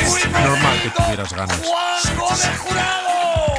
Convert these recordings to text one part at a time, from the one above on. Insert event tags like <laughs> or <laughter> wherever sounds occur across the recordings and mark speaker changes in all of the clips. Speaker 1: Este,
Speaker 2: Normal que tuvieras ganas.
Speaker 1: Juan Gómez Jurado.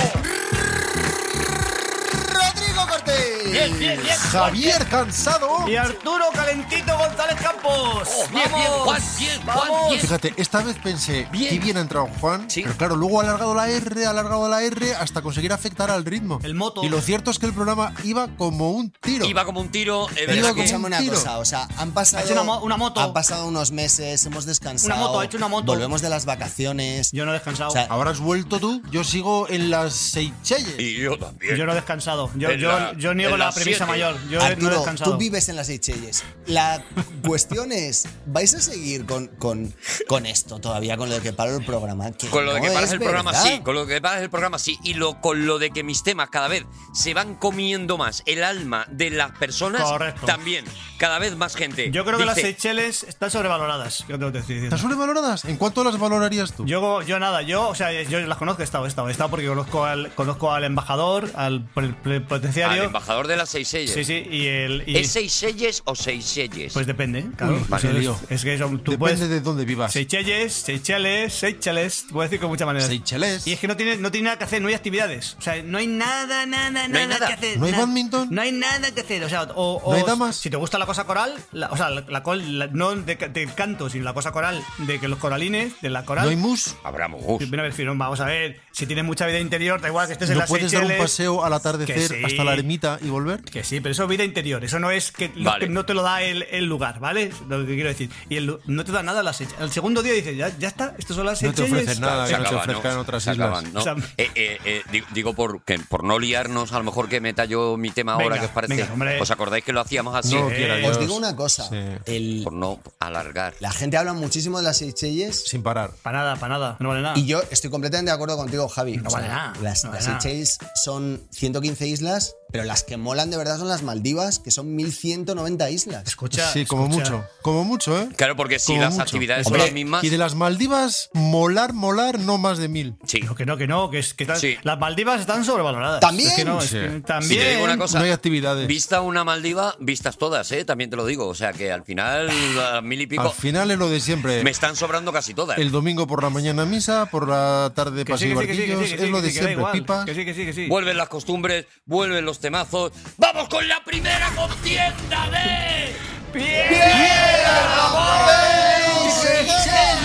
Speaker 3: Rodrigo Cortés.
Speaker 1: Bien, bien, bien.
Speaker 3: Javier Cansado.
Speaker 4: Y Arturo Calentito González Campos.
Speaker 1: Bien, bien,
Speaker 4: Vamos.
Speaker 1: Juan, bien, Juan,
Speaker 4: Vamos.
Speaker 1: bien.
Speaker 3: Fíjate, esta vez pensé,
Speaker 1: Bien.
Speaker 3: qué bien ha entrado Juan,
Speaker 1: Sí.
Speaker 3: pero claro, luego ha alargado la R, ha alargado la R hasta conseguir afectar al ritmo.
Speaker 4: El moto.
Speaker 3: Y lo cierto es que el programa iba como un tiro.
Speaker 1: Iba como un tiro, eh, es
Speaker 5: Pero
Speaker 3: Iba
Speaker 1: verdad que-
Speaker 3: como
Speaker 5: escúchame
Speaker 3: un
Speaker 5: una
Speaker 3: tiro.
Speaker 5: cosa, o sea, han pasado
Speaker 4: Ha hecho una mo- una moto.
Speaker 5: han pasado unos meses, hemos descansado.
Speaker 4: Una moto, ha hecho una moto.
Speaker 5: Volvemos de las vacaciones.
Speaker 4: Yo no he descansado.
Speaker 5: O sea,
Speaker 3: Ahora has vuelto tú, yo sigo en las Seychelles.
Speaker 1: Y yo también.
Speaker 4: yo no he descansado. Yo,
Speaker 1: En
Speaker 4: yo,
Speaker 1: la-
Speaker 4: yo niego
Speaker 1: en
Speaker 4: la
Speaker 1: las
Speaker 4: premisa
Speaker 1: siete.
Speaker 4: mayor. Yo no
Speaker 5: Arturo,
Speaker 4: he descansado.
Speaker 5: tú vives en las Seychelles.
Speaker 4: <laughs>
Speaker 5: La cuestión es, ¿vais a seguir con, con, con esto todavía, con lo de que paro el programa?
Speaker 1: Con lo de
Speaker 5: no
Speaker 1: que paras
Speaker 5: es
Speaker 1: el programa,
Speaker 5: verdad.
Speaker 1: sí. Con lo de que paras el programa, sí. Y lo, con lo de que mis temas cada vez se van comiendo más el alma de las personas,
Speaker 4: Correcto.
Speaker 1: también. Cada vez más gente.
Speaker 4: yo creo que las
Speaker 1: dice,
Speaker 4: Seychelles están sobrevaloradas. Yo te, te estoy diciendo.
Speaker 3: ¿Estás sobrevaloradas? ¿En cuánto las valorarías tú?
Speaker 4: Yo, yo nada, yo, o sea, yo las conozco, he estado, he estado, he estado porque conozco al, conozco al embajador, al pre- pre-
Speaker 1: Al
Speaker 4: potenciario.
Speaker 1: embajador de las Seychelles.
Speaker 4: Sí, sí, y el. y-
Speaker 1: ¿Es Seychelles o Seychelles?
Speaker 4: pues depende, claro.
Speaker 3: Uy,
Speaker 4: Pues
Speaker 3: qué
Speaker 4: es-
Speaker 3: lío.
Speaker 4: Es que son- tú
Speaker 3: Depende
Speaker 4: puedes.
Speaker 3: de dónde vivas.
Speaker 4: Seychelles, Seychelles, Seychelles. Te voy a decir con muchas maneras.
Speaker 3: Seychelles.
Speaker 4: Y es que no tiene, no tiene nada que hacer, no hay actividades. O sea, no hay nada, nada,
Speaker 1: No hay nada.
Speaker 4: que hacer.
Speaker 3: ¿No hay
Speaker 4: nada.
Speaker 3: bádminton?
Speaker 4: No hay nada que hacer. O sea, o,
Speaker 3: ¿No hay
Speaker 4: o
Speaker 3: damas?
Speaker 4: si te gusta la cosa coral, la- o sea, la, la col- la- no de- del canto, sino la cosa coral, de que los coralines, de la coral.
Speaker 3: ¿No hay mus?
Speaker 1: Habrá mugus.
Speaker 4: Primero, a ver, Firón, vamos a ver. Si tienes mucha vida interior, da igual que estés en
Speaker 3: ¿No
Speaker 4: las
Speaker 3: puedes dar un
Speaker 4: Seychelles.
Speaker 3: paseo al atardecer
Speaker 4: Que sí.
Speaker 3: hasta la ermita Ah, y volver?
Speaker 4: Que sí, pero eso es vida interior. Eso no es que, lo
Speaker 1: Vale.
Speaker 4: que no te lo da el, el lugar, ¿vale? Lo que quiero decir. Y el lu- no te da nada las Seychelles. El segundo día dices, ya, ya está, estos son las
Speaker 3: No te
Speaker 4: Seychelles.
Speaker 3: ofrecen nada que
Speaker 1: Se
Speaker 3: no te
Speaker 1: acaba,
Speaker 3: ofrezcan
Speaker 1: ¿no?
Speaker 3: otras
Speaker 1: Se
Speaker 3: islas.
Speaker 1: acaban, ¿no?
Speaker 4: O sea,
Speaker 1: Eh, eh, eh, di- digo, por, que por no liarnos, a lo mejor que meta yo mi tema ahora,
Speaker 4: Venga,
Speaker 1: que os parece.
Speaker 4: venga, hombre.
Speaker 1: ¿Os acordáis que lo hacíamos así?
Speaker 3: No
Speaker 1: Eh,
Speaker 3: quiera
Speaker 4: Os
Speaker 3: Dios.
Speaker 5: Os digo una cosa,
Speaker 3: Sí.
Speaker 5: el-
Speaker 1: por no alargar.
Speaker 5: la gente habla muchísimo de las Seychelles
Speaker 3: Sin parar.
Speaker 4: Para nada, para nada. No vale nada.
Speaker 5: Y yo estoy completamente de acuerdo contigo, Javi.
Speaker 4: No vale nada,
Speaker 5: Las,
Speaker 4: no vale
Speaker 5: las
Speaker 4: nada.
Speaker 5: Seychelles son 115 islas, pero las que molan de verdad son las Maldivas, que son 1190 islas.
Speaker 4: Escucha.
Speaker 3: sí, como
Speaker 4: escucha.
Speaker 3: mucho. Como mucho, ¿eh?
Speaker 1: Claro, porque si
Speaker 3: Como
Speaker 1: las
Speaker 3: mucho.
Speaker 1: actividades
Speaker 5: Hombre,
Speaker 1: son las mismas.
Speaker 3: Y de las Maldivas, molar, molar, no más de mil.
Speaker 1: Sí.
Speaker 4: No, que no, que no, que, es- que están-
Speaker 1: Sí.
Speaker 4: las Maldivas están sobrevaloradas.
Speaker 5: También.
Speaker 4: Es que no, es
Speaker 3: Sí.
Speaker 4: que
Speaker 3: Si
Speaker 4: también.
Speaker 1: Si te digo una cosa,
Speaker 3: No hay actividades.
Speaker 1: Vista una Maldiva, vistas todas, ¿eh? También te lo digo. O sea que al final, a mil y pico,
Speaker 3: Al final es lo de siempre.
Speaker 1: me están sobrando casi todas.
Speaker 3: El domingo por la mañana misa, por la tarde
Speaker 4: que sí,
Speaker 3: paseo y
Speaker 4: que sí, que sí, que sí, que
Speaker 3: barquillos,
Speaker 4: sí,
Speaker 3: es lo
Speaker 4: que
Speaker 3: de
Speaker 4: sí, que da
Speaker 3: siempre,
Speaker 4: igual,
Speaker 3: pipas.
Speaker 4: Que sí, que sí, que sí.
Speaker 1: Vuelven las costumbres, vuelven los temazos. ¡Vamos con la primera contienda de.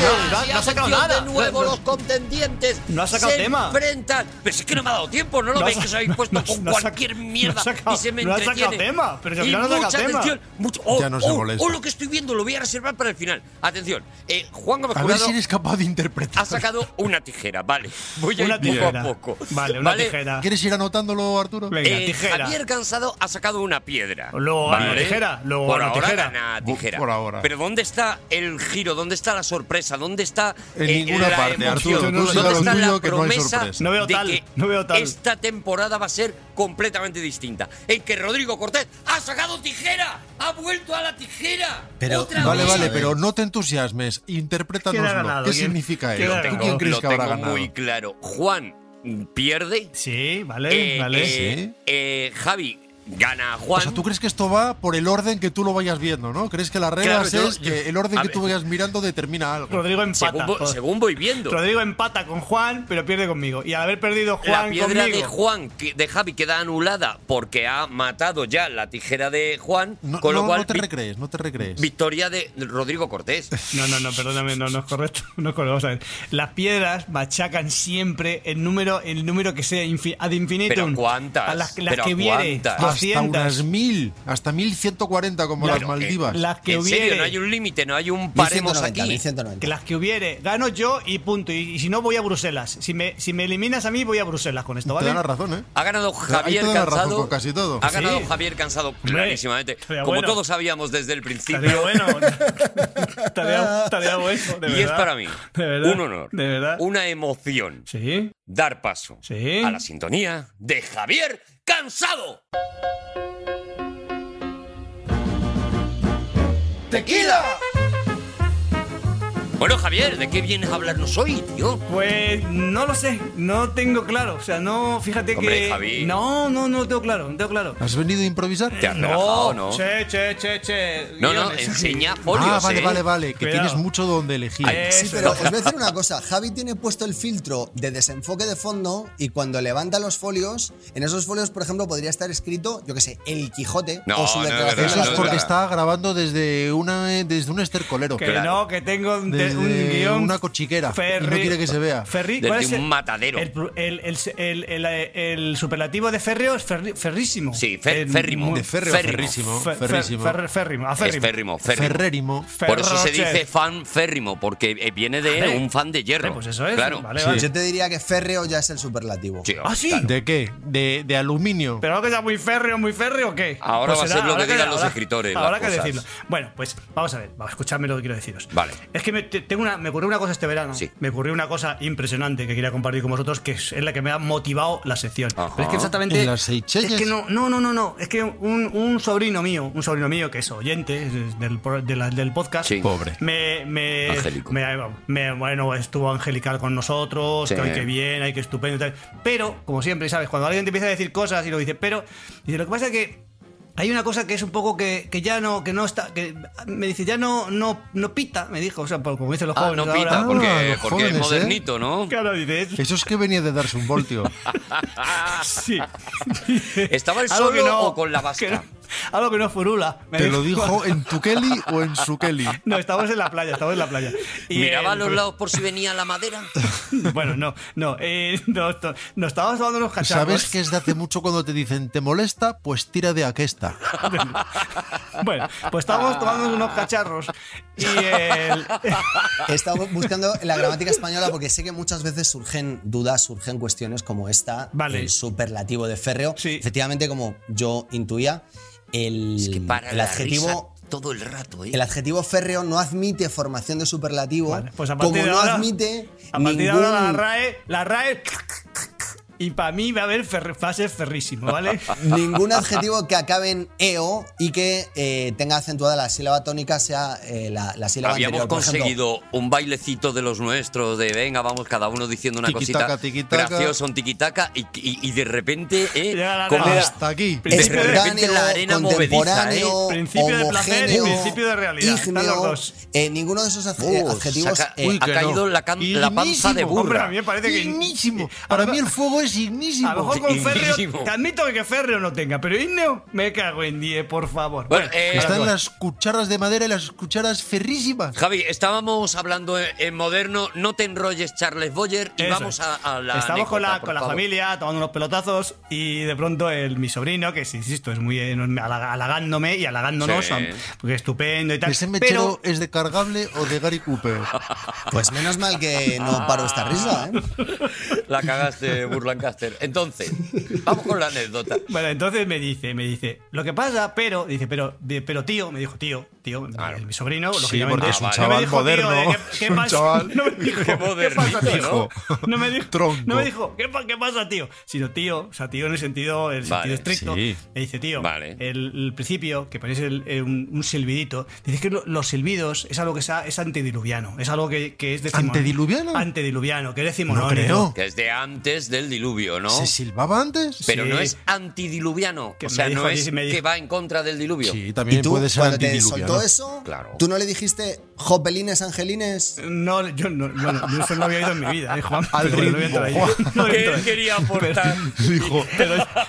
Speaker 4: No, no ha-
Speaker 1: Y
Speaker 4: no ha sacado
Speaker 1: atención,
Speaker 4: nada.
Speaker 1: De nuevo
Speaker 4: No, no.
Speaker 1: los contendientes
Speaker 4: No ha sacado
Speaker 1: se
Speaker 4: tema.
Speaker 1: enfrentan. Pero es que no me ha dado tiempo, no lo
Speaker 4: No ha
Speaker 1: veis que
Speaker 4: sa-
Speaker 1: os habéis
Speaker 4: no-
Speaker 1: puesto
Speaker 4: no-
Speaker 1: con
Speaker 4: no ha sac-
Speaker 1: cualquier
Speaker 4: no ha
Speaker 1: mierda
Speaker 4: sacado-
Speaker 1: y se me
Speaker 4: no ha sacado
Speaker 1: entretiene.
Speaker 4: tema, pero si al
Speaker 1: Y
Speaker 4: final no ha
Speaker 1: mucha
Speaker 4: sacado tema.
Speaker 1: atención, mucho- oh,
Speaker 3: Ya no se
Speaker 1: oh,
Speaker 3: molesta.
Speaker 1: oh, lo que estoy viendo lo voy a reservar para el final. Atención, eh, Juan Gómez
Speaker 3: A ver
Speaker 1: Jurado
Speaker 3: si eres capaz de interpretar.
Speaker 1: ha sacado una tijera, vale. Voy a
Speaker 4: Una
Speaker 1: ir poco
Speaker 4: tijera.
Speaker 1: a poco.
Speaker 4: Vale, una tijera.
Speaker 3: ¿Quieres ir anotándolo, Arturo?
Speaker 4: Venga.
Speaker 1: Eh,
Speaker 4: tijera.
Speaker 1: Javier Cansado ha sacado una piedra.
Speaker 4: Luego una tijera, luego
Speaker 1: por
Speaker 4: una
Speaker 1: ahora
Speaker 4: tijera.
Speaker 1: gana tijera.
Speaker 3: Por ahora.
Speaker 1: Pero ¿dónde está el giro? ¿Dónde está la sorpresa? ¿Dónde está
Speaker 3: En
Speaker 1: eh,
Speaker 3: ninguna
Speaker 1: la
Speaker 3: parte,
Speaker 1: emoción?
Speaker 3: Arturo.
Speaker 4: Tú sigue
Speaker 1: ¿Dónde
Speaker 4: lo
Speaker 1: está la
Speaker 3: tuyo, que no hay
Speaker 1: promesa
Speaker 3: sorpresa.
Speaker 4: No veo tal,
Speaker 1: de que
Speaker 4: no veo tal.
Speaker 1: esta temporada va a ser completamente distinta? En que Rodrigo Cortés ha sacado tijera, ha vuelto a la tijera.
Speaker 5: Pero-
Speaker 1: otra
Speaker 3: Vale,
Speaker 1: vez.
Speaker 3: vale,
Speaker 5: A ver.
Speaker 3: pero no te entusiasmes.
Speaker 4: ¿Quién
Speaker 3: Interprétanoslo.
Speaker 4: ha ganado?
Speaker 3: ¿Qué
Speaker 4: ¿Quién-
Speaker 3: significa
Speaker 4: quién
Speaker 3: eso?
Speaker 4: ha
Speaker 3: ¿Tú
Speaker 4: ganado?
Speaker 3: quién crees
Speaker 1: lo
Speaker 3: que habrá
Speaker 1: tengo
Speaker 3: ganado?
Speaker 1: muy claro. Juan pierde.
Speaker 4: Sí, vale,
Speaker 1: Eh,
Speaker 4: vale.
Speaker 1: eh,
Speaker 3: Sí.
Speaker 1: eh, Javi gana a
Speaker 3: O
Speaker 1: Juan.
Speaker 3: sea, tú crees que esto va por el orden que tú lo vayas viendo, ¿no? ¿Crees que las reglas
Speaker 1: yo-
Speaker 3: es
Speaker 1: yo-
Speaker 3: que el orden
Speaker 1: a
Speaker 3: que
Speaker 1: ver.
Speaker 3: tú vayas mirando determina algo?
Speaker 4: Rodrigo empata.
Speaker 1: según, vo-
Speaker 4: Joder.
Speaker 1: según voy viendo.
Speaker 4: Rodrigo empata con Juan, pero pierde conmigo. Y al haber perdido Juan
Speaker 1: la piedra
Speaker 4: conmigo.
Speaker 1: de Juan, que- de Javi, queda anulada porque ha matado ya la tijera de Juan,
Speaker 3: No,
Speaker 1: con lo
Speaker 3: no,
Speaker 1: cual
Speaker 3: no te
Speaker 1: vi-
Speaker 3: recrees, no te recrees.
Speaker 1: victoria de Rodrigo Cortés.
Speaker 4: No, no, no, perdóname, no, no es correcto. <laughs> No es correcto. Vamos a ver. Las piedras machacan siempre el número, el número que sea infi- ad infinitum.
Speaker 1: Pero ¿cuántas?
Speaker 4: A las, las
Speaker 1: Pero
Speaker 4: que viere,
Speaker 1: ¿cuántas?
Speaker 3: hasta
Speaker 4: 200.
Speaker 3: unas mil, hasta 1140 como
Speaker 4: Claro,
Speaker 3: las Maldivas.
Speaker 4: eh, las que
Speaker 1: en serio,
Speaker 4: hubiere.
Speaker 1: no hay un límite, no hay un paremos
Speaker 5: 1190,
Speaker 1: aquí.
Speaker 5: 1190.
Speaker 4: Que las que hubiere, gano yo y punto. Y, y si no, voy a Bruselas. Si me, si me eliminas a mí, voy a Bruselas con esto,
Speaker 3: Te
Speaker 4: ¿vale?
Speaker 3: da la razón, ¿eh?
Speaker 1: Ha ganado Javier
Speaker 3: te doy la razón
Speaker 1: Cansado.
Speaker 3: con casi todo.
Speaker 1: Ha
Speaker 4: Sí.
Speaker 1: ganado Javier Cansado clarísimamente.
Speaker 4: estaría
Speaker 1: Como
Speaker 4: bueno.
Speaker 1: todos sabíamos desde el <laughs>
Speaker 4: Estaría
Speaker 1: principio.
Speaker 4: bueno. Tarea, tarea bueno, de
Speaker 1: y
Speaker 4: verdad.
Speaker 1: es para mí
Speaker 4: De verdad.
Speaker 1: un honor,
Speaker 4: De verdad.
Speaker 1: una emoción,
Speaker 4: Sí.
Speaker 1: dar paso
Speaker 4: Sí.
Speaker 1: a la sintonía de Javier Cansado. ¡Tequila! Bueno, Javier, ¿de qué vienes a hablarnos hoy, tío?
Speaker 4: Pues no lo sé, no tengo claro. O sea, no, fíjate
Speaker 1: Hombre,
Speaker 4: que.
Speaker 1: Javi.
Speaker 4: No, no, no lo tengo claro, no tengo claro.
Speaker 3: ¿Has venido a improvisar?
Speaker 1: ¿Te has relajado, no?
Speaker 4: Che, che, che, che.
Speaker 1: No, no,
Speaker 4: guiones.
Speaker 1: enseña folios,
Speaker 3: Ah, vale,
Speaker 1: ¿eh?
Speaker 3: vale, vale. Que
Speaker 4: Cuidado.
Speaker 3: tienes mucho donde elegir.
Speaker 4: Ay,
Speaker 5: Sí,
Speaker 4: Eso
Speaker 5: pero
Speaker 4: es.
Speaker 3: pues,
Speaker 5: os voy a decir una cosa. Javi tiene puesto el filtro de desenfoque de fondo y cuando levanta los folios, en esos folios, por ejemplo, podría estar escrito, yo qué sé, El Quijote
Speaker 1: <laughs> No,
Speaker 3: Pues,
Speaker 5: o su
Speaker 1: no,
Speaker 5: declaración
Speaker 3: Eso
Speaker 1: no,
Speaker 3: es
Speaker 5: a la
Speaker 1: no,
Speaker 3: porque
Speaker 1: no.
Speaker 3: está grabando desde, una, eh, desde un estercolero.
Speaker 4: Que
Speaker 1: Claro.
Speaker 4: no, que tengo un,
Speaker 3: Desde
Speaker 4: un guión.
Speaker 3: una cochiquera, y no quiere que se vea.
Speaker 4: Ferri,
Speaker 1: Desde
Speaker 4: ¿cuál es
Speaker 1: un
Speaker 4: el-
Speaker 1: matadero.
Speaker 4: El, pru- el, el, el, el- eh, el superlativo de férreo es ferri- ferrísimo.
Speaker 1: Sí, fer-
Speaker 4: Eh,
Speaker 1: férrimo.
Speaker 4: muy-
Speaker 3: De férreo,
Speaker 1: Ferrimo.
Speaker 3: ferrísimo.
Speaker 4: fer- fer-
Speaker 3: ferrísimo.
Speaker 4: fer- Férrimo. ah,
Speaker 1: Es
Speaker 4: férrimo.
Speaker 1: férrimo, férrimo.
Speaker 3: Ferrérimo.
Speaker 1: Por eso se
Speaker 4: Ferroche.
Speaker 1: dice fan férrimo, porque eh, viene de
Speaker 4: Vale.
Speaker 1: un fan de hierro.
Speaker 4: Eh, pues eso es.
Speaker 1: Claro.
Speaker 4: Vale,
Speaker 3: Sí.
Speaker 4: vale.
Speaker 5: cara. Yo te diría que férreo ya es el superlativo.
Speaker 1: Sí,
Speaker 4: Ah, sí.
Speaker 1: claro.
Speaker 3: ¿De qué? ¿De, de aluminio?
Speaker 4: ¿Pero ahora que sea muy férreo, muy férreo o qué? Pues
Speaker 1: Ahora va a
Speaker 4: será,
Speaker 1: ser lo
Speaker 4: ahora
Speaker 1: que digan los
Speaker 4: ahora-
Speaker 1: escritores,
Speaker 4: Ahora
Speaker 1: las
Speaker 4: que
Speaker 1: cosas.
Speaker 4: decirlo. Bueno, pues vamos a ver, vamos a escucharme lo que quiero deciros.
Speaker 1: Vale.
Speaker 4: Es que me, te- tengo una, me ocurrió una cosa este verano.
Speaker 1: Sí.
Speaker 4: Me ocurrió una cosa impresionante que quería compartir con vosotros, que es, es la que me ha motivado la sección.
Speaker 1: Ajá.
Speaker 4: Pero es que exactamente.
Speaker 3: ¿En las Seychelles?
Speaker 4: Es que no, no, no, no, no. Es que un, un sobrino mío, un sobrino mío que es oyente es del, pro- de la- del podcast.
Speaker 1: Sí.
Speaker 3: Pobre.
Speaker 4: Me, me,
Speaker 1: Angélico.
Speaker 4: me- me- bueno, estuvo angelical con nosotros,
Speaker 1: Sí.
Speaker 4: que, ay, qué bien, ay, qué estupendo. y Tal. Pero, como siempre, ¿sabes? Cuando alguien te empieza a decir cosas y lo dice, pero, dice, lo que pasa es que hay una cosa que es un poco que, que ya no, que no está, que me dice, ya no, no, no pita, me dijo, o sea, por- como dicen los
Speaker 1: Ah,
Speaker 4: jóvenes
Speaker 1: no pita,
Speaker 4: ahora.
Speaker 1: porque,
Speaker 3: los
Speaker 1: porque es
Speaker 3: jóvenes, ¿eh?
Speaker 1: modernito, ¿no?
Speaker 4: Claro, dice, es-
Speaker 3: Eso es que venía de darse un voltio.
Speaker 4: <laughs> sí.
Speaker 1: <laughs> ¿Estaba el
Speaker 4: Algo que
Speaker 1: solo
Speaker 4: no-
Speaker 1: o con la vasca?
Speaker 4: que no- algo que no furula. me
Speaker 3: ¿Te lo dijo en tu Kelly o en su Kelly?
Speaker 4: No, estamos en la playa, estamos en la playa.
Speaker 1: <laughs>
Speaker 4: Y
Speaker 1: ¿Miraba a
Speaker 4: el-
Speaker 1: los lados por si venía la madera?
Speaker 4: <laughs> Bueno, no, no, eh, no, no, no, estábamos tomando unos cachacos.
Speaker 3: ¿Sabes que es de hace mucho cuando te dicen te molesta? Pues tira de aquesta.
Speaker 4: <laughs> Bueno, pues
Speaker 3: <laughs>
Speaker 4: estábamos tomando unos cacharros y el...
Speaker 5: He estado buscando en la gramática española porque sé que muchas veces surgen dudas, surgen cuestiones como esta,
Speaker 4: Vale.
Speaker 5: el superlativo de férreo.
Speaker 4: Sí.
Speaker 5: Efectivamente, como yo intuía, el,
Speaker 1: Es que para
Speaker 5: el
Speaker 1: la
Speaker 5: adjetivo
Speaker 1: risa todo el rato, ¿eh?
Speaker 5: El adjetivo férreo no admite formación de superlativo,
Speaker 4: Vale, pues a
Speaker 5: como
Speaker 4: partir de
Speaker 5: no
Speaker 4: ahora-
Speaker 5: admite
Speaker 4: A partir de
Speaker 5: ningún...
Speaker 4: ahora la RAE, la RAE... Y para mí va a haber fer- va a ser ferrísimo, ¿vale?
Speaker 5: <laughs> ningún adjetivo que acabe en eo y que eh, tenga acentuada la sílaba tónica sea eh, la, la sílaba
Speaker 1: Habíamos
Speaker 5: anterior. Por ejemplo,
Speaker 1: conseguido un bailecito de los nuestros, de venga, vamos cada uno diciendo una
Speaker 3: Tiquitaca,
Speaker 1: cosita
Speaker 3: tiquitaca.
Speaker 1: gracioso, un tiquitaca, y, y- y de repente, ¿eh?
Speaker 4: Llega la
Speaker 1: Como-
Speaker 4: nada.
Speaker 3: Hasta aquí.
Speaker 4: Pero-
Speaker 1: de repente
Speaker 5: espontáneo,
Speaker 1: la arena
Speaker 5: contemporáneo,
Speaker 4: movediza, ¿eh? Principio de placer y
Speaker 5: homogéneo,
Speaker 4: principio de realidad. Están los
Speaker 5: ígneo,
Speaker 4: dos.
Speaker 5: eh, ninguno de esos adje-
Speaker 1: Uh,
Speaker 5: adjetivos
Speaker 1: saca-
Speaker 5: eh,
Speaker 1: eh, ha
Speaker 3: que
Speaker 1: caído
Speaker 3: no.
Speaker 1: la, can- la panza de
Speaker 3: Ignísimo,
Speaker 1: burra.
Speaker 4: Hombre, <laughs> a mí me parece que...
Speaker 3: Ignísimo.
Speaker 4: A lo
Speaker 3: Para
Speaker 4: mejor-
Speaker 3: mí el fuego es ignísimo.
Speaker 4: A lo mejor con
Speaker 1: Ignísimo.
Speaker 4: Ferreo... Te admito que Ferreo no tenga, pero Inneo me cago en 10, por favor.
Speaker 1: Bueno, eh,
Speaker 3: Están las cucharas de madera y las cucharas ferrísimas.
Speaker 1: Javi, estábamos hablando en, en moderno, no te enrolles Charles Boyer y
Speaker 4: Eso
Speaker 1: vamos
Speaker 4: es.
Speaker 1: a, a la
Speaker 4: Estamos con
Speaker 1: anécdota,
Speaker 4: la,
Speaker 1: por
Speaker 4: con la
Speaker 1: favor.
Speaker 4: familia tomando unos pelotazos y de pronto el, mi sobrino, que sí, insisto, es muy eh, halaga- halagándome y halagándonos,
Speaker 1: Sí.
Speaker 4: am- porque es estupendo y tal.
Speaker 3: ¿Ese
Speaker 4: pero
Speaker 3: mechero es de cargable o de Gary Cooper?
Speaker 5: <laughs> Pues menos mal que no paro esta risa.
Speaker 3: <laughs>
Speaker 5: ¿eh?
Speaker 1: La cagaste, Burlancaster. Entonces, vamos con la anécdota.
Speaker 4: bueno, entonces me dice, me dice, lo que pasa, pero, dice, pero, de- pero tío, me dijo, tío, tío,
Speaker 1: Claro.
Speaker 4: mi sobrino,
Speaker 3: Sí,
Speaker 4: lógicamente.
Speaker 3: porque
Speaker 1: es un
Speaker 4: No me
Speaker 3: chaval
Speaker 4: dijo, tío, de
Speaker 3: moderno,
Speaker 4: ¿qué-
Speaker 1: <laughs>
Speaker 3: es
Speaker 4: qué
Speaker 3: un
Speaker 4: pasa?
Speaker 3: chaval
Speaker 4: No me dijo,
Speaker 1: Qué
Speaker 4: ¿qué
Speaker 1: modernito,
Speaker 4: pasa, tío?
Speaker 3: ¿no?
Speaker 4: No me dijo,
Speaker 3: Tronco.
Speaker 4: no me dijo, ¿qué,
Speaker 5: <laughs>
Speaker 4: pa- qué pasa, tío? Sino tío, o sea, tío en el sentido, en el
Speaker 1: Vale,
Speaker 4: sentido estricto.
Speaker 2: sí.
Speaker 4: Me dice, tío,
Speaker 1: Vale.
Speaker 4: el, el principio, que ponéis el- eh, un, un silbidito, dices que lo- los silbidos es algo que sea- es antidiluviano, es algo que, que es decimos.
Speaker 3: ¿Antediluviano?
Speaker 4: Antediluviano, que decimos
Speaker 3: No creo.
Speaker 1: Que es de antes del diluvio, ¿no?
Speaker 3: ¿Se silbaba antes?
Speaker 1: Pero
Speaker 4: Sí.
Speaker 1: no es antidiluviano.
Speaker 4: Que
Speaker 1: o
Speaker 4: <laughs> me
Speaker 1: sea,
Speaker 4: dijo
Speaker 1: no
Speaker 4: allí,
Speaker 1: es
Speaker 4: me dijo-
Speaker 1: que va en contra del diluvio.
Speaker 3: Sí,
Speaker 5: Y
Speaker 3: también
Speaker 5: tú,
Speaker 3: puede ser
Speaker 5: cuando te
Speaker 3: antidiluviano.
Speaker 5: soltó eso,
Speaker 1: Claro.
Speaker 5: tú no le dijiste jopelines, angelines.
Speaker 4: No, yo no, bueno, yo eso no lo había oído en mi vida, eh, Juan.
Speaker 3: Al
Speaker 4: Pero bueno, no voy a
Speaker 3: ritmo,
Speaker 4: entrar ahí.
Speaker 3: Juan.
Speaker 4: No voy a
Speaker 1: ¿Qué
Speaker 4: entrar
Speaker 1: él
Speaker 4: ahí.
Speaker 1: quería aportar?
Speaker 3: Dijo,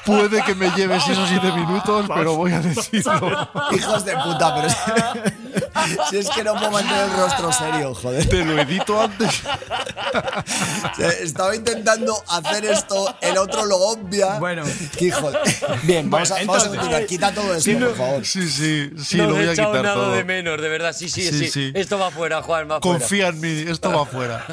Speaker 3: puede que me lleves esos siete minutos, pero voy a
Speaker 4: <laughs>
Speaker 3: decirlo.
Speaker 5: Hijos de puta, pero si, si es que <laughs> no puedo mantener el rostro serio, joder.
Speaker 3: Te lo edito
Speaker 5: <laughs>
Speaker 3: antes.
Speaker 5: O sea, Estaba intentando hacer esto, el otro lo obvia.
Speaker 4: Bueno.
Speaker 5: Que hijo de- Bien, vamos,
Speaker 4: Bueno,
Speaker 5: a, vamos a
Speaker 4: entonces-
Speaker 5: continuar. Quita todo esto, por
Speaker 3: <laughs>
Speaker 5: favor.
Speaker 3: Sí, sí, sí,
Speaker 1: no
Speaker 3: lo
Speaker 1: os
Speaker 3: voy
Speaker 1: he
Speaker 3: a
Speaker 1: echado
Speaker 3: quitar
Speaker 1: nada
Speaker 3: todo.
Speaker 1: de menos, de verdad. Sí, sí, sí.
Speaker 3: Sí, sí.
Speaker 1: Esto va fuera, Juan, va fuera.
Speaker 3: Confía
Speaker 6: <laughs>
Speaker 3: en mí, esto va
Speaker 4: <laughs>
Speaker 3: afuera.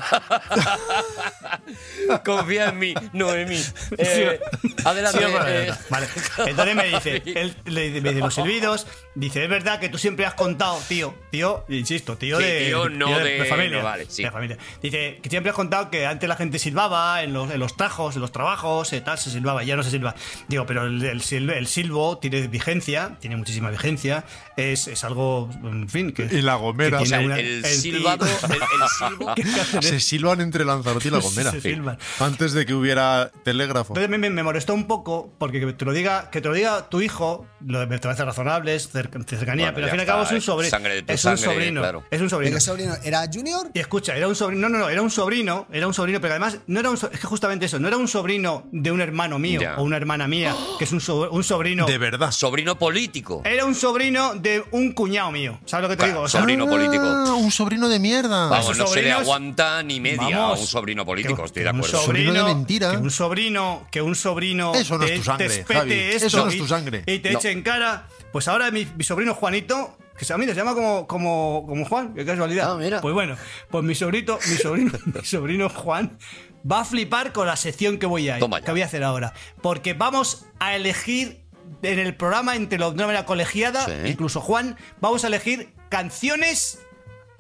Speaker 3: <laughs>
Speaker 1: <laughs> Confía en mí, Noemí. Eh, Adelante.
Speaker 4: Sí, bueno,
Speaker 1: eh,
Speaker 4: vale. Entonces
Speaker 1: <laughs>
Speaker 4: me dice, él le dice, me dice los silbidos, dice, es verdad que tú siempre has contado, tío, tío, insisto, tío
Speaker 1: Sí,
Speaker 4: de,
Speaker 1: tío, no de-
Speaker 4: familia.
Speaker 1: no vale, sí.
Speaker 4: de familia. Dice que siempre has contado que antes la gente silbaba en los, en los trajos, en los trabajos, eh, tal, se silbaba, ya no se silba. Digo, pero el, el silbo, el silbo tiene vigencia, tiene muchísima vigencia, es, es algo, en fin, que...
Speaker 3: Y la gomera.
Speaker 4: que
Speaker 1: o sea,
Speaker 4: tiene
Speaker 1: el,
Speaker 4: una-
Speaker 1: el
Speaker 4: el-
Speaker 3: <laughs>
Speaker 1: silbado, el, el silbo.
Speaker 3: Se
Speaker 4: <laughs>
Speaker 3: silban entre Lanzarote y la Gomera.
Speaker 4: ¿eh? Se silban.
Speaker 3: Antes de que hubiera telégrafo.
Speaker 4: Entonces me, me- me molestó un poco porque que te lo diga, que te lo diga tu hijo, lo de- me parece razonable, es cer- cercanía,
Speaker 1: Bueno,
Speaker 4: pero al
Speaker 1: ya
Speaker 4: fin y al
Speaker 1: está,
Speaker 4: cabo es un
Speaker 1: es
Speaker 4: sobrino.
Speaker 1: sangre de tu
Speaker 4: es un
Speaker 1: sangre,
Speaker 4: sobrino.
Speaker 1: claro.
Speaker 4: Es un sobrino.
Speaker 5: ¿Qué sobrino? ¿Era Junior?
Speaker 4: Y escucha, era un sobrino. No, no, no, era un sobrino. Era un sobrino, pero además no era un so- Es que justamente eso, no era un sobrino de un hermano mío
Speaker 1: Ya.
Speaker 4: o una hermana mía, que es un, so- un sobrino.
Speaker 3: De verdad.
Speaker 1: Sobrino político.
Speaker 4: Era un sobrino de un cuñado mío. ¿Sabes lo que te
Speaker 1: Claro,
Speaker 4: digo? O sea,
Speaker 1: sobrino político.
Speaker 3: Ah, un sobrino de mierda.
Speaker 1: Vamos,
Speaker 4: esos
Speaker 1: no se le
Speaker 4: sobrinos-
Speaker 1: aguanta ni media
Speaker 4: Vamos,
Speaker 1: a un sobrino político,
Speaker 4: que-
Speaker 1: estoy de
Speaker 4: que un
Speaker 1: acuerdo.
Speaker 3: Sobrino de mentira.
Speaker 4: Que un sobrino, que un sobrino
Speaker 3: Eso no es
Speaker 4: te-
Speaker 3: tu sangre,
Speaker 4: te espete
Speaker 3: Javi.
Speaker 4: esto
Speaker 3: Eso no es
Speaker 4: y-
Speaker 3: tu sangre.
Speaker 4: Y te
Speaker 1: No.
Speaker 4: eche en cara. Pues ahora mi, mi sobrino Juanito, que se, mira, se llama como, como, como Juan, qué casualidad.
Speaker 1: Ah, mira.
Speaker 4: Pues bueno, pues mi sobrito, mi sobrino, <laughs> mi sobrino Juan va a flipar con la sección que voy a
Speaker 1: Toma ya.
Speaker 4: que voy a hacer ahora. Porque vamos a elegir en el programa entre la manera colegiada,
Speaker 1: Sí.
Speaker 4: incluso Juan, vamos a elegir canciones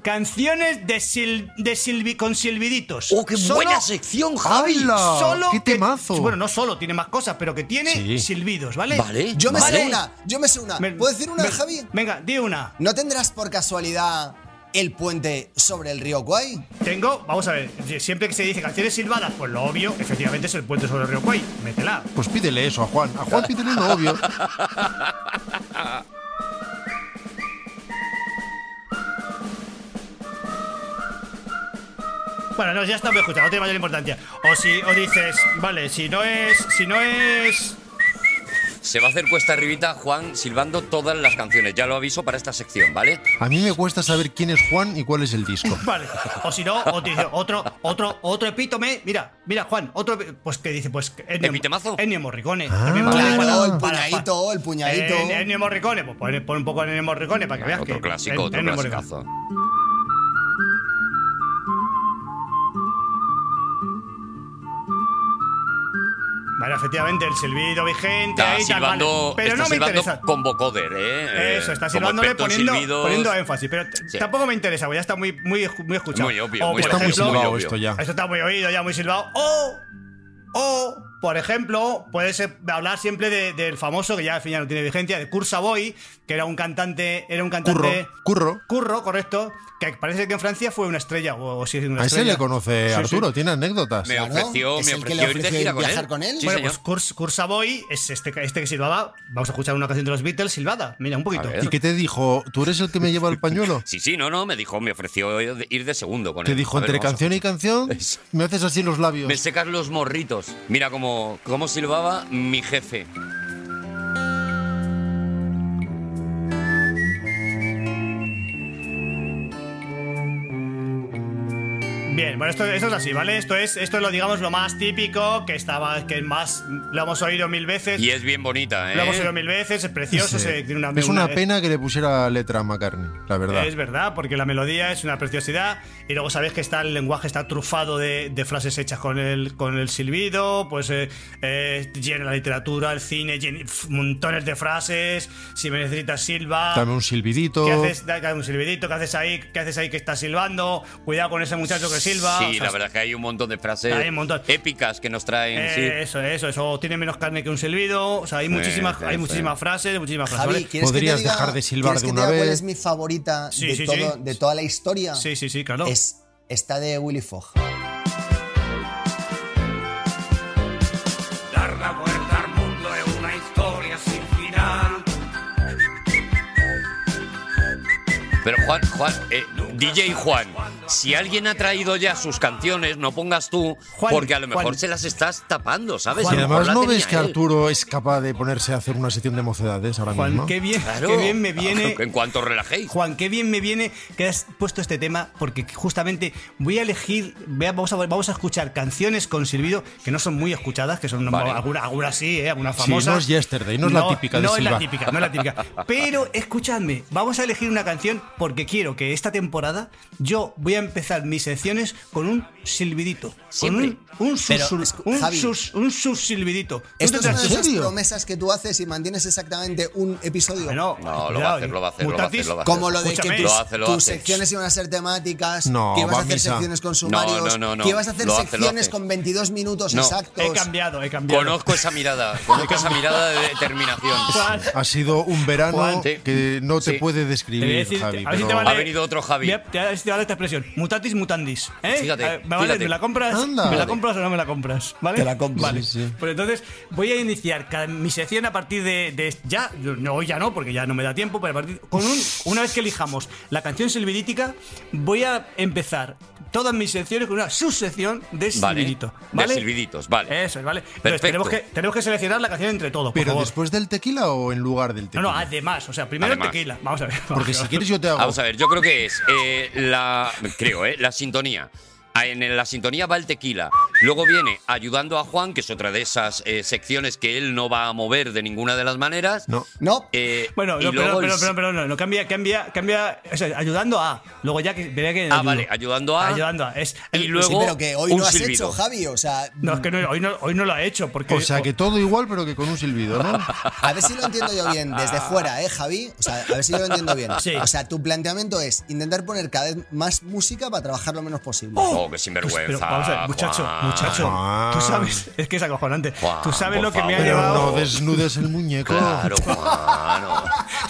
Speaker 4: canciones de, sil, de silbi- con silbiditos.
Speaker 1: ¡Oh, qué
Speaker 4: Solo-
Speaker 1: buena sección, Javi!
Speaker 3: ¡Hala!
Speaker 4: Solo
Speaker 3: ¡Qué
Speaker 4: que-
Speaker 3: temazo!
Speaker 4: bueno, no solo, tiene más cosas, pero que tiene
Speaker 3: Sí.
Speaker 4: silbidos, ¿vale?
Speaker 1: Vale.
Speaker 5: Yo me sé
Speaker 4: Vale.
Speaker 5: una, yo me sé una.
Speaker 4: Me-
Speaker 5: ¿Puedo decir una,
Speaker 4: me-
Speaker 5: Javi?
Speaker 4: Venga, di una.
Speaker 5: ¿No tendrás por casualidad el puente sobre el río Kwai?
Speaker 4: Tengo, vamos a ver, siempre que se dice canciones silbadas, pues lo obvio, efectivamente es el puente sobre el río Cuay. Métela.
Speaker 3: Pues pídele eso a Juan. A Juan pídele lo obvio.
Speaker 4: <laughs> Bueno, no, ya está, me escucha, no tiene mayor importancia. O si o dices, vale, si no es, si no es
Speaker 1: Se va a hacer cuesta arribita Juan silbando todas las canciones. Ya lo aviso para esta sección, ¿vale?
Speaker 3: A mí me cuesta saber quién es Juan y cuál es el disco.
Speaker 4: Vale. O si no, o te dice otro, otro, otro epítome. Mira, mira, Juan, otro. epi- Pues que dice, pues. que Ennio,
Speaker 1: ¿Epitemazo?
Speaker 4: Ennio Morricone.
Speaker 3: Ah.
Speaker 4: También vale
Speaker 5: Claro,
Speaker 4: para-
Speaker 5: el
Speaker 4: para- Eh,
Speaker 5: puñadito,
Speaker 4: para-
Speaker 5: el puñadito.
Speaker 4: En- Ennio Morricone, pues pon, pon un poco de Ennio Morricone para que veas que.
Speaker 1: Otro
Speaker 4: en-
Speaker 1: clásico, otro
Speaker 4: Ennio Morricone.
Speaker 1: clasicazo.
Speaker 4: Vale, efectivamente, el silbido vigente.
Speaker 1: Está
Speaker 4: ahí, tal, vale.
Speaker 1: silbando,
Speaker 4: Pero
Speaker 1: está
Speaker 4: no me
Speaker 1: silbando
Speaker 4: interesa.
Speaker 1: con vocoder, ¿eh?
Speaker 4: Eso, está
Speaker 1: Como
Speaker 4: silbándole
Speaker 1: experto en
Speaker 4: poniendo,
Speaker 1: silbidos.
Speaker 4: poniendo énfasis. Pero t-
Speaker 1: Sí.
Speaker 4: tampoco me interesa, porque ya está muy, muy, muy escuchado.
Speaker 1: Muy obvio,
Speaker 4: O,
Speaker 1: muy
Speaker 4: por
Speaker 3: Está muy
Speaker 1: ejemplo-
Speaker 3: silbado
Speaker 1: Muy
Speaker 3: esto ya.
Speaker 4: Esto está muy oído, ya muy silbado. O, o por ejemplo, puedes eh, hablar siempre de- del famoso, que ya al final no tiene vigencia, de Cursa Boy, que era un cantante. Era un
Speaker 3: Curro,
Speaker 4: cantante.
Speaker 3: curro.
Speaker 4: Curro, correcto. Que parece que en Francia fue una estrella. O, o sí, una
Speaker 3: A ese
Speaker 4: estrella.
Speaker 3: le conoce
Speaker 4: Sí, sí.
Speaker 3: Arturo, tiene anécdotas.
Speaker 1: Me
Speaker 5: Claro,
Speaker 1: ofreció,
Speaker 5: es
Speaker 1: me
Speaker 5: el que
Speaker 1: ofreció
Speaker 5: le
Speaker 1: ir de
Speaker 5: ofreció
Speaker 1: gira con
Speaker 5: viajar
Speaker 1: él.
Speaker 5: con él.
Speaker 1: Sí,
Speaker 4: bueno,
Speaker 1: señor.
Speaker 4: pues Cursa Boy es este, este que silbaba. Vamos a escuchar una canción de los Beatles silbada. Mira, un poquito.
Speaker 1: A ver.
Speaker 3: ¿Y qué te dijo? ¿Tú eres el que me lleva el pañuelo?
Speaker 1: <laughs> Sí, sí, no, no, me dijo, me ofreció ir de segundo con él.
Speaker 3: Te dijo
Speaker 1: A ver,
Speaker 3: entre
Speaker 1: vamos a-
Speaker 3: canción y canción,
Speaker 1: Eso.
Speaker 3: me haces así los labios.
Speaker 1: Me secas los morritos. Mira cómo, cómo silbaba mi jefe.
Speaker 4: Bien, bueno, esto, esto es así, ¿vale? Esto es, esto es lo, digamos, lo más típico, que estaba, que más lo hemos oído mil veces.
Speaker 1: Y es bien bonita, ¿eh?
Speaker 4: Lo hemos oído mil veces, es precioso.
Speaker 3: Sí.
Speaker 4: se- tiene una,
Speaker 3: es una
Speaker 4: una-
Speaker 3: pena que le pusiera letra a McCartney, la verdad.
Speaker 4: Es verdad, porque la melodía es una preciosidad. Y luego sabéis que está el lenguaje está trufado de, de frases hechas con el, con el silbido, pues eh, eh, llena la literatura, el cine, llena- f- montones de frases. Si me necesitas silba.
Speaker 3: Dame un silbidito.
Speaker 4: ¿Qué haces? Da- da un silbidito, ¿qué haces ahí? ¿Qué haces ahí que está silbando? Cuidado con ese muchacho que silba.
Speaker 1: Sí,
Speaker 4: o sea,
Speaker 1: la verdad es que hay un montón de frases
Speaker 4: Hay un montón.
Speaker 1: épicas que nos traen.
Speaker 4: Eh, Eso, eso, eso. Tiene menos carne que un silbido. O sea, hay muchísimas,
Speaker 1: sí,
Speaker 4: hay
Speaker 1: sí.
Speaker 4: muchísimas frases, muchísimas frases.
Speaker 5: Javi,
Speaker 4: ¿vale?
Speaker 5: ¿quieres
Speaker 3: Podrías
Speaker 5: que te diga,
Speaker 3: dejar de silbar
Speaker 5: ¿quieres
Speaker 3: de
Speaker 5: que te
Speaker 3: una
Speaker 5: diga
Speaker 3: vez.
Speaker 5: ¿Cuál es mi favorita
Speaker 4: Sí,
Speaker 5: de,
Speaker 4: sí,
Speaker 5: todo-
Speaker 4: sí.
Speaker 5: de toda la historia?
Speaker 4: Sí, sí, sí, claro.
Speaker 5: Es esta de Willy Fogg.
Speaker 7: Dar la vuelta al mundo es una historia sin final.
Speaker 1: Pero Juan, Juan, eh, DJ Juan, si alguien ha traído ya sus canciones, no pongas tú,
Speaker 4: Juan,
Speaker 1: porque a lo mejor
Speaker 4: Juan.
Speaker 1: se las estás tapando, ¿sabes?
Speaker 3: Y
Speaker 1: A lo mejor
Speaker 3: además
Speaker 1: la
Speaker 3: no
Speaker 1: tenía
Speaker 3: ves que
Speaker 1: él.
Speaker 3: Arturo es capaz de ponerse a hacer una sesión de mocedades ahora
Speaker 4: Juan,
Speaker 3: mismo.
Speaker 4: qué bien,
Speaker 1: Claro.
Speaker 4: qué bien me viene.
Speaker 1: <laughs> En cuanto os relajéis.
Speaker 4: Juan, qué bien me viene que has puesto este tema porque justamente voy a elegir, voy a- vamos a, vamos a escuchar canciones con silbido que no son muy escuchadas, que son
Speaker 1: Vale.
Speaker 4: algunas, algunas sí, ¿eh? algunas
Speaker 3: Sí,
Speaker 4: famosas.
Speaker 3: no es Yesterday, no es la típica de
Speaker 4: No es la
Speaker 3: silbar. <laughs>
Speaker 4: típica, no es la típica. Pero escuchadme, vamos a elegir una canción porque quiero que esta temporada yo voy a empezar mis secciones con un silbidito.
Speaker 1: Siempre.
Speaker 4: Con un, un, sus,
Speaker 5: Pero,
Speaker 4: sus-
Speaker 5: escu-
Speaker 4: un,
Speaker 5: Javi.
Speaker 4: sus- un sus silbidito. ¿Tú
Speaker 5: Esto es
Speaker 4: te
Speaker 5: una
Speaker 4: crees-
Speaker 5: de esas
Speaker 4: ¿En serio?
Speaker 5: promesas que tú haces y mantienes exactamente un episodio.
Speaker 4: Bueno,
Speaker 1: No, lo va a
Speaker 4: Ah, cuidado,
Speaker 1: hacer, lo va a hacer, lo va a hacer,
Speaker 4: mutatis-
Speaker 1: lo va a hacer.
Speaker 5: Como lo de
Speaker 4: Escúchame.
Speaker 5: que tus,
Speaker 1: Lo hace, lo
Speaker 5: tus
Speaker 1: hace.
Speaker 5: secciones iban a ser temáticas,
Speaker 2: No,
Speaker 5: que ibas
Speaker 2: va
Speaker 5: a
Speaker 2: a
Speaker 5: hacer
Speaker 2: misa.
Speaker 5: secciones con sumarios,
Speaker 1: No, no, no,
Speaker 5: que ibas a hacer
Speaker 1: lo hace, lo
Speaker 5: secciones
Speaker 1: hace.
Speaker 5: con 22 minutos
Speaker 1: No.
Speaker 5: exactos.
Speaker 4: He cambiado, he cambiado.
Speaker 1: Conozco esa mirada, conozco esa mirada de determinación.
Speaker 4: Juan,
Speaker 3: Ha sido un verano
Speaker 4: Juan,
Speaker 1: sí.
Speaker 3: que no te
Speaker 1: Sí.
Speaker 3: puede
Speaker 4: te voy a
Speaker 3: describir,
Speaker 4: decir-
Speaker 3: Javi.
Speaker 4: a ver si te
Speaker 3: pero-
Speaker 4: vale-
Speaker 1: Ha venido otro Javi.
Speaker 4: Mira, te- a ver si te vale esta expresión. Mutatis mutandis. ¿eh?
Speaker 1: Fíjate,
Speaker 4: A ver, ¿me, vale?
Speaker 1: fíjate.
Speaker 4: ¿Me la compras?
Speaker 3: Anda.
Speaker 4: ¿Me la compras o no me la compras? ¿Vale?
Speaker 5: Te la compro,
Speaker 4: Vale.
Speaker 5: sí, sí.
Speaker 4: Pues entonces voy a iniciar cada- mi sección a partir de, de- ya. No, hoy ya no, porque ya no me da tiempo, pero a partir- con un- una vez que elijamos la canción silvidítica, voy a empezar todas mis secciones con una subsección de
Speaker 1: Vale,
Speaker 4: silbidito.
Speaker 1: de
Speaker 4: ¿Vale?
Speaker 1: silbiditos, vale.
Speaker 4: Eso es, ¿vale? Entonces,
Speaker 1: Perfecto.
Speaker 4: tenemos que, tenemos que seleccionar la canción entre todos. por
Speaker 3: ¿Pero
Speaker 4: favor.
Speaker 3: después del tequila o en lugar del
Speaker 4: No,
Speaker 3: tequila?
Speaker 4: no, además. O sea, primero
Speaker 1: Además.
Speaker 4: el tequila. Vamos a ver.
Speaker 3: Porque
Speaker 4: vamos a
Speaker 3: si
Speaker 4: ver.
Speaker 3: quieres yo te hago.
Speaker 1: Vamos a ver, yo creo que es eh, la. Creo, ¿eh? La sintonía. Ah, En la sintonía va el tequila. Luego viene ayudando a Juan, que es otra de esas eh, secciones que él no va a mover de ninguna de las maneras.
Speaker 3: No.
Speaker 5: No,
Speaker 1: Eh,
Speaker 4: Bueno,
Speaker 1: y
Speaker 4: no, pero,
Speaker 1: luego el-
Speaker 4: pero, pero, pero no, no, cambia, cambia, cambia, o sea, ayudando a. Luego ya que veré que.
Speaker 1: Ah,
Speaker 4: ayudo.
Speaker 1: vale, ayudando a.
Speaker 4: Ayudando a. Es,
Speaker 1: Y luego-
Speaker 5: sí, pero que Eh, hoy
Speaker 1: un
Speaker 5: no has
Speaker 1: silbido.
Speaker 5: hecho, Javi. O sea,
Speaker 4: No, es que no, hoy, no, hoy no lo ha hecho, porque.
Speaker 3: O sea que todo igual, pero que con un silbido, ¿no?
Speaker 5: <laughs> a ver si lo entiendo yo bien
Speaker 1: <laughs>
Speaker 5: desde fuera, ¿eh, Javi? O sea, a ver si yo lo entiendo bien.
Speaker 4: Sí.
Speaker 5: O sea, tu planteamiento es intentar poner cada vez más música para trabajar lo menos posible.
Speaker 1: Oh, qué sinvergüenza.
Speaker 4: Pues, Pero vamos a ver, muchacho,
Speaker 1: Juan.
Speaker 4: muchacho,
Speaker 3: Juan.
Speaker 4: tú sabes, es que es acojonante.
Speaker 1: Juan,
Speaker 4: tú sabes
Speaker 1: por
Speaker 4: lo que me ha
Speaker 1: favor.
Speaker 3: Pero
Speaker 4: llevado.
Speaker 3: no desnudes el muñeco.
Speaker 1: Claro, Juan. no.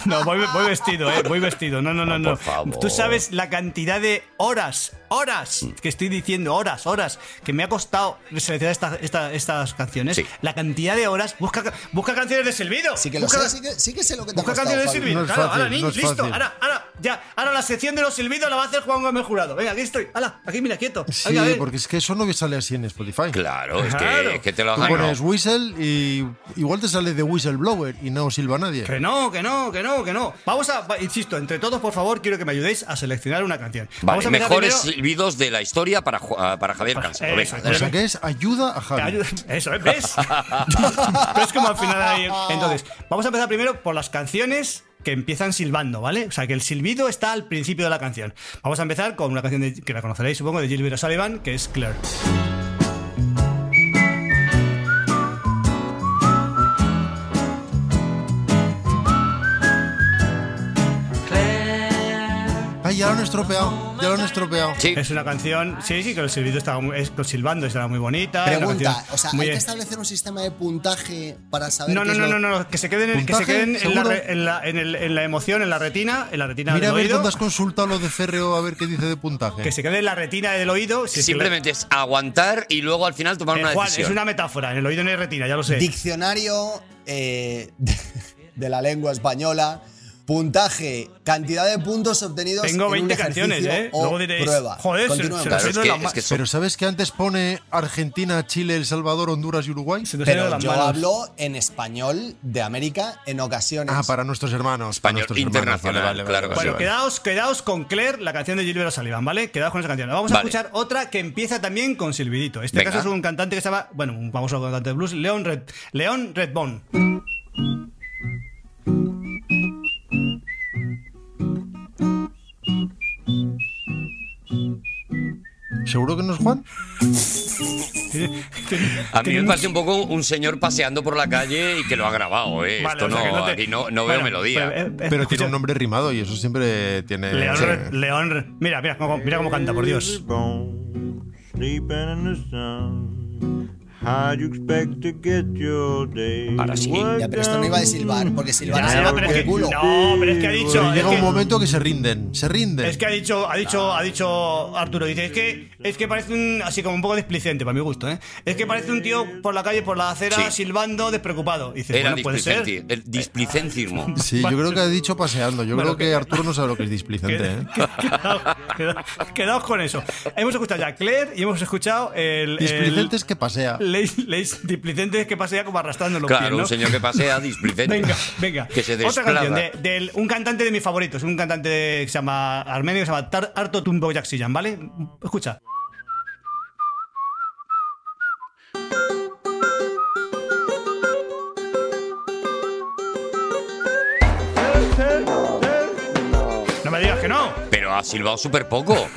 Speaker 4: No, voy, voy vestido, eh, voy vestido. No, no, no, no.
Speaker 1: Ah, por favor. Mm.
Speaker 4: Tú sabes la cantidad de horas, horas que estoy diciendo, horas, horas, que me ha costado seleccionar esta- esta- estas canciones.
Speaker 1: Sí.
Speaker 4: La cantidad de horas. Busca, busca canciones de Silvido.
Speaker 5: Sí que lo
Speaker 4: busca,
Speaker 5: sé, sí que, sí que sé lo que te ha
Speaker 4: Busca
Speaker 5: costado,
Speaker 4: canciones de
Speaker 5: Javi.
Speaker 4: silbido.
Speaker 3: No es
Speaker 4: Ahora,
Speaker 3: fácil,
Speaker 4: ahora, Nin,
Speaker 3: no es
Speaker 4: listo.
Speaker 3: fácil.
Speaker 4: Ahora, ahora, ya. Ahora la sección de los silbidos la va a hacer Juan Gómez Jurado. Venga, aquí estoy. Hala, aquí mira, quieto.
Speaker 3: Sí,
Speaker 4: Venga, a ver.
Speaker 3: porque es que eso no sale así en Spotify.
Speaker 1: Claro, es
Speaker 4: Claro.
Speaker 1: que, es que te lo
Speaker 3: Tú
Speaker 1: has ganado.
Speaker 3: pones whistle y igual te sale de whistleblower y no silba nadie.
Speaker 4: Que no, que no, que no, que no. Vamos a, va- insisto, entre todos, por favor, quiero que me ayudéis a seleccionar una canción.
Speaker 1: Vale,
Speaker 4: Vamos a empezar
Speaker 1: mejores
Speaker 4: primero- Eh,
Speaker 1: silbidos de la historia para, Ju- ah, para Javier Cansado. Venga,
Speaker 4: Eso,
Speaker 3: O
Speaker 1: dale.
Speaker 3: sea que es ayuda a Javi.
Speaker 4: Ayuda- <laughs> Eso, ¿eh? ¿ves? ¿Ves como al final hay- Entonces, vamos a empezar primero por las canciones que empiezan silbando, ¿vale? O sea, que el silbido está al principio de la canción. Vamos a empezar con una canción de- que la conoceréis, supongo, de Gilbert O'Sullivan, que es Claire.
Speaker 3: Ay, ya lo han estropeado. Ya lo han estropeado.
Speaker 1: Sí,
Speaker 4: Es una canción, sí, sí, que el silbido estaba muy- es, con silbando, estaba muy bonita. era Ah, una
Speaker 5: Pregunta,
Speaker 4: canción
Speaker 5: o sea,
Speaker 4: muy
Speaker 5: ¿hay que
Speaker 4: bien.
Speaker 5: establecer un sistema de puntaje para saber
Speaker 4: No,
Speaker 5: qué
Speaker 4: no,
Speaker 5: es
Speaker 4: no,
Speaker 5: lo-
Speaker 4: no, no, no, que se queden, en- que se
Speaker 3: ¿Puntaje?
Speaker 4: queden en, la,
Speaker 3: ¿Seguro?
Speaker 4: re- en, la, en el- en la emoción, en la retina, en la retina
Speaker 3: Mira a
Speaker 4: del
Speaker 3: ver
Speaker 4: oído.
Speaker 3: dónde has consultado lo de Ferreo a ver qué dice de puntaje.
Speaker 4: Que se quede en la retina del oído. si es que
Speaker 1: <laughs>
Speaker 4: la-
Speaker 1: simplemente es aguantar y luego al final tomar
Speaker 4: Eh,
Speaker 1: una
Speaker 4: Juan,
Speaker 1: decisión.
Speaker 4: es una metáfora, en el oído no hay retina, ya lo sé.
Speaker 5: Diccionario eh, <laughs> de la lengua española. Puntaje, cantidad de puntos obtenidos
Speaker 4: Tengo
Speaker 5: en un
Speaker 4: 20
Speaker 5: ejercicio
Speaker 4: canciones, ¿eh?
Speaker 5: o
Speaker 4: Luego diréis,
Speaker 5: prueba.
Speaker 4: joder, se-
Speaker 5: Continuemos.
Speaker 4: se nos
Speaker 1: Claro, es
Speaker 4: Pero
Speaker 1: que,
Speaker 4: la ma-
Speaker 1: es que son-
Speaker 3: Pero ¿sabes que antes pone Argentina, Chile, El Salvador, Honduras y Uruguay?
Speaker 4: Se nos ha ido de
Speaker 5: Pero
Speaker 4: las
Speaker 5: yo
Speaker 4: manos.
Speaker 5: hablo en español de América en ocasiones.
Speaker 3: Ah, para nuestros hermanos. para
Speaker 1: Español
Speaker 3: nuestros
Speaker 1: internacional,
Speaker 3: hermanos.
Speaker 1: claro que
Speaker 3: vale,
Speaker 1: sí.
Speaker 4: Bueno,
Speaker 3: vale.
Speaker 4: quedaos, quedaos con Claire, la canción de Gilbert O'Sullivan, ¿vale? Quedaos con esa canción. Vamos a
Speaker 1: Vale.
Speaker 4: escuchar otra que empieza también con silbidito. Este
Speaker 1: Venga.
Speaker 4: caso es un cantante que se llama, bueno, un famoso cantante de blues, Leon, Red, Leon Redbone.
Speaker 3: ¿Seguro que no es
Speaker 4: <laughs>
Speaker 3: Juan?
Speaker 1: A mí me parece un poco un señor paseando por la calle y que lo ha grabado, ¿eh?
Speaker 4: Vale,
Speaker 1: Esto
Speaker 4: o sea
Speaker 1: no,
Speaker 4: que te-
Speaker 1: aquí no, no veo
Speaker 4: Bueno,
Speaker 1: melodía.
Speaker 4: pero, eh, eh,
Speaker 3: Pero
Speaker 4: escucha,
Speaker 3: tiene un nombre rimado y eso siempre tiene.
Speaker 4: Leon,
Speaker 3: sí.
Speaker 4: Red- Leon Red- mira, mira, cómo- mira cómo canta, por Dios.
Speaker 6: Bone, sleeping in the sun. How'd you expect to get your day?
Speaker 1: Ahora sí.
Speaker 5: Ya, pero esto no iba de silbar, porque silbar
Speaker 4: Ya,
Speaker 5: es
Speaker 4: ya,
Speaker 5: algo
Speaker 4: pero es
Speaker 5: por
Speaker 4: que-
Speaker 5: el culo.
Speaker 4: no, pero es que ha dicho.
Speaker 3: Pero
Speaker 4: es
Speaker 3: llega
Speaker 4: que-
Speaker 3: un momento que se rinden. Se rinden.
Speaker 4: Es que ha dicho, ha dicho, ha dicho Arturo, dice, es que, es que parece un, así como un poco displicente, para mi gusto, ¿eh? Es que parece un tío por la calle, por la acera,
Speaker 1: Sí.
Speaker 4: silbando, despreocupado. Dice,
Speaker 1: Era
Speaker 4: bueno, puede ser.
Speaker 1: displicenti- el displicentismo.
Speaker 3: Sí,
Speaker 4: <laughs>
Speaker 3: yo creo que ha dicho paseando. Yo
Speaker 4: Bueno,
Speaker 3: creo que Arturo no sabe lo que es
Speaker 4: <laughs>
Speaker 3: displicente. ¿eh?
Speaker 4: Quedaos, quedaos- quedaos con eso. Hemos escuchado ya a Claire y hemos escuchado el.
Speaker 3: Displicente es que pasea.
Speaker 4: el- leis- leis- displicentes que pasea como arrastrando los pies,
Speaker 1: Claro,
Speaker 4: ¿no?
Speaker 1: un señor que
Speaker 4: <laughs>
Speaker 1: pasea displicente.
Speaker 4: Venga, venga.
Speaker 1: Que se
Speaker 4: Otra canción
Speaker 1: desplaza.
Speaker 4: de, del- un cantante de mis favoritos, un cantante que se llama armenio, que se llama Tar- Arto Tumbo Jaxiyan, ¿vale? Escucha. No me digas que no.
Speaker 1: pero ha silbado súper poco.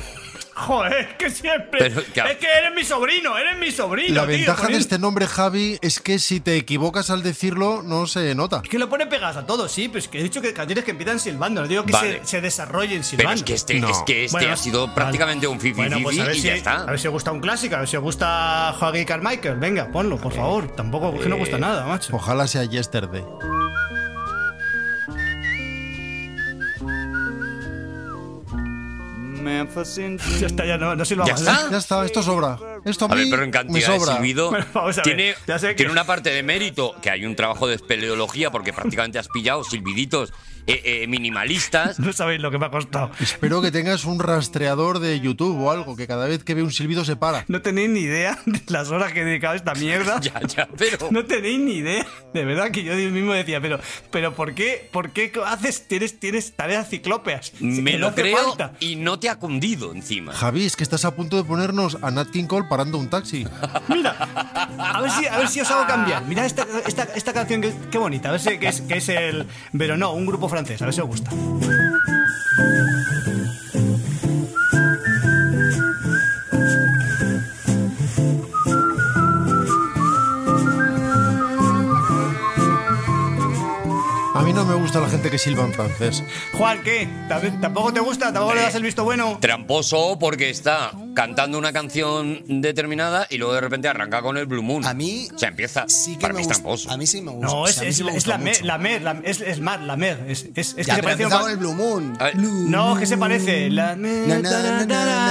Speaker 4: Joder, es que siempre.
Speaker 1: Pero, ya.
Speaker 4: Es que eres mi sobrino, eres mi sobrino.
Speaker 3: La
Speaker 4: tío,
Speaker 3: ventaja de
Speaker 4: poner-
Speaker 3: este nombre, Javi, es que si te equivocas al decirlo, no se nota.
Speaker 4: Es que lo pone pegas a todos, sí, pero es que he dicho que canciones que empiezan silbando, no digo que
Speaker 1: Vale.
Speaker 4: se, se desarrollen silbando.
Speaker 1: Pero es que este,
Speaker 2: No.
Speaker 1: es que este
Speaker 4: Bueno,
Speaker 1: ha sido
Speaker 4: vale.
Speaker 1: prácticamente un fifi
Speaker 4: Bueno, pues a ver
Speaker 1: y
Speaker 4: si,
Speaker 1: ya está.
Speaker 4: A ver si os gusta un clásico, a ver si os gusta Joaquín Carmichael. Venga, ponlo, por favor. Tampoco, es que no
Speaker 3: Eh,
Speaker 1: Eh,
Speaker 4: gusta nada, macho.
Speaker 3: Ojalá sea yesterday.
Speaker 4: <laughs> Ya está, ya no, no silba
Speaker 1: Ya
Speaker 4: más,
Speaker 1: está.
Speaker 4: ¿eh?
Speaker 3: Ya está, esto sobra. Esto a,
Speaker 1: A
Speaker 3: mí
Speaker 1: ver, pero en
Speaker 3: Mm, me
Speaker 1: cantidad de
Speaker 3: sobra.
Speaker 1: silbido.
Speaker 4: Bueno, vamos a ver.
Speaker 1: tiene
Speaker 4: Ya sé que-
Speaker 1: tiene una parte de mérito, que hay un trabajo de espeleología, porque prácticamente has pillado silbiditos eh, eh, minimalistas.
Speaker 4: <laughs> No sabéis lo que me ha costado.
Speaker 3: Espero que tengas un rastreador de YouTube o algo, que cada vez que ve un silbido se para.
Speaker 4: No tenéis ni idea de las horas que he dedicado a esta mierda.
Speaker 1: <laughs> Ya, ya, pero.
Speaker 4: No tenéis ni idea. De verdad que yo mismo decía, pero, pero ¿por qué? ¿Por qué haces? Tienes, tienes tareas ciclópeas. Si-
Speaker 1: Me
Speaker 4: que
Speaker 1: lo
Speaker 4: no te
Speaker 1: creo
Speaker 4: falta.
Speaker 1: y no te ha cundido encima.
Speaker 3: Javi, es que estás a punto de ponernos a Nat King Cole parando un taxi.
Speaker 4: Mira, a ver si, a ver si os hago cambiar. Mirad esta, esta, esta canción que qué bonita. A ver si que es, que es el. Pero no, un grupo francés. A ver si os gusta.
Speaker 3: A mí no me gusta la gente que silba en francés.
Speaker 4: Juan, ¿qué? ¿Tamp- ¿Tampoco te gusta? ¿Tampoco le das el visto bueno?
Speaker 1: Tramposo porque está cantando una canción determinada y luego de repente arranca con el Blue Moon.
Speaker 5: A mí
Speaker 1: O sea, empieza.
Speaker 5: sí que
Speaker 1: para
Speaker 5: me
Speaker 1: mí es
Speaker 5: gusta.
Speaker 1: tramposo.
Speaker 5: A mí sí me gusta.
Speaker 4: No,
Speaker 5: O
Speaker 4: es,
Speaker 5: sea, a mí
Speaker 4: es,
Speaker 5: sí me
Speaker 4: es
Speaker 5: gusta
Speaker 4: la, mer,
Speaker 5: mucho.
Speaker 4: la mer, la- es, es mar, la mer. Es, es, es
Speaker 5: Ya, pero
Speaker 4: que se parece. a un
Speaker 5: empieza
Speaker 4: ba-
Speaker 5: con el Blue Moon.
Speaker 1: A ver,
Speaker 5: Blue
Speaker 4: No, es que se
Speaker 5: Moon.
Speaker 4: parece. La mer,
Speaker 5: Na, na, na, na,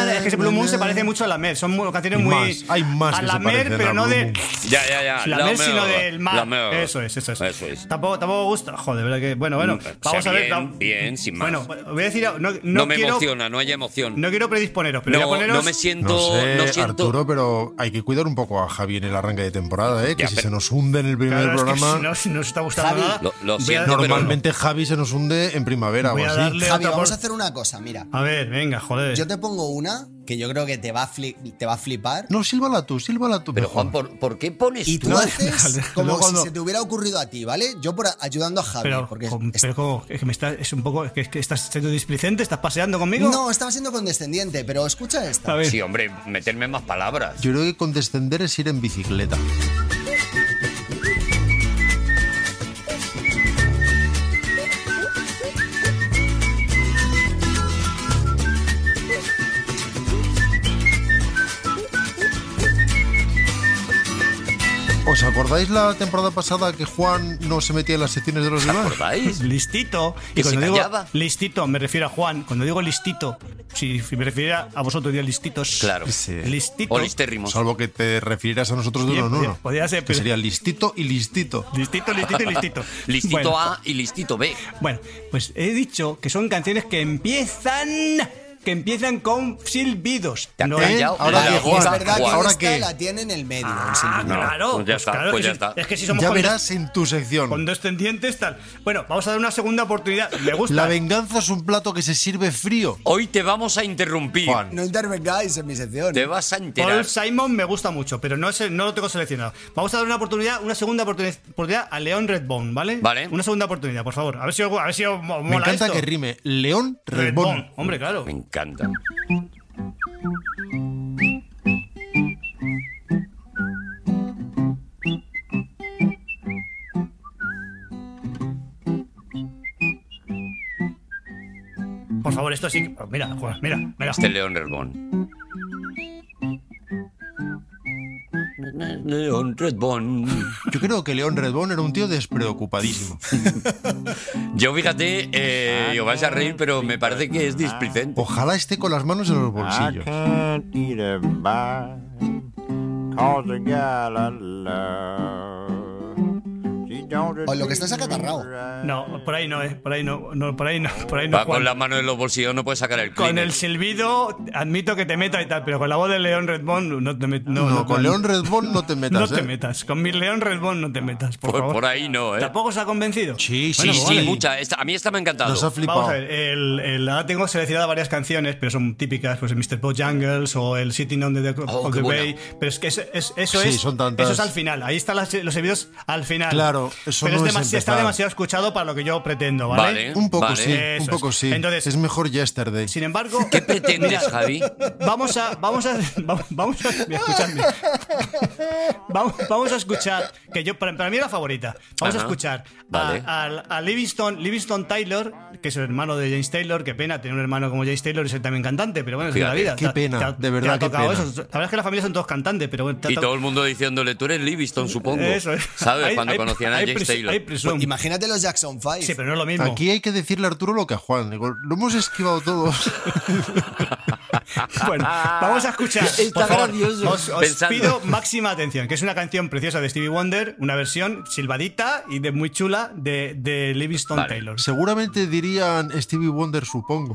Speaker 5: na,
Speaker 4: es que ese Blue Moon
Speaker 5: na,
Speaker 4: se
Speaker 5: na.
Speaker 4: parece mucho a la mer. Son muy- canciones
Speaker 3: Y
Speaker 4: muy.
Speaker 3: más, hay más
Speaker 4: A
Speaker 3: que
Speaker 4: la
Speaker 3: se
Speaker 4: mer,
Speaker 3: parecen a
Speaker 4: pero no
Speaker 3: Blue
Speaker 4: de.
Speaker 3: Moon.
Speaker 1: <laughs> Ya, ya, ya.
Speaker 4: La, mer, sino
Speaker 1: merda,
Speaker 4: del mar.
Speaker 1: la merda.
Speaker 4: Eso es, eso es.
Speaker 1: Eso es.
Speaker 4: Tampoco, tampoco gusta. Joder, de verdad que. Bueno, bueno.
Speaker 1: Mm, o
Speaker 4: Vamos
Speaker 1: sea,
Speaker 4: a ver.
Speaker 1: bien,
Speaker 4: tam-
Speaker 1: bien, sin más.
Speaker 4: Bueno, voy a decir. No, no,
Speaker 1: No, me
Speaker 4: quiero,
Speaker 1: emociona, no hay emoción.
Speaker 4: No quiero predisponeros, <laughs> pero
Speaker 1: No,
Speaker 4: voy a poneros.
Speaker 1: no me siento.
Speaker 3: No sé,
Speaker 1: no siento.
Speaker 3: Arturo, pero hay que cuidar un poco a Javi en el arranque de temporada, ¿eh? Que
Speaker 1: Ya,
Speaker 3: si
Speaker 1: pero-
Speaker 3: se nos hunde en el primer
Speaker 4: Claro, es que
Speaker 3: programa... mm,
Speaker 4: si no, si no os está gustando
Speaker 5: Javi,
Speaker 4: nada.
Speaker 1: lo- lo
Speaker 4: voy a-
Speaker 1: siento, pero-
Speaker 3: Normalmente Javi se nos hunde en primavera
Speaker 4: Voy
Speaker 3: o
Speaker 4: a
Speaker 3: así.
Speaker 4: darle
Speaker 5: Javi,
Speaker 4: otra
Speaker 5: vamos
Speaker 4: por-
Speaker 5: a hacer una cosa, mira.
Speaker 4: A ver, venga, joder.
Speaker 5: Yo te pongo una que yo creo que te va a, fli- te va a flipar.
Speaker 3: No, sílvala tú, sílvala tú.
Speaker 1: Pero
Speaker 3: mejor.
Speaker 1: Juan, ¿por, por qué pones
Speaker 5: Y tú
Speaker 4: No,
Speaker 5: haces
Speaker 4: déjale,
Speaker 5: como
Speaker 4: luego
Speaker 5: si
Speaker 4: no.
Speaker 5: se te hubiera ocurrido a ti, ¿vale? Yo por a- ayudando a Javi.
Speaker 4: Pero,
Speaker 5: porque
Speaker 4: con-
Speaker 5: es-
Speaker 4: pero como, es que me está, es un poco, es que, es que estás siendo displicente, estás paseando conmigo.
Speaker 5: No, estaba siendo condescendiente, pero escucha
Speaker 4: a
Speaker 5: esta.
Speaker 4: ver,
Speaker 1: Sí, hombre, meterme más palabras.
Speaker 3: Yo creo que condescender es ir en bicicleta. ¿Os acordáis la temporada pasada que Juan no se metía en las secciones de los
Speaker 1: ¿Os
Speaker 3: demás?
Speaker 1: acordáis?
Speaker 4: listito.
Speaker 1: Que
Speaker 4: Y
Speaker 1: se
Speaker 4: cuando digo
Speaker 1: callaba.
Speaker 4: listito, me refiero a Juan. Cuando digo listito, si si me refiero a vosotros, diría listitos.
Speaker 1: Claro.
Speaker 3: Sí.
Speaker 4: Listito.
Speaker 1: O listérrimos.
Speaker 3: Salvo que te refirieras a nosotros de
Speaker 4: Bien,
Speaker 3: uno en
Speaker 4: podía-
Speaker 3: uno.
Speaker 4: podía ser,
Speaker 3: que
Speaker 4: pero-
Speaker 3: sería listito y listito.
Speaker 4: Listito, listito y listito.
Speaker 1: <laughs> Listito
Speaker 4: Bueno,
Speaker 1: A y listito B.
Speaker 4: Bueno, pues he dicho que son canciones que empiezan. Que empiezan con silbidos.
Speaker 1: Te has
Speaker 4: No
Speaker 3: ¿Eh?
Speaker 4: es-
Speaker 1: callado
Speaker 3: Ahora
Speaker 1: la
Speaker 3: que Juan-
Speaker 5: Es
Speaker 1: boca,
Speaker 5: verdad
Speaker 1: Juan.
Speaker 5: que
Speaker 3: ¿Ahora
Speaker 5: esta
Speaker 3: qué?
Speaker 5: la tiene en el medio.
Speaker 4: Ah,
Speaker 5: el silbido.
Speaker 1: No,
Speaker 4: claro.
Speaker 1: pues ya está,
Speaker 4: claro
Speaker 1: pues
Speaker 4: que
Speaker 1: ya
Speaker 4: sí.
Speaker 1: está.
Speaker 4: Es que si somos
Speaker 3: Ya
Speaker 4: condes-
Speaker 3: verás en tu sección.
Speaker 4: condescendientes, tal. Bueno, vamos a dar una segunda oportunidad. Me gusta.
Speaker 3: La venganza es un plato que se sirve frío.
Speaker 1: Hoy te vamos a interrumpir.
Speaker 3: Juan.
Speaker 5: No intervengáis en mi sección.
Speaker 1: Te vas a enterar.
Speaker 4: Paul Simon me gusta mucho, pero no, es el- no lo tengo seleccionado. Vamos a dar una oportunidad, una segunda oportuni- oportunidad a León Redbone, ¿vale?
Speaker 1: Vale.
Speaker 4: Una segunda oportunidad, por favor. A ver si, os- a ver si os mo-
Speaker 3: Me
Speaker 4: mola
Speaker 3: encanta
Speaker 4: esto.
Speaker 3: que rime León Rebón.
Speaker 4: Redbone, hombre, claro.
Speaker 1: Me encanta.
Speaker 4: Por favor, esto sí. que- oh, Mira, joder, mira, mira.
Speaker 1: Este León Redbone. León Redbone.
Speaker 3: Yo creo que León Redbón era un tío despreocupadísimo.
Speaker 1: Yo fíjate, eh, os vais a reír, pero me parece que es displicente.
Speaker 3: Ojalá esté con las manos en los
Speaker 6: I
Speaker 3: bolsillos.
Speaker 6: can't eat a vine, cause the gal I love. She don't
Speaker 5: O lo que estás acatarrao.
Speaker 4: No, por ahí no, eh. Por ahí no, no por ahí no, por ahí no.
Speaker 1: Va con
Speaker 4: Juan.
Speaker 1: las manos en los bolsillos, no puedes sacar el
Speaker 4: Con
Speaker 1: Kleenex.
Speaker 4: el silbido, admito que te meta y tal, pero con la voz de León Redbone no te metas.
Speaker 3: No, con León Redbón no te metas.
Speaker 4: <laughs> No te
Speaker 3: ¿eh? Pues
Speaker 4: metas. Con mi León Redbone no te metas, por,
Speaker 1: Por,
Speaker 4: favor.
Speaker 1: por ahí no, ¿eh?
Speaker 4: ¿Tampoco os ha convencido?
Speaker 3: Sí, sí,
Speaker 1: Sí,
Speaker 3: sí.
Speaker 1: sí, mucha. Esta- a mí esta me ha encantado.
Speaker 3: Nos ha flipado.
Speaker 4: Vamos a ver, eh, el, el- ahora tengo seleccionadas varias canciones, pero son típicas, pues el Mr. Bojangles o el Sitting on the Dock
Speaker 1: Oh,
Speaker 4: of
Speaker 1: qué
Speaker 4: the
Speaker 1: buena.
Speaker 4: Bay. Pero es que eso, es, eso
Speaker 3: Sí,
Speaker 4: es.
Speaker 3: son tantas.
Speaker 4: Eso es al final. Ahí están las- los servicios al final.
Speaker 3: Claro. Eso
Speaker 4: pero
Speaker 3: no
Speaker 4: es
Speaker 3: es
Speaker 4: demasi- está
Speaker 3: empezar.
Speaker 4: demasiado escuchado para lo que yo pretendo, ¿vale?
Speaker 1: Vale.
Speaker 3: Un poco
Speaker 1: Vale.
Speaker 3: sí,
Speaker 4: Eso
Speaker 3: un poco
Speaker 4: es.
Speaker 3: sí.
Speaker 4: Entonces-
Speaker 3: es mejor Yesterday.
Speaker 4: Sin embargo,
Speaker 1: ¿Qué pretendes, Javi?
Speaker 4: Vamos a, vamos a, <laughs> va- vamos a, mira, escuchadme. Vamos, vamos a escuchar, que yo, para, para mí es la favorita. Vamos a
Speaker 1: Ajá.
Speaker 4: escuchar a-
Speaker 1: Vale.
Speaker 4: al- a, Livingston, Livingston Taylor, que es el hermano de James Taylor. Qué pena tener un hermano como James Taylor y ser también cantante, pero bueno, es la
Speaker 1: Fíjate,
Speaker 4: vida.
Speaker 3: qué
Speaker 4: Te ha-
Speaker 3: pena,
Speaker 4: te ha-
Speaker 3: de
Speaker 4: te ha
Speaker 3: verdad, qué
Speaker 4: tocado
Speaker 3: pena.
Speaker 4: eso. La verdad es que la familia son todos cantantes, pero bueno, te ha
Speaker 1: Y
Speaker 4: to-
Speaker 1: todo el mundo diciéndole, tú eres Livingston, supongo.
Speaker 4: Eso es.
Speaker 1: ¿Sabes?
Speaker 4: Hay-
Speaker 1: Cuando
Speaker 4: hay-
Speaker 1: conocían a
Speaker 4: hay
Speaker 1: James
Speaker 4: presu-
Speaker 1: Taylor.
Speaker 4: hay presume.
Speaker 5: Pues Imagínate los Jackson 5.
Speaker 4: Sí, pero no es lo mismo.
Speaker 3: Aquí hay que decirle a Arturo lo que a Juan. Digo, lo hemos esquivado todos.
Speaker 4: <laughs> <laughs> Bueno, vamos
Speaker 3: <laughs>
Speaker 4: a escuchar.
Speaker 8: Está
Speaker 4: por favor.
Speaker 8: gracioso.
Speaker 4: Os, os
Speaker 1: Pensando.
Speaker 4: pido máxima atención, que es una canción preciosa de Stevie Wonder, una versión silbadita y de muy chula de, de Livingston
Speaker 1: Vale.
Speaker 4: Taylor.
Speaker 3: Seguramente dirían Stevie Wonder,
Speaker 4: <laughs>
Speaker 3: supongo.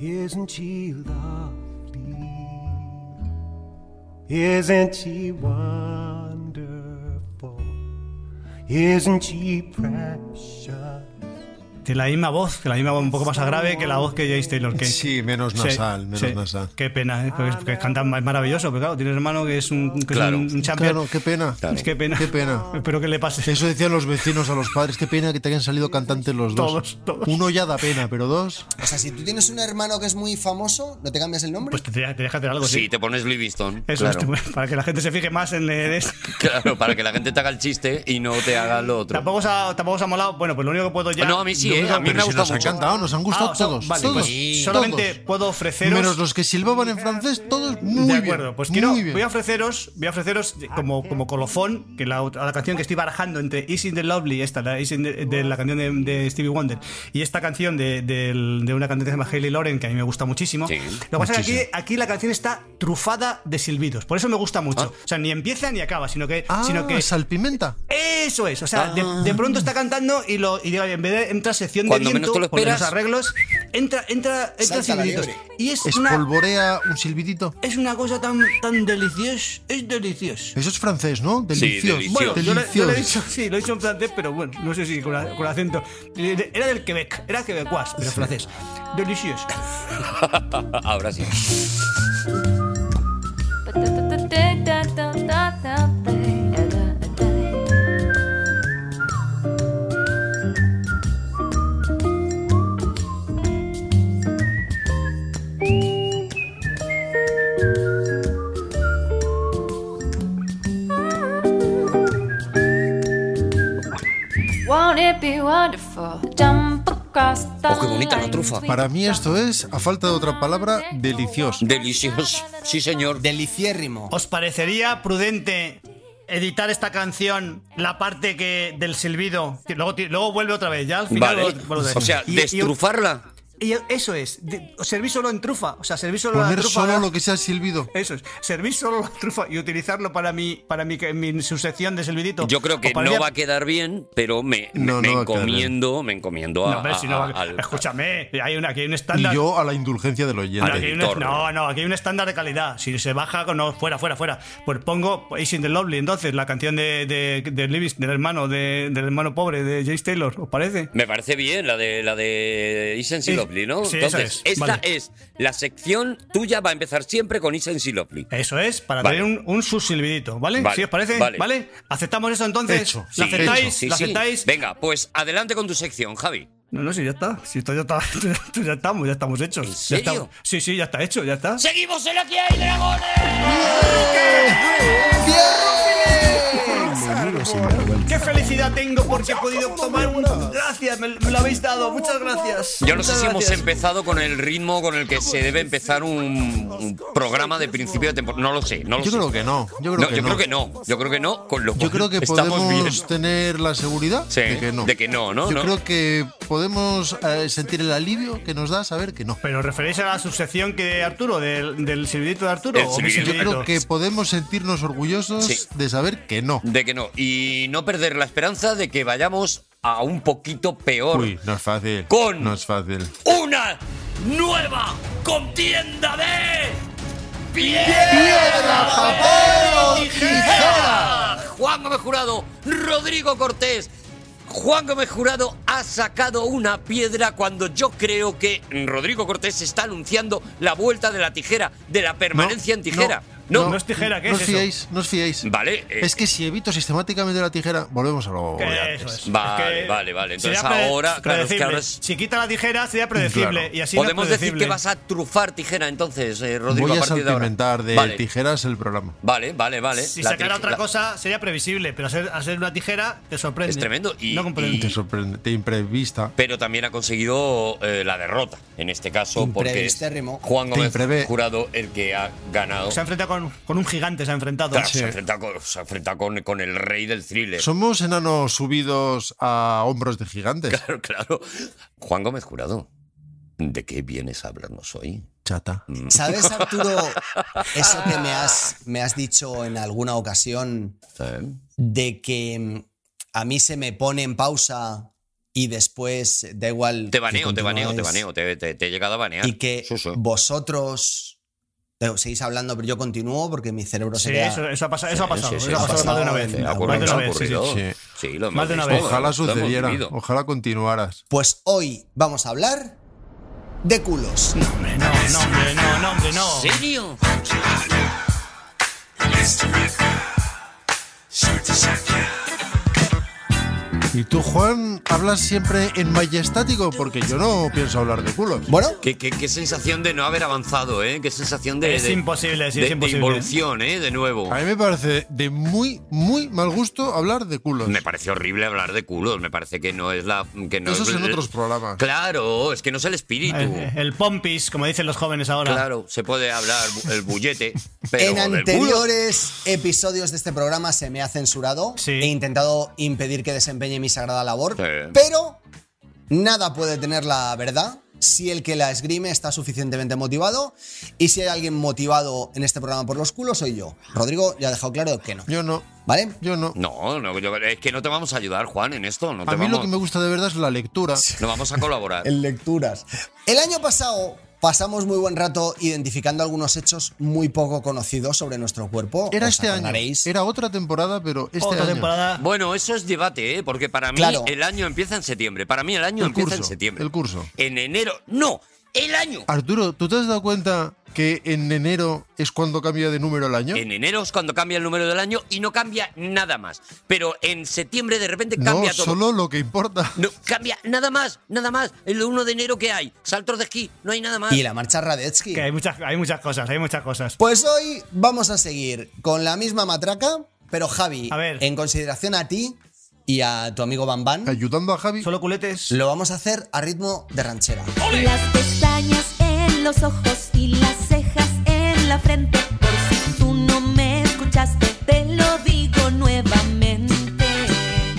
Speaker 8: Isn't she lovely? Isn't she wonderful? Isn't she precious?
Speaker 4: Tiene la misma voz, que la misma voz un poco más grave que la voz que James Taylor. Que,
Speaker 3: Sí, menos
Speaker 4: Sí,
Speaker 3: nasal, menos
Speaker 4: sí.
Speaker 3: nasal.
Speaker 4: Qué pena, ¿eh? porque, es- porque canta más maravilloso, pero claro, tiene un hermano que es un, que es
Speaker 1: Claro.
Speaker 4: un- un champion.
Speaker 3: Claro, qué pena.
Speaker 4: <laughs> Es que pena.
Speaker 3: Qué pena.
Speaker 4: Espero que le pase.
Speaker 3: Eso decían los vecinos a los padres. Qué pena que te hayan salido cantantes los dos.
Speaker 4: Todos, todos.
Speaker 3: Uno ya da pena, pero dos.
Speaker 5: O sea, si tú tienes un hermano que es muy famoso, ¿no te cambias el nombre?
Speaker 4: Pues te te deja hacer algo, sí.
Speaker 1: Sí, te pones Livingston.
Speaker 4: Eso
Speaker 1: claro.
Speaker 4: es, para que la gente se fije más en... eh, es-
Speaker 1: <laughs> Claro, para que la gente te haga el chiste y no te haga lo otro.
Speaker 4: Tampoco se, ha, tampoco se ha molado. Bueno, pues lo único que puedo ya...
Speaker 1: No, a mí sí,
Speaker 4: lo
Speaker 1: eh,
Speaker 4: único-
Speaker 1: a mí me
Speaker 3: Pero
Speaker 1: ha
Speaker 3: si
Speaker 1: gustado
Speaker 3: nos han
Speaker 1: mucho.
Speaker 3: encantado, nos han gustado
Speaker 4: Ah, o sea,
Speaker 3: todos.
Speaker 4: vale,
Speaker 3: todos,
Speaker 4: pues
Speaker 3: todos.
Speaker 4: solamente puedo ofreceros.
Speaker 3: Menos los que silbaban en francés, todos muy
Speaker 4: de
Speaker 3: bien.
Speaker 4: acuerdo, pues
Speaker 3: muy
Speaker 4: quiero,
Speaker 3: bien.
Speaker 4: voy a ofreceros, voy a ofreceros como, como colofón, que la, otra- la canción que estoy barajando entre Is in the Lovely, esta, la, Is in the- de la canción de, de Stevie Wonder, y esta canción de, del- de una cantante que se llama Hayley Lauren, que a mí me gusta muchísimo.
Speaker 1: Sí.
Speaker 4: Lo que pasa es que aquí, aquí la canción está trufada de silbidos, por eso me gusta mucho. O sea, ni empieza ni acaba, sino que,
Speaker 3: Ah,
Speaker 4: sino que
Speaker 3: salpimenta.
Speaker 4: eso es, o sea, de, de pronto está cantando y, lo, y en vez de entrar sección
Speaker 1: Cuando
Speaker 4: de
Speaker 1: menos
Speaker 4: viento,
Speaker 1: te lo
Speaker 4: porque
Speaker 1: esperas.
Speaker 4: los arreglos, entra, entra, entra
Speaker 5: Salta la
Speaker 4: silbiditos.
Speaker 5: liebre.
Speaker 4: Y es una,
Speaker 3: Espolvorea un silbidito.
Speaker 4: es una cosa tan, tan deliciosa, es deliciosa.
Speaker 3: Eso es francés, ¿no? Delicioso.
Speaker 1: delicioso.
Speaker 4: Bueno, yo le,
Speaker 3: delicioso.
Speaker 4: yo le he dicho, sí, lo he dicho en francés, pero bueno, no sé si con, la- con acento. Eh, Era del Quebec, era quebecuas, pero francés. <laughs> Delicioso.
Speaker 1: <laughs> Ahora sí.
Speaker 9: Won't it be wonderful? Jump across the
Speaker 1: Oh, qué bonita la trufa.
Speaker 3: Para mí esto es, a falta de otra palabra, delicioso.
Speaker 1: Delicioso. Sí, señor.
Speaker 5: Deliciérrimo.
Speaker 4: ¿Os parecería prudente editar esta canción, la parte que del silbido, que luego, ti- luego vuelve otra vez, ya al final
Speaker 1: Vale.
Speaker 4: vuelve otra vez.
Speaker 1: O sea,
Speaker 4: Y- y-
Speaker 1: destrufarla.
Speaker 4: Y eso es, de- serví solo en trufa, o sea, serví solo la
Speaker 3: Poner
Speaker 4: trufa.
Speaker 3: solo lo que sea silbido.
Speaker 4: Eso es, serví solo la trufa y utilizarlo para mi, para mi, mi su sección de servidito.
Speaker 1: Yo creo que
Speaker 4: ¿Os parecía-
Speaker 1: no va a quedar bien, pero me, me-
Speaker 3: No,
Speaker 1: me
Speaker 3: no va a quedar
Speaker 1: encomiendo, me encomiendo a.
Speaker 4: No, hombre, si no va a-
Speaker 1: al-
Speaker 4: Escúchame, hay una, aquí hay un
Speaker 3: Y
Speaker 4: estándar.
Speaker 3: yo a la indulgencia del oyente.
Speaker 4: No, aquí hay un-
Speaker 1: editor.
Speaker 4: no, no, aquí hay un estándar de calidad. Si se baja, no, fuera, fuera, fuera. Pues pongo Is in the Lovely, entonces, la canción de, de, de Lewis, del hermano, de- del hermano pobre de James Taylor, ¿os parece?
Speaker 1: Me parece bien la de la de Isen
Speaker 4: Sí,
Speaker 1: Silopli, ¿no?
Speaker 4: sí, esa
Speaker 1: Entonces,
Speaker 4: es,
Speaker 1: esta
Speaker 4: vale.
Speaker 1: es la sección tuya va a empezar siempre con Isen Silopli.
Speaker 4: Eso es, para
Speaker 1: Vale.
Speaker 4: tener un, un subsilbidito, ¿vale?
Speaker 1: Vale,
Speaker 4: ¿Sí os parece?
Speaker 1: vale.
Speaker 4: Vale. ¿Aceptamos eso entonces?
Speaker 3: Hecho,
Speaker 4: ¿La
Speaker 3: sí,
Speaker 4: aceptáis?
Speaker 3: hecho.
Speaker 1: Sí,
Speaker 4: ¿La
Speaker 1: sí.
Speaker 4: aceptáis?
Speaker 1: Venga, pues adelante con tu sección, Javi.
Speaker 4: No, no, sí, ya está. Si esto ya está, <laughs> esto ya estamos, ya estamos hechos.
Speaker 1: ¿En
Speaker 4: Ya
Speaker 1: serio?
Speaker 4: estamos- sí, sí, ya está hecho, ya está.
Speaker 1: ¡Seguimos en la que hay dragones!
Speaker 4: ¡Qué felicidad tengo porque he podido tomar un... Gracias, me, me lo habéis dado, muchas gracias.
Speaker 1: Yo no sé
Speaker 4: Muchas
Speaker 1: si hemos
Speaker 4: gracias.
Speaker 1: empezado con el ritmo con el que se debe empezar un, un programa de principio de temporada. No lo sé, no lo
Speaker 3: Yo
Speaker 1: sé.
Speaker 3: creo que no. Yo creo,
Speaker 1: No,
Speaker 3: que,
Speaker 1: yo
Speaker 3: no.
Speaker 1: creo que no. Yo creo que no, con lo
Speaker 3: Yo
Speaker 1: cual
Speaker 3: creo que
Speaker 1: estamos
Speaker 3: podemos
Speaker 1: bien.
Speaker 3: tener la seguridad <laughs>
Speaker 1: Sí,
Speaker 3: de que no.
Speaker 1: de que no, ¿no?
Speaker 3: Yo
Speaker 1: ¿No?
Speaker 3: creo que podemos eh, sentir el alivio que nos da saber que no.
Speaker 4: Pero referéis a la subsección que Arturo, del, del silbidito de Arturo.
Speaker 1: El
Speaker 4: ¿o mi
Speaker 1: silbidito.
Speaker 3: Yo
Speaker 4: silbidito?
Speaker 3: creo que podemos sentirnos orgullosos
Speaker 1: Sí.
Speaker 3: de saber que no.
Speaker 1: De que no. Y no perder la esperanza de que vayamos a un poquito peor.
Speaker 3: Uy, no es fácil.
Speaker 1: Con-
Speaker 3: No es fácil.
Speaker 1: Una nueva contienda de. ¡Piedra, papel o tijera! Juan Gómez Jurado, Rodrigo Cortés. Juan Gómez Jurado ha sacado una piedra cuando yo creo que Rodrigo Cortés está anunciando la vuelta de la tijera, de la permanencia en tijera. No,
Speaker 4: no es tijera, ¿qué
Speaker 3: no
Speaker 4: es
Speaker 3: os
Speaker 4: eso?
Speaker 3: fiéis, no os fiéis.
Speaker 1: Vale, eh,
Speaker 3: Es que si evito sistemáticamente la tijera, volvemos a lo
Speaker 4: Que
Speaker 3: de
Speaker 4: eso
Speaker 3: antes.
Speaker 4: es.
Speaker 1: Vale,
Speaker 4: Es que
Speaker 1: vale, vale. Entonces
Speaker 4: sería pre-
Speaker 1: ahora, claro, es que
Speaker 4: predecible.
Speaker 1: ahora es-
Speaker 4: Si quita la tijera, sería predecible.
Speaker 3: Claro.
Speaker 4: Y así no es
Speaker 1: podemos decir
Speaker 4: predecible.
Speaker 1: que vas a trufar tijera entonces, eh, Rodrigo,
Speaker 3: Voy a
Speaker 1: a partir de ahora.
Speaker 3: salpimentar de
Speaker 1: vale,
Speaker 3: tijeras el programa.
Speaker 1: vale, vale, vale.
Speaker 4: Si
Speaker 1: La
Speaker 4: sacara
Speaker 1: tij-
Speaker 4: otra
Speaker 1: la-
Speaker 4: cosa, sería previsible. Pero hacer, hacer una tijera te sorprende.
Speaker 1: Es tremendo y-
Speaker 4: No
Speaker 1: y-
Speaker 4: comprendo.
Speaker 3: Te sorprende, te imprevista.
Speaker 1: Pero también ha conseguido eh, la derrota, en este caso, porque es
Speaker 5: Imprevistérrimo.
Speaker 1: Juan Gómez
Speaker 3: imprevé.
Speaker 1: Jurado el que ha ganado.
Speaker 4: Se ha enfrentado con, con un gigante, se ha enfrentado.
Speaker 1: Claro, se ha enfrentado, con, se ha enfrentado con- con el rey del thriller.
Speaker 3: Somos enanos subidos a hombros de gigantes.
Speaker 1: Claro, <laughs> claro. Juan Gómez Jurado, ¿de qué vienes a hablarnos hoy?
Speaker 3: Chata.
Speaker 1: Mm. <laughs>
Speaker 5: ¿Sabes, Arturo, eso que me has, me has dicho en alguna ocasión
Speaker 1: ¿Eh?
Speaker 5: de que mm, a mí se me pone en pausa y después da igual.
Speaker 1: Te
Speaker 5: que
Speaker 1: baneo, te baneo, te
Speaker 5: continuáis?
Speaker 1: baneo, te, te- te he llegado a banear.
Speaker 5: Y que
Speaker 1: Sí, sí.
Speaker 5: vosotros eh, seguís hablando, pero yo continúo porque mi cerebro
Speaker 4: Sí,
Speaker 5: se queda.
Speaker 4: eso, eso ha pasado, eso ha pasado.
Speaker 1: Sí, sí,
Speaker 4: eso ha
Speaker 1: sí,
Speaker 4: pasado
Speaker 1: sí,
Speaker 4: más de
Speaker 5: sí,
Speaker 4: una
Speaker 5: sí,
Speaker 4: vez.
Speaker 5: sí,
Speaker 1: Ha
Speaker 5: Más
Speaker 1: ocurrido,
Speaker 4: Más de una
Speaker 1: ha
Speaker 4: vez, sí, sí.
Speaker 1: ocurrido.
Speaker 3: sí.
Speaker 1: Sí, lo hemos
Speaker 4: Más de una
Speaker 1: visto,
Speaker 4: vez.
Speaker 3: Ojalá
Speaker 1: lo hemos
Speaker 3: sucediera.
Speaker 1: vivido.
Speaker 3: Ojalá continuaras.
Speaker 5: Pues hoy vamos a hablar de culos.
Speaker 4: Hombre, No, no, hombre, no, no, hombre, no.
Speaker 1: ¿En serio?
Speaker 3: Y tú, Juan, hablas siempre en majestático porque yo no pienso hablar de culos.
Speaker 5: Bueno,
Speaker 1: Qué, qué- qué sensación de no haber avanzado, ¿eh? Qué sensación de.
Speaker 4: Es
Speaker 1: de-
Speaker 4: imposible, sí,
Speaker 1: de,
Speaker 4: es
Speaker 1: de
Speaker 4: imposible.
Speaker 1: involución, ¿eh? De nuevo.
Speaker 3: A mí me parece de muy, muy mal gusto hablar de culos.
Speaker 1: Me parece horrible hablar de culos. Me parece que no es la. Que no
Speaker 3: Eso es en
Speaker 1: el-
Speaker 3: otros programas.
Speaker 1: Claro, es que no es el espíritu.
Speaker 4: El, Eh, el pompis, como dicen los jóvenes ahora.
Speaker 1: Claro, se puede hablar bu-
Speaker 3: <laughs>
Speaker 1: el bullete, pero.
Speaker 5: en
Speaker 1: del
Speaker 5: anteriores episodios de este programa se me ha censurado.
Speaker 4: Sí.
Speaker 5: He intentado impedir que desempeñe mi sagrada labor.
Speaker 1: Sí.
Speaker 5: Pero nada puede tener la verdad si el que la esgrime está suficientemente motivado. Y si hay alguien motivado en este programa por los culos, soy yo. Rodrigo ya ha dejado claro que no.
Speaker 3: Yo no,
Speaker 5: ¿Vale?
Speaker 3: yo no.
Speaker 1: culo. No, no, yo- es que no te vamos a ayudar, Juan, en esto. No te
Speaker 3: A mí
Speaker 1: vamos,
Speaker 3: lo que me gusta de verdad es la lectura.
Speaker 1: <laughs> no vamos a colaborar.
Speaker 5: En lecturas. El año pasado pasamos muy buen rato identificando algunos hechos muy poco conocidos sobre nuestro cuerpo.
Speaker 3: Era
Speaker 5: Os
Speaker 3: este año.
Speaker 5: acordaréis.
Speaker 3: Era otra temporada, pero este
Speaker 4: Otra
Speaker 3: año. <laughs>
Speaker 4: temporada.
Speaker 1: Bueno, eso es debate, ¿eh? porque para mí
Speaker 5: Claro.
Speaker 1: el año empieza en septiembre. Para mí el año
Speaker 3: El
Speaker 1: empieza en
Speaker 3: curso,
Speaker 1: septiembre.
Speaker 3: el curso.
Speaker 1: En enero. No, el año.
Speaker 3: Arturo, ¿tú te has dado cuenta que en enero es cuando cambia de número el año?
Speaker 1: En enero es cuando cambia el número del año y no cambia nada más. Pero en septiembre de repente
Speaker 3: no,
Speaker 1: cambia todo.
Speaker 3: solo lo que importa.
Speaker 1: No, cambia nada más, nada más. El 1 de enero que hay, saltos de esquí, no hay nada más.
Speaker 5: Y la marcha Radetzky.
Speaker 4: Que hay muchas, hay muchas cosas, hay muchas cosas.
Speaker 5: Pues hoy vamos a seguir con la misma matraca, pero Javi,
Speaker 4: A ver.
Speaker 5: en consideración a ti y a tu amigo Bambán,
Speaker 3: Ayudando a Javi.
Speaker 4: Solo culetes.
Speaker 5: lo vamos a hacer a ritmo de ranchera.
Speaker 10: Las pestañas en los ojos y las cejas en la frente. Por si tú no me escuchaste, te lo digo nuevamente.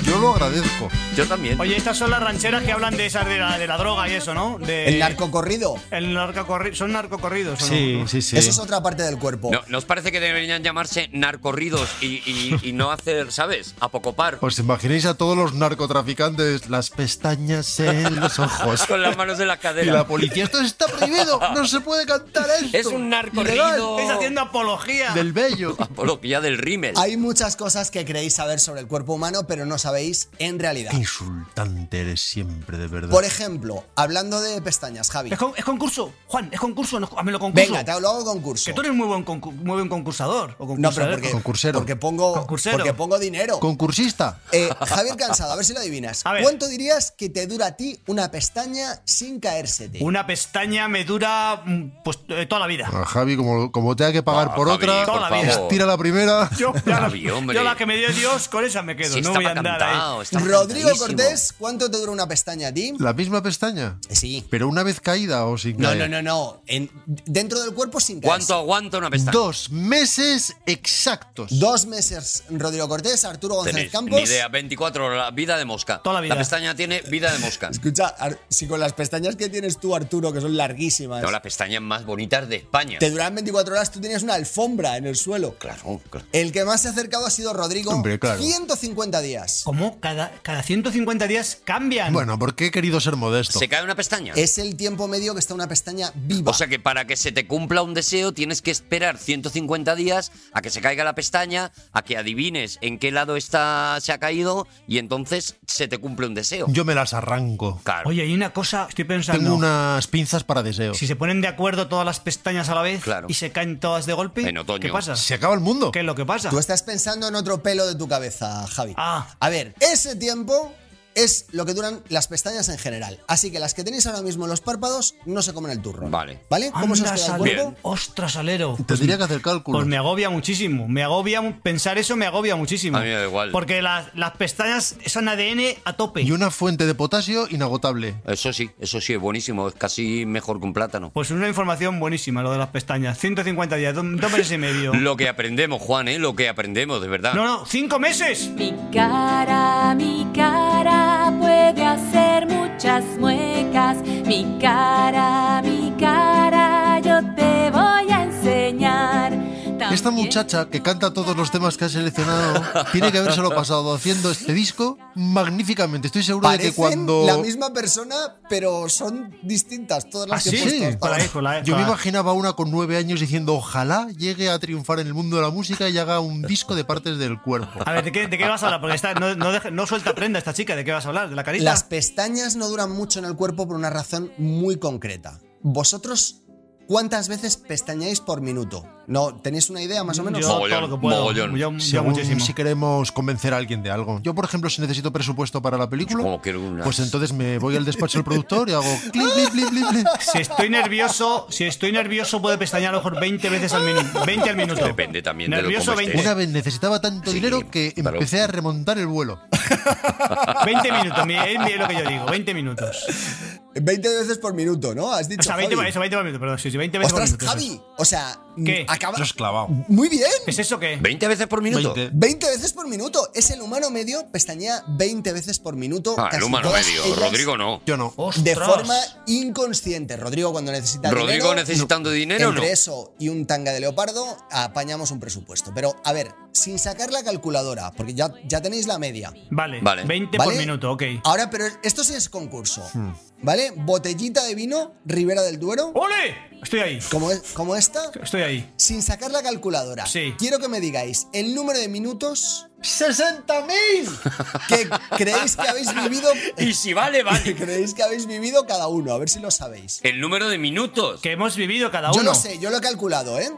Speaker 3: Yo lo agradezco.
Speaker 1: Yo también.
Speaker 4: Oye, estas son las rancheras que hablan de esas de la, de la droga y eso, ¿no? De,
Speaker 5: El narcocorrido.
Speaker 4: El narcocorri- son narcocorridos. ¿o no?
Speaker 3: sí, sí.
Speaker 5: Eso es otra parte del cuerpo.
Speaker 1: No, ¿Nos parece que deberían llamarse narcorridos y, y- y no hacer, ¿sabes? Apocopar.
Speaker 3: ¿Os imagináis a todos los narcotraficantes las pestañas en los ojos?
Speaker 1: <laughs> Con las manos en la
Speaker 3: Pues, y
Speaker 1: cadera.
Speaker 3: la policía, esto está
Speaker 1: <laughs>
Speaker 3: prohibido, no se puede cantar esto.
Speaker 1: Es un
Speaker 3: Ilegal.
Speaker 1: narcorrido.
Speaker 4: Estáis haciendo apología.
Speaker 3: Del
Speaker 1: <laughs>
Speaker 3: bello.
Speaker 1: Apología del rímel.
Speaker 5: Hay muchas cosas que creéis saber sobre el cuerpo humano, pero no sabéis en realidad.
Speaker 3: Qué insultante eres siempre, de verdad.
Speaker 5: Por ejemplo, hablando de pestañas, Javi.
Speaker 4: Es, con- es concurso, Juan, es concurso, no, hazme lo concurso.
Speaker 5: Venga, te lo hago concurso.
Speaker 4: Que tú eres muy buen, concu- muy buen concursador. O
Speaker 5: No, pero
Speaker 4: concursador.
Speaker 5: porque,
Speaker 3: Concursero.
Speaker 5: porque pongo,
Speaker 4: Concursero.
Speaker 5: porque pongo dinero.
Speaker 3: Concursista.
Speaker 5: Eh, Javier Cansado, a ver si lo adivinas.
Speaker 4: A ver.
Speaker 5: ¿Cuánto dirías que te dura a ti una pestaña sin
Speaker 1: Este.
Speaker 5: caérsete?
Speaker 4: Una pestaña me dura mm, pues eh, toda la vida.
Speaker 3: A Javi, como, como tenga que pagar
Speaker 1: Ah,
Speaker 3: por
Speaker 1: Javi,
Speaker 3: otra,
Speaker 4: toda la vida.
Speaker 1: favor.
Speaker 3: estira la primera.
Speaker 4: <laughs> Yo, ya la,
Speaker 1: Javi, hombre.
Speaker 4: yo la que me dio Dios, con esa me quedo.
Speaker 1: Sí,
Speaker 4: no
Speaker 1: estaba
Speaker 4: voy a andar
Speaker 1: cantado,
Speaker 4: ahí.
Speaker 1: estaba
Speaker 5: Rodrigo
Speaker 1: cantadísimo.
Speaker 5: Cortés, ¿cuánto te dura una pestaña a ti?
Speaker 3: La misma pestaña.
Speaker 5: Sí.
Speaker 3: Pero una vez caída o sin
Speaker 5: No,
Speaker 3: caer.
Speaker 5: no, no, no. En- dentro del cuerpo sin caerse.
Speaker 1: ¿Cuánto aguanta una pestaña?
Speaker 3: Dos meses exactos.
Speaker 5: Dos meses Rodrigo Cortés, Arturo
Speaker 1: Tenéis
Speaker 5: González Campos.
Speaker 1: ni idea, 24 horas, vida de mosca.
Speaker 4: Toda la vida.
Speaker 1: pestaña tiene vida de mosca.
Speaker 5: Escucha, Ar- si con las pestañas que tienes tú, Arturo, que son larguísimas,
Speaker 1: No, las pestañas más bonitas de España.
Speaker 5: te duran 24 horas, tú tienes una alfombra en el suelo.
Speaker 1: Oh, Claro, claro.
Speaker 5: El que más se ha acercado ha sido Rodrigo.
Speaker 3: Hombre, claro.
Speaker 5: 150 días.
Speaker 4: ¿Cómo? ¿Cada, cada 150 días cambian.
Speaker 3: Bueno, ¿por qué he querido ser modesto?
Speaker 1: ¿Se cae una pestaña?
Speaker 5: Es el tiempo medio que está una pestaña viva.
Speaker 1: O sea que para que se te cumpla un deseo tienes que esperar 150 días a que se caiga la pestaña, a que adivines en qué lado está, se ha caído y entonces se te cumple un deseo.
Speaker 3: Yo me las arranco.
Speaker 1: Claro.
Speaker 4: Oye, hay una cosa, estoy pensando.
Speaker 3: Tengo unas pinzas para deseos.
Speaker 4: Si se ponen de acuerdo todas las pestañas a la vez
Speaker 1: Claro.
Speaker 4: y se caen todas de golpe,
Speaker 1: En otoño.
Speaker 4: ¿qué pasa?
Speaker 3: Se acaba el mundo.
Speaker 4: ¿Qué es lo que pasa?
Speaker 5: Tú estás pensando en otro pelo de tu cabeza, Javi.
Speaker 4: Ah.
Speaker 5: A ver, ese tiempo es lo que duran las pestañas en general. Así que las que tenéis ahora mismo en los párpados no se comen el turno.
Speaker 1: Vale.
Speaker 5: ¿Vale? ¿Cómo se os
Speaker 4: Anda,
Speaker 5: queda el
Speaker 4: Salero.
Speaker 5: cuerpo?
Speaker 1: Bien.
Speaker 4: Ostras, Alero.
Speaker 3: Tendría que hacer cálculos.
Speaker 4: Pues me agobia muchísimo. Me agobia mu- pensar eso, me agobia muchísimo.
Speaker 1: A mí me da igual.
Speaker 4: Porque las, las pestañas son ADN a tope.
Speaker 3: Y una fuente de potasio inagotable.
Speaker 1: Eso sí, eso sí, es buenísimo. Es casi mejor que un plátano.
Speaker 4: Pues una información buenísima lo de las pestañas. 150 días, do- dos meses y
Speaker 3: <laughs>
Speaker 4: medio.
Speaker 1: Lo que aprendemos, Juan, ¿eh? Lo que aprendemos, de verdad.
Speaker 4: No, no, cinco meses.
Speaker 10: Mi cara, mi cara puede hacer muchas muecas. Mi cara, mi cara, yo te voy a enseñar.
Speaker 3: Esta
Speaker 10: También-
Speaker 3: muchacha que canta todos los temas que ha seleccionado tiene que habérselo pasado haciendo este disco magníficamente. Estoy seguro de
Speaker 5: Parecen
Speaker 3: que cuando.
Speaker 5: la misma persona, pero son distintas todas las que
Speaker 4: ¿Ah, sí?
Speaker 5: he puesto.
Speaker 3: Sí,
Speaker 5: hasta
Speaker 4: Con la-
Speaker 5: ahora.
Speaker 4: con la-
Speaker 3: Yo me
Speaker 4: con la-
Speaker 3: imaginaba una con nueve años diciendo ojalá llegue a triunfar en el mundo de la música y haga un disco de partes del cuerpo.
Speaker 4: A ver, ¿de qué, de qué vas a hablar? Porque está- no, no deja- no suelta prenda esta chica. ¿De qué vas a hablar? ¿De la carita?
Speaker 5: Las pestañas no duran mucho en el cuerpo por una razón muy concreta. ¿Vosotros cuántas veces pestañáis por minuto? ¿No tenéis una idea más o menos?
Speaker 4: Mm, Yo
Speaker 1: Mogollón,
Speaker 4: todo lo que puedo.
Speaker 1: mogollón.
Speaker 4: Yo- yo
Speaker 3: Según
Speaker 4: muchísimo.
Speaker 3: si queremos convencer a alguien de algo. Yo, por ejemplo, si necesito presupuesto para la película,
Speaker 1: Como quiero una.
Speaker 3: pues entonces me voy al despacho del productor y hago clic, clic, clic, clic, clic.
Speaker 4: Si estoy nervioso, si estoy nervioso puedo pestañear a lo mejor 20 veces al minuto. 20 al minuto.
Speaker 1: Depende también de lo
Speaker 4: nervioso
Speaker 1: cómo estés.
Speaker 3: Una vez necesitaba tanto
Speaker 1: Sí,
Speaker 3: dinero que
Speaker 1: claro.
Speaker 3: empecé a remontar el vuelo.
Speaker 4: 20, 20 minutos, mi- es lo que yo digo, 20 minutos.
Speaker 5: 20 veces por minuto, ¿no? Has
Speaker 4: O
Speaker 5: dicho.
Speaker 4: sea, 20,
Speaker 5: Javi.
Speaker 4: eso, 20 por minuto, perdón, sí, sí, 20 veces por
Speaker 5: Ostras,
Speaker 4: minuto. eso
Speaker 5: Javi. O sea, mm,
Speaker 4: ¿Qué?
Speaker 5: acaba.
Speaker 2: Lo has clavado.
Speaker 5: Muy bien.
Speaker 4: es. ¿Es eso qué?
Speaker 1: ¿20 veces por minuto?
Speaker 3: 20.
Speaker 5: 20 veces por minuto. Es el humano medio pestañea 20 veces por minuto.
Speaker 1: Ah, el
Speaker 5: casi
Speaker 1: humano
Speaker 5: todas
Speaker 1: medio.
Speaker 5: ellas
Speaker 1: Rodrigo no.
Speaker 3: Yo no.
Speaker 4: Ostras.
Speaker 5: De forma inconsciente. Rodrigo cuando necesita
Speaker 1: Rodrigo
Speaker 5: dinero,
Speaker 1: necesitando dinero,
Speaker 5: Entre
Speaker 1: no.
Speaker 5: eso y un tanga de leopardo apañamos un presupuesto. Pero, a ver, sin sacar la calculadora, porque ya, ya tenéis la media.
Speaker 4: Vale,
Speaker 1: Vale.
Speaker 4: 20 por
Speaker 5: ¿vale?
Speaker 4: minuto, ok.
Speaker 5: Ahora, pero esto sí es concurso. ¿Vale? Botellita de vino, Ribera del Duero,
Speaker 4: ¡Ole! Estoy ahí.
Speaker 5: como, es- como esta,
Speaker 4: Estoy ahí.
Speaker 5: sin sacar la calculadora.
Speaker 4: Sí.
Speaker 5: Quiero que me digáis el número de minutos
Speaker 3: ¡60.000!
Speaker 5: que creéis que habéis
Speaker 4: <laughs>
Speaker 5: vivido.
Speaker 1: Y si vale,
Speaker 5: que
Speaker 1: vale.
Speaker 5: creéis que habéis vivido cada uno, a ver si lo sabéis.
Speaker 1: El número de minutos.
Speaker 4: Que hemos vivido cada
Speaker 5: Yo
Speaker 4: uno.
Speaker 5: lo sé, yo lo he calculado, ¿eh?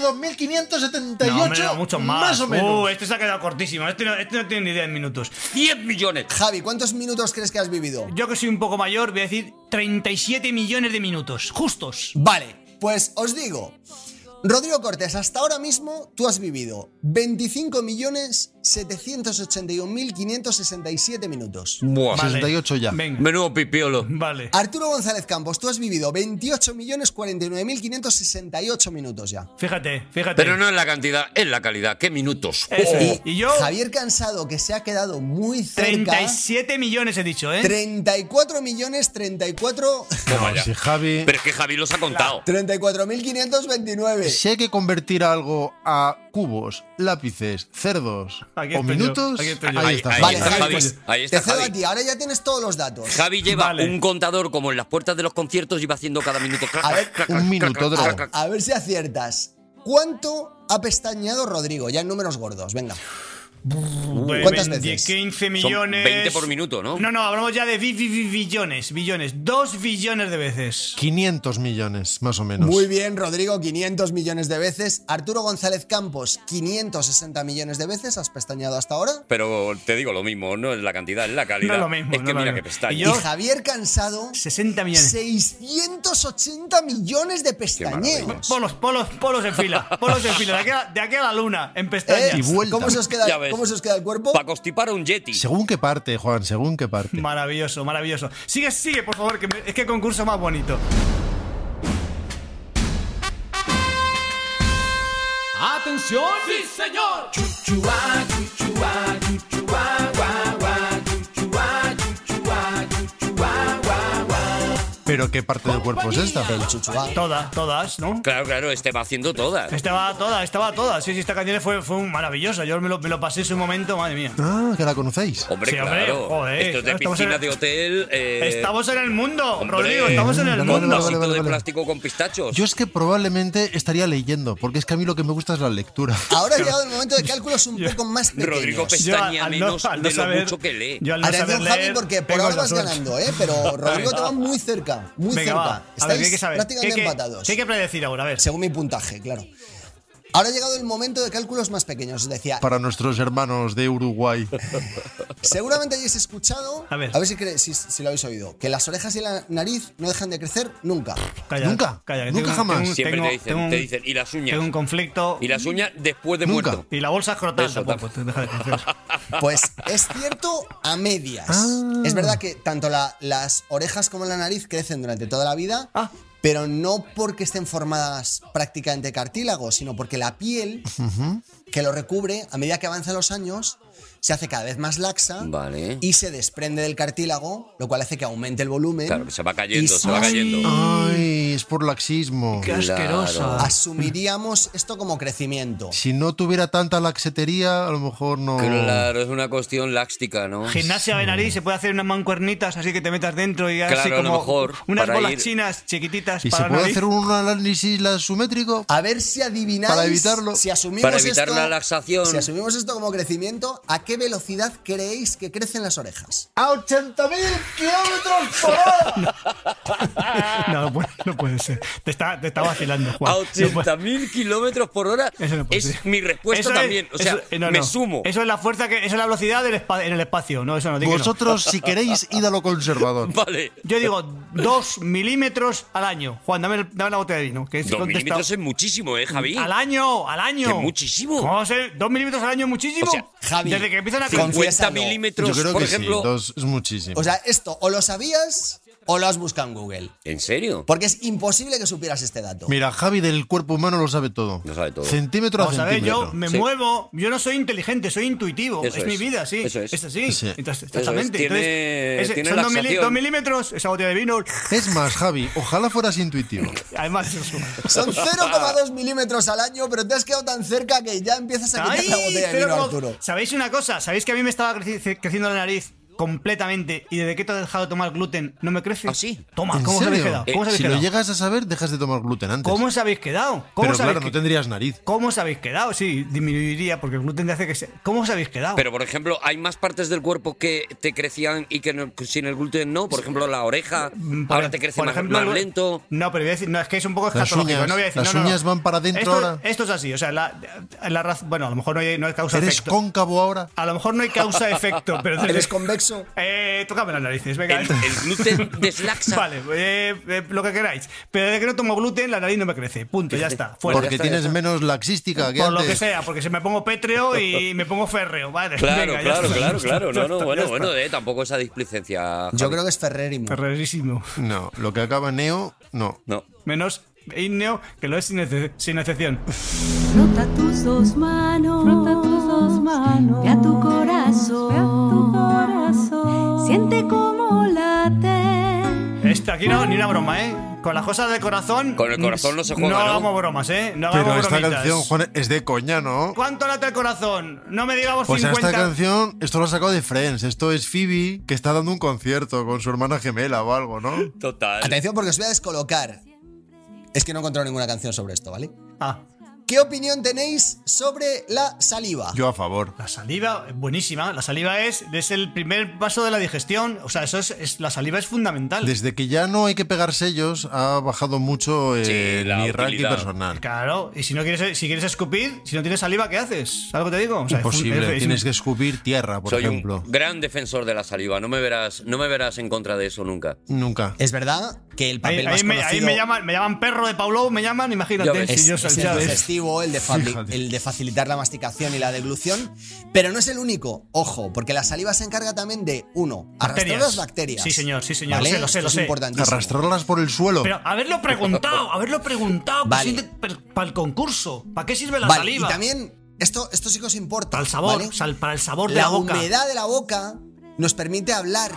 Speaker 3: 4.932.578
Speaker 4: No, hombre, no, mucho más.
Speaker 3: más o menos.
Speaker 4: Uh, este se ha quedado cortísimo. Este no, este no tiene ni idea en minutos.
Speaker 1: 100 millones.
Speaker 5: Javi, ¿cuántos minutos crees que has vivido?
Speaker 4: Yo que soy un poco mayor, voy a decir 37 millones de minutos. Justos.
Speaker 5: Vale, pues os digo. Rodrigo Cortés, hasta ahora mismo tú has vivido 25.781.567 minutos.
Speaker 1: Buah.
Speaker 4: Vale.
Speaker 3: 68 ya.
Speaker 4: Venga.
Speaker 1: Menudo pipiolo.
Speaker 4: Vale.
Speaker 5: Arturo González Campos, tú has vivido 28.049.568 minutos ya.
Speaker 4: Fíjate, fíjate.
Speaker 1: Pero no en la cantidad, en la calidad. ¿Qué minutos?
Speaker 4: Eso es.
Speaker 5: Y,
Speaker 4: Y yo-
Speaker 5: Javier Cansado, que se ha quedado muy cerca.
Speaker 4: 37 millones he dicho, ¿eh?
Speaker 5: 34 millones 34
Speaker 1: Toma ya.
Speaker 3: Si Javi,
Speaker 1: Pero es que Javi los ha contado.
Speaker 5: 34.529.
Speaker 3: si hay que convertir algo a cubos, lápices, cerdos
Speaker 4: Aquí
Speaker 3: o
Speaker 4: estoy yo,
Speaker 3: minutos,
Speaker 4: aquí estoy yo.
Speaker 3: ahí
Speaker 1: Ahí-
Speaker 3: está.
Speaker 1: ahí
Speaker 3: Javi.
Speaker 1: está Javi.
Speaker 5: pues,
Speaker 1: Ahí está
Speaker 5: te cedo
Speaker 1: Javi.
Speaker 5: a ti, ahora ya tienes todos los datos.
Speaker 1: Javi lleva
Speaker 4: Vale.
Speaker 1: un contador como en las puertas de los conciertos y va haciendo cada minuto. clac,
Speaker 5: A ver,
Speaker 1: clac, clac,
Speaker 3: un
Speaker 1: clac,
Speaker 3: minutódromo.
Speaker 1: clac, clac, clac.
Speaker 5: A ver si aciertas. ¿Cuánto ha pestañeado Rodrigo? Ya en números gordos, venga.
Speaker 4: Pues
Speaker 5: Uh, ¿Cuántas
Speaker 4: 20,
Speaker 5: veces?
Speaker 4: 15
Speaker 1: Son
Speaker 4: millones.
Speaker 1: 20 por minuto, ¿no?
Speaker 4: No, no, hablamos ya de bi- bi- bi- billones, billones. Dos billones de veces.
Speaker 3: 500 millones, más o menos.
Speaker 5: Muy bien, Rodrigo, 500 millones de veces. Arturo González Campos, 560 millones de veces. ¿Has pestañeado hasta ahora?
Speaker 1: Pero te digo lo mismo, no es la cantidad, es la calidad.
Speaker 4: No es lo mismo,
Speaker 1: Es
Speaker 4: no
Speaker 1: que
Speaker 4: es lo
Speaker 1: mira
Speaker 4: mismo.
Speaker 1: que pestaña.
Speaker 5: Y
Speaker 4: Y yo-
Speaker 5: Javier Cansado,
Speaker 4: 60 millones.
Speaker 5: 680 millones de pestañeos.
Speaker 4: Polos, polos, polos en fila. Polos en fila. De aquí a, de aquí a la luna, en
Speaker 5: ¿Eh?
Speaker 4: pestañas.
Speaker 3: Y vuelta.
Speaker 5: ¿Cómo se os queda,
Speaker 1: Ya ves.
Speaker 5: cómo se os queda el cuerpo?
Speaker 1: Para constipar a un yeti.
Speaker 3: Según qué parte, Juan, según qué parte.
Speaker 4: Maravilloso, maravilloso. Sigue, sigue, por favor, que me- es que concurso más bonito.
Speaker 11: ¡Atención! ¡Sí, señor! Chuchuá, chuchuá, chuchuá, guá, guá, chuchuá, chuchuá, chuchuá, guá, guá.
Speaker 3: ¿Pero qué parte del cuerpo es esta?
Speaker 4: Todas, todas, ¿no?
Speaker 1: Claro, claro, este va haciendo todas.
Speaker 4: Estaba a todas, estaba a todas. Sí, sí, esta canción fue, fue un maravillosa. Yo me lo, me lo pasé en su momento, madre mía.
Speaker 3: Ah, que la conocéis.
Speaker 1: Hombre,
Speaker 4: Sí, hombre,
Speaker 1: claro.
Speaker 4: joder,
Speaker 1: Esto es de
Speaker 4: estamos en
Speaker 1: piscina
Speaker 4: el-
Speaker 1: de hotel. eh,
Speaker 4: Estamos en el mundo,
Speaker 1: hombre,
Speaker 4: Rodrigo, estamos en el
Speaker 3: Vale,
Speaker 1: un
Speaker 3: vale,
Speaker 4: mundo.
Speaker 3: vale,
Speaker 1: vasito
Speaker 3: vale,
Speaker 1: de
Speaker 3: vale.
Speaker 1: plástico con pistachos.
Speaker 3: Yo es que probablemente estaría leyendo, porque es que a mí lo que me gusta es la lectura.
Speaker 5: Ahora ha llegado el momento de cálculos un poco más pequeños.
Speaker 1: Rodrigo
Speaker 4: Yo, al-
Speaker 1: pestaña
Speaker 4: al no-
Speaker 1: menos
Speaker 4: al no
Speaker 1: de lo
Speaker 4: saber-
Speaker 1: mucho que lee.
Speaker 4: yo al no
Speaker 5: Atención,
Speaker 4: saber
Speaker 5: Javi,
Speaker 4: leer,
Speaker 5: porque por
Speaker 4: tengo
Speaker 5: ahora
Speaker 4: la
Speaker 5: vas
Speaker 4: suerte.
Speaker 5: ganando, ¿eh?
Speaker 4: <laughs>
Speaker 5: Pero Rodrigo te va muy cerca, muy
Speaker 4: Venga,
Speaker 5: cerca.
Speaker 4: va. A ver,
Speaker 5: Estáis
Speaker 4: ¿qué hay que saber?
Speaker 5: prácticamente
Speaker 4: ¿Qué hay que-
Speaker 5: empatados.
Speaker 4: qué hay que predecir ahora? A ver.
Speaker 5: Según mi puntaje, claro. Ahora ha llegado el momento de cálculos más pequeños. Os decía,
Speaker 3: <laughs> Para nuestros hermanos de Uruguay.
Speaker 5: seguramente hayáis escuchado, a ver, si, cre- si, si lo habéis oído, que las orejas y la nariz no dejan de crecer nunca.
Speaker 4: Calla,
Speaker 3: Nunca,
Speaker 4: calla, que
Speaker 3: nunca
Speaker 4: tengo-
Speaker 3: jamás.
Speaker 4: tengo-
Speaker 1: Siempre
Speaker 4: tengo-
Speaker 1: te, dicen,
Speaker 4: tengo un-
Speaker 1: te dicen, y las uñas.
Speaker 4: Tengo un conflicto.
Speaker 1: Y las uñas después de
Speaker 3: Nunca.
Speaker 1: muerto.
Speaker 4: Y la bolsa escrotal
Speaker 1: Eso,
Speaker 4: tampoco. pues,
Speaker 5: <laughs>
Speaker 4: Deja de crecer.
Speaker 5: Pues es cierto a medias.
Speaker 3: Ah.
Speaker 5: Es verdad que tanto la- las orejas como la nariz crecen durante toda la vida,
Speaker 4: Ah.
Speaker 5: pero no porque estén formadas prácticamente de cartílago, sino porque la piel que lo recubre, a medida que avanzan los años, se hace cada vez más laxa
Speaker 1: Vale.
Speaker 5: y se desprende del cartílago, lo cual hace que aumente el volumen.
Speaker 1: Claro, que se va cayendo,
Speaker 5: Y
Speaker 1: se va cayendo.
Speaker 3: Ah, Ay, es por laxismo.
Speaker 4: Qué
Speaker 1: Claro.
Speaker 4: asquerosa.
Speaker 5: Asumiríamos esto como crecimiento.
Speaker 3: Si no tuviera tanta laxetería, a lo mejor no.
Speaker 1: Claro, es una cuestión láxtica, ¿no?
Speaker 4: Gimnasia de nariz, se puede hacer unas mancuernitas así que te metas dentro y así
Speaker 1: Mm. Claro, a lo
Speaker 4: como
Speaker 1: mejor,
Speaker 4: unas
Speaker 1: para
Speaker 4: bolas
Speaker 1: ir-
Speaker 4: chinas chiquititas
Speaker 3: ¿Y
Speaker 4: para
Speaker 3: se
Speaker 4: la
Speaker 3: puede
Speaker 4: nariz.
Speaker 3: hacer un análisis asimétrico?
Speaker 5: A ver si adivináis.
Speaker 3: Para evitarlo.
Speaker 5: Si asumimos
Speaker 1: Para evitar
Speaker 5: esto,
Speaker 1: la laxación.
Speaker 5: Si asumimos esto como crecimiento, ¿a qué velocidad creéis que crecen las orejas?
Speaker 3: ¡A 80.000 kilómetros por hora!
Speaker 4: <laughs> No, no puede, no puede ser. Te está, te está vacilando, Juan.
Speaker 1: A
Speaker 4: No puede-
Speaker 1: 80.000 kilómetros por hora
Speaker 4: Eso no puede
Speaker 1: es
Speaker 4: ser.
Speaker 1: mi respuesta
Speaker 4: Eso es-
Speaker 1: también. o sea,
Speaker 4: eso- eh, no,
Speaker 1: me
Speaker 4: no.
Speaker 1: sumo.
Speaker 4: Eso es la fuerza que. Eso es la velocidad del espa- en el espacio. No, eso no. di que no.
Speaker 3: Vosotros, si queréis, id a lo conservador.
Speaker 1: <laughs> Vale.
Speaker 4: Yo digo 2 milímetros al año. Juan, dame, el- dame la botella de vino. Que es
Speaker 1: Dos
Speaker 4: contestado.
Speaker 1: milímetros es muchísimo, ¿eh, Javi?
Speaker 4: Al año, al año.
Speaker 1: Que muchísimo.
Speaker 4: ¿Cómo va a ser? ¿Dos milímetros al año es muchísimo?
Speaker 1: O sea,
Speaker 5: Javi,
Speaker 4: Desde que empiezan a
Speaker 5: cincuenta-
Speaker 4: crecer.
Speaker 1: 50
Speaker 5: confiésalo.
Speaker 1: milímetros,
Speaker 3: Yo creo
Speaker 1: por
Speaker 3: que
Speaker 1: ejemplo.
Speaker 3: sí, dos es muchísimo.
Speaker 5: O sea, esto o lo sabías o lo has buscado en Google.
Speaker 1: ¿En serio?
Speaker 5: Porque es imposible que supieras este dato.
Speaker 3: Mira, Javi del cuerpo humano lo sabe todo.
Speaker 1: Lo sabe todo.
Speaker 3: Centímetro
Speaker 4: Vamos
Speaker 3: a
Speaker 4: a ver,
Speaker 3: centímetro.
Speaker 4: yo me
Speaker 1: Sí.
Speaker 4: muevo, yo no soy inteligente, soy intuitivo.
Speaker 1: Eso
Speaker 4: es, mi
Speaker 1: es.
Speaker 4: vida, sí.
Speaker 1: Eso es.
Speaker 4: así.
Speaker 3: Sí.
Speaker 4: Entonces,
Speaker 1: Eso es.
Speaker 4: exactamente.
Speaker 1: Tiene-
Speaker 4: Entonces, ese-
Speaker 1: tiene
Speaker 4: son dos, mili-
Speaker 1: laxación.
Speaker 4: dos milímetros, esa botella de vino.
Speaker 3: Es más, Javi, ojalá fueras intuitivo.
Speaker 4: <laughs> Además, eso suma.
Speaker 5: <laughs> Son 0,2 milímetros al año, pero te has quedado tan cerca que ya empiezas a quitar
Speaker 4: Ay,
Speaker 5: la botella de
Speaker 4: cero
Speaker 5: vino,
Speaker 4: como-
Speaker 5: Arturo.
Speaker 4: ¿Sabéis una cosa? ¿Sabéis que a mí me estaba creci- creciendo la nariz completamente y desde que te he dejado de tomar gluten no me crece?
Speaker 1: ¿Ah, sí? Eh,
Speaker 4: Toma,
Speaker 3: ¿En
Speaker 4: ¿cómo os
Speaker 3: serio? Eh,
Speaker 4: habéis quedado? ¿Cómo os habéis
Speaker 3: si lo
Speaker 4: quedado?
Speaker 3: llegas a saber, dejas de tomar gluten
Speaker 4: <laughs>
Speaker 3: antes.
Speaker 4: ¿Cómo os habéis quedado? ¿Cómo
Speaker 3: Pero
Speaker 4: os habéis
Speaker 3: claro, no
Speaker 4: que-
Speaker 3: tendrías nariz.
Speaker 4: ¿Cómo os habéis quedado? Sí, disminuiría porque el gluten te hace que se... ¿Cómo os habéis quedado?
Speaker 1: Pero, por ejemplo, hay más partes del cuerpo que te crecían y que no- sin el gluten no. Por ejemplo, la oreja.
Speaker 4: Mm, por-
Speaker 1: ahora te crece
Speaker 4: por
Speaker 1: más,
Speaker 4: ejemplo,
Speaker 1: más
Speaker 4: algo-
Speaker 1: lento.
Speaker 4: No, pero voy a decir, no, es que es un poco
Speaker 3: Las
Speaker 4: escatológico.
Speaker 3: uñas,
Speaker 4: no voy a decir,
Speaker 3: las
Speaker 4: no, no, no.
Speaker 3: uñas van para dentro
Speaker 4: esto,
Speaker 3: ahora.
Speaker 4: Esto es así, o sea, la, la raz- bueno, a lo mejor no hay, no hay causa
Speaker 3: ¿Eres
Speaker 4: efecto.
Speaker 3: cóncavo ahora?
Speaker 4: A lo mejor no
Speaker 3: <laughs>
Speaker 4: hay causa efecto, pero desde-
Speaker 5: Eres convexo.
Speaker 4: eh, tócame las narices, venga.
Speaker 1: El, el
Speaker 4: <laughs>
Speaker 1: gluten deslaxa.
Speaker 4: Vale, eh, eh, lo que queráis. Pero desde que no tomo gluten, la nariz no me crece. Punto, Pues ya está. Fuera.
Speaker 3: Porque tienes menos laxística que
Speaker 4: Por lo
Speaker 3: antes.
Speaker 4: que sea, porque se me pongo pétreo y me pongo férreo. Vale,
Speaker 1: Claro,
Speaker 4: venga, ya
Speaker 1: claro,
Speaker 4: está.
Speaker 1: claro, claro.
Speaker 4: Ya
Speaker 1: No,
Speaker 4: está,
Speaker 1: no,
Speaker 4: ya
Speaker 1: bueno,
Speaker 4: está.
Speaker 1: bueno, eh, tampoco esa displicencia.
Speaker 5: Yo creo que es Ferrerimo.
Speaker 4: Ferrerísimo.
Speaker 3: No, lo que acaba en neo, no.
Speaker 1: No.
Speaker 4: Menos inneo, que lo es sin, exce- sin excepción.
Speaker 10: Frota tus dos manos, frota tus dos manos, ve a tu corazón, ve a tu corazón, siente como late.
Speaker 4: Esta Este aquí no, ni una broma, ¿eh? Con las cosas del corazón.
Speaker 1: Con el corazón no se juega, ¿no?
Speaker 4: No hagamos bromas, ¿eh? No
Speaker 3: Pero
Speaker 4: hagamos
Speaker 3: esta
Speaker 4: bromitas.
Speaker 3: canción, Juan, es de coña, ¿no?
Speaker 4: ¿Cuánto late el corazón? No me digamos
Speaker 3: O sea,
Speaker 4: 50.
Speaker 3: Pues esta canción, esto lo ha sacado de Friends. Esto es Phoebe que está dando un concierto con su hermana gemela o algo, ¿no?
Speaker 1: Total.
Speaker 5: Atención porque os voy a descolocar. Es que no he encontrado ninguna canción sobre esto, ¿vale?
Speaker 4: Ah,
Speaker 5: ¿Qué opinión tenéis sobre la saliva?
Speaker 3: Yo a favor.
Speaker 4: la saliva, es buenísima. La saliva es, es el primer paso de la digestión. O sea, eso es, es- la saliva es fundamental.
Speaker 3: Desde que ya no hay que pegar sellos, ha bajado mucho eh,
Speaker 1: Sí, la
Speaker 3: mi ranking
Speaker 1: utilidad.
Speaker 3: personal.
Speaker 4: Claro, y si no quieres, si quieres escupir, si no tienes saliva, ¿qué haces? ¿Algo te digo? O sea, es fun-
Speaker 3: Imposible,
Speaker 4: es- es-
Speaker 3: tienes que escupir tierra, Ah, por
Speaker 1: Soy
Speaker 3: ejemplo.
Speaker 1: un gran defensor de la saliva. No me verás, no me verás en contra de eso nunca.
Speaker 3: Nunca.
Speaker 5: Es verdad que el papel
Speaker 4: Ahí,
Speaker 5: más
Speaker 4: ahí me, ahí
Speaker 5: conocido
Speaker 4: me llaman, me llaman perro de Paulo, me llaman,
Speaker 1: Ya
Speaker 4: imagínate.
Speaker 1: ves.
Speaker 4: si yo
Speaker 5: es,
Speaker 4: soy-
Speaker 5: es el
Speaker 4: ya ves.
Speaker 5: digestivo, el de, fabri-
Speaker 3: Fíjate.
Speaker 5: el de facilitar la masticación y la deglución, pero no es el único, ojo, porque la saliva se encarga también de, uno, arrastrar
Speaker 4: Bacterias.
Speaker 5: las bacterias.
Speaker 4: Sí, señor, sí, señor, lo
Speaker 5: ¿Vale?
Speaker 4: sé, lo sé,
Speaker 5: Esto
Speaker 4: lo
Speaker 5: es
Speaker 4: sé.
Speaker 5: importantísimo.
Speaker 3: Arrastrarlas por el suelo.
Speaker 4: Pero haberlo preguntado, <laughs> haberlo preguntado. pues
Speaker 5: Vale.
Speaker 4: para el concurso. ¿Para qué sirve la
Speaker 5: Vale,
Speaker 4: saliva?
Speaker 5: y también, esto, esto sí que os importa.
Speaker 4: para el sabor,
Speaker 5: ¿vale?
Speaker 4: sal- para el sabor de
Speaker 5: la,
Speaker 4: la boca.
Speaker 5: humedad de la boca Nos permite hablar.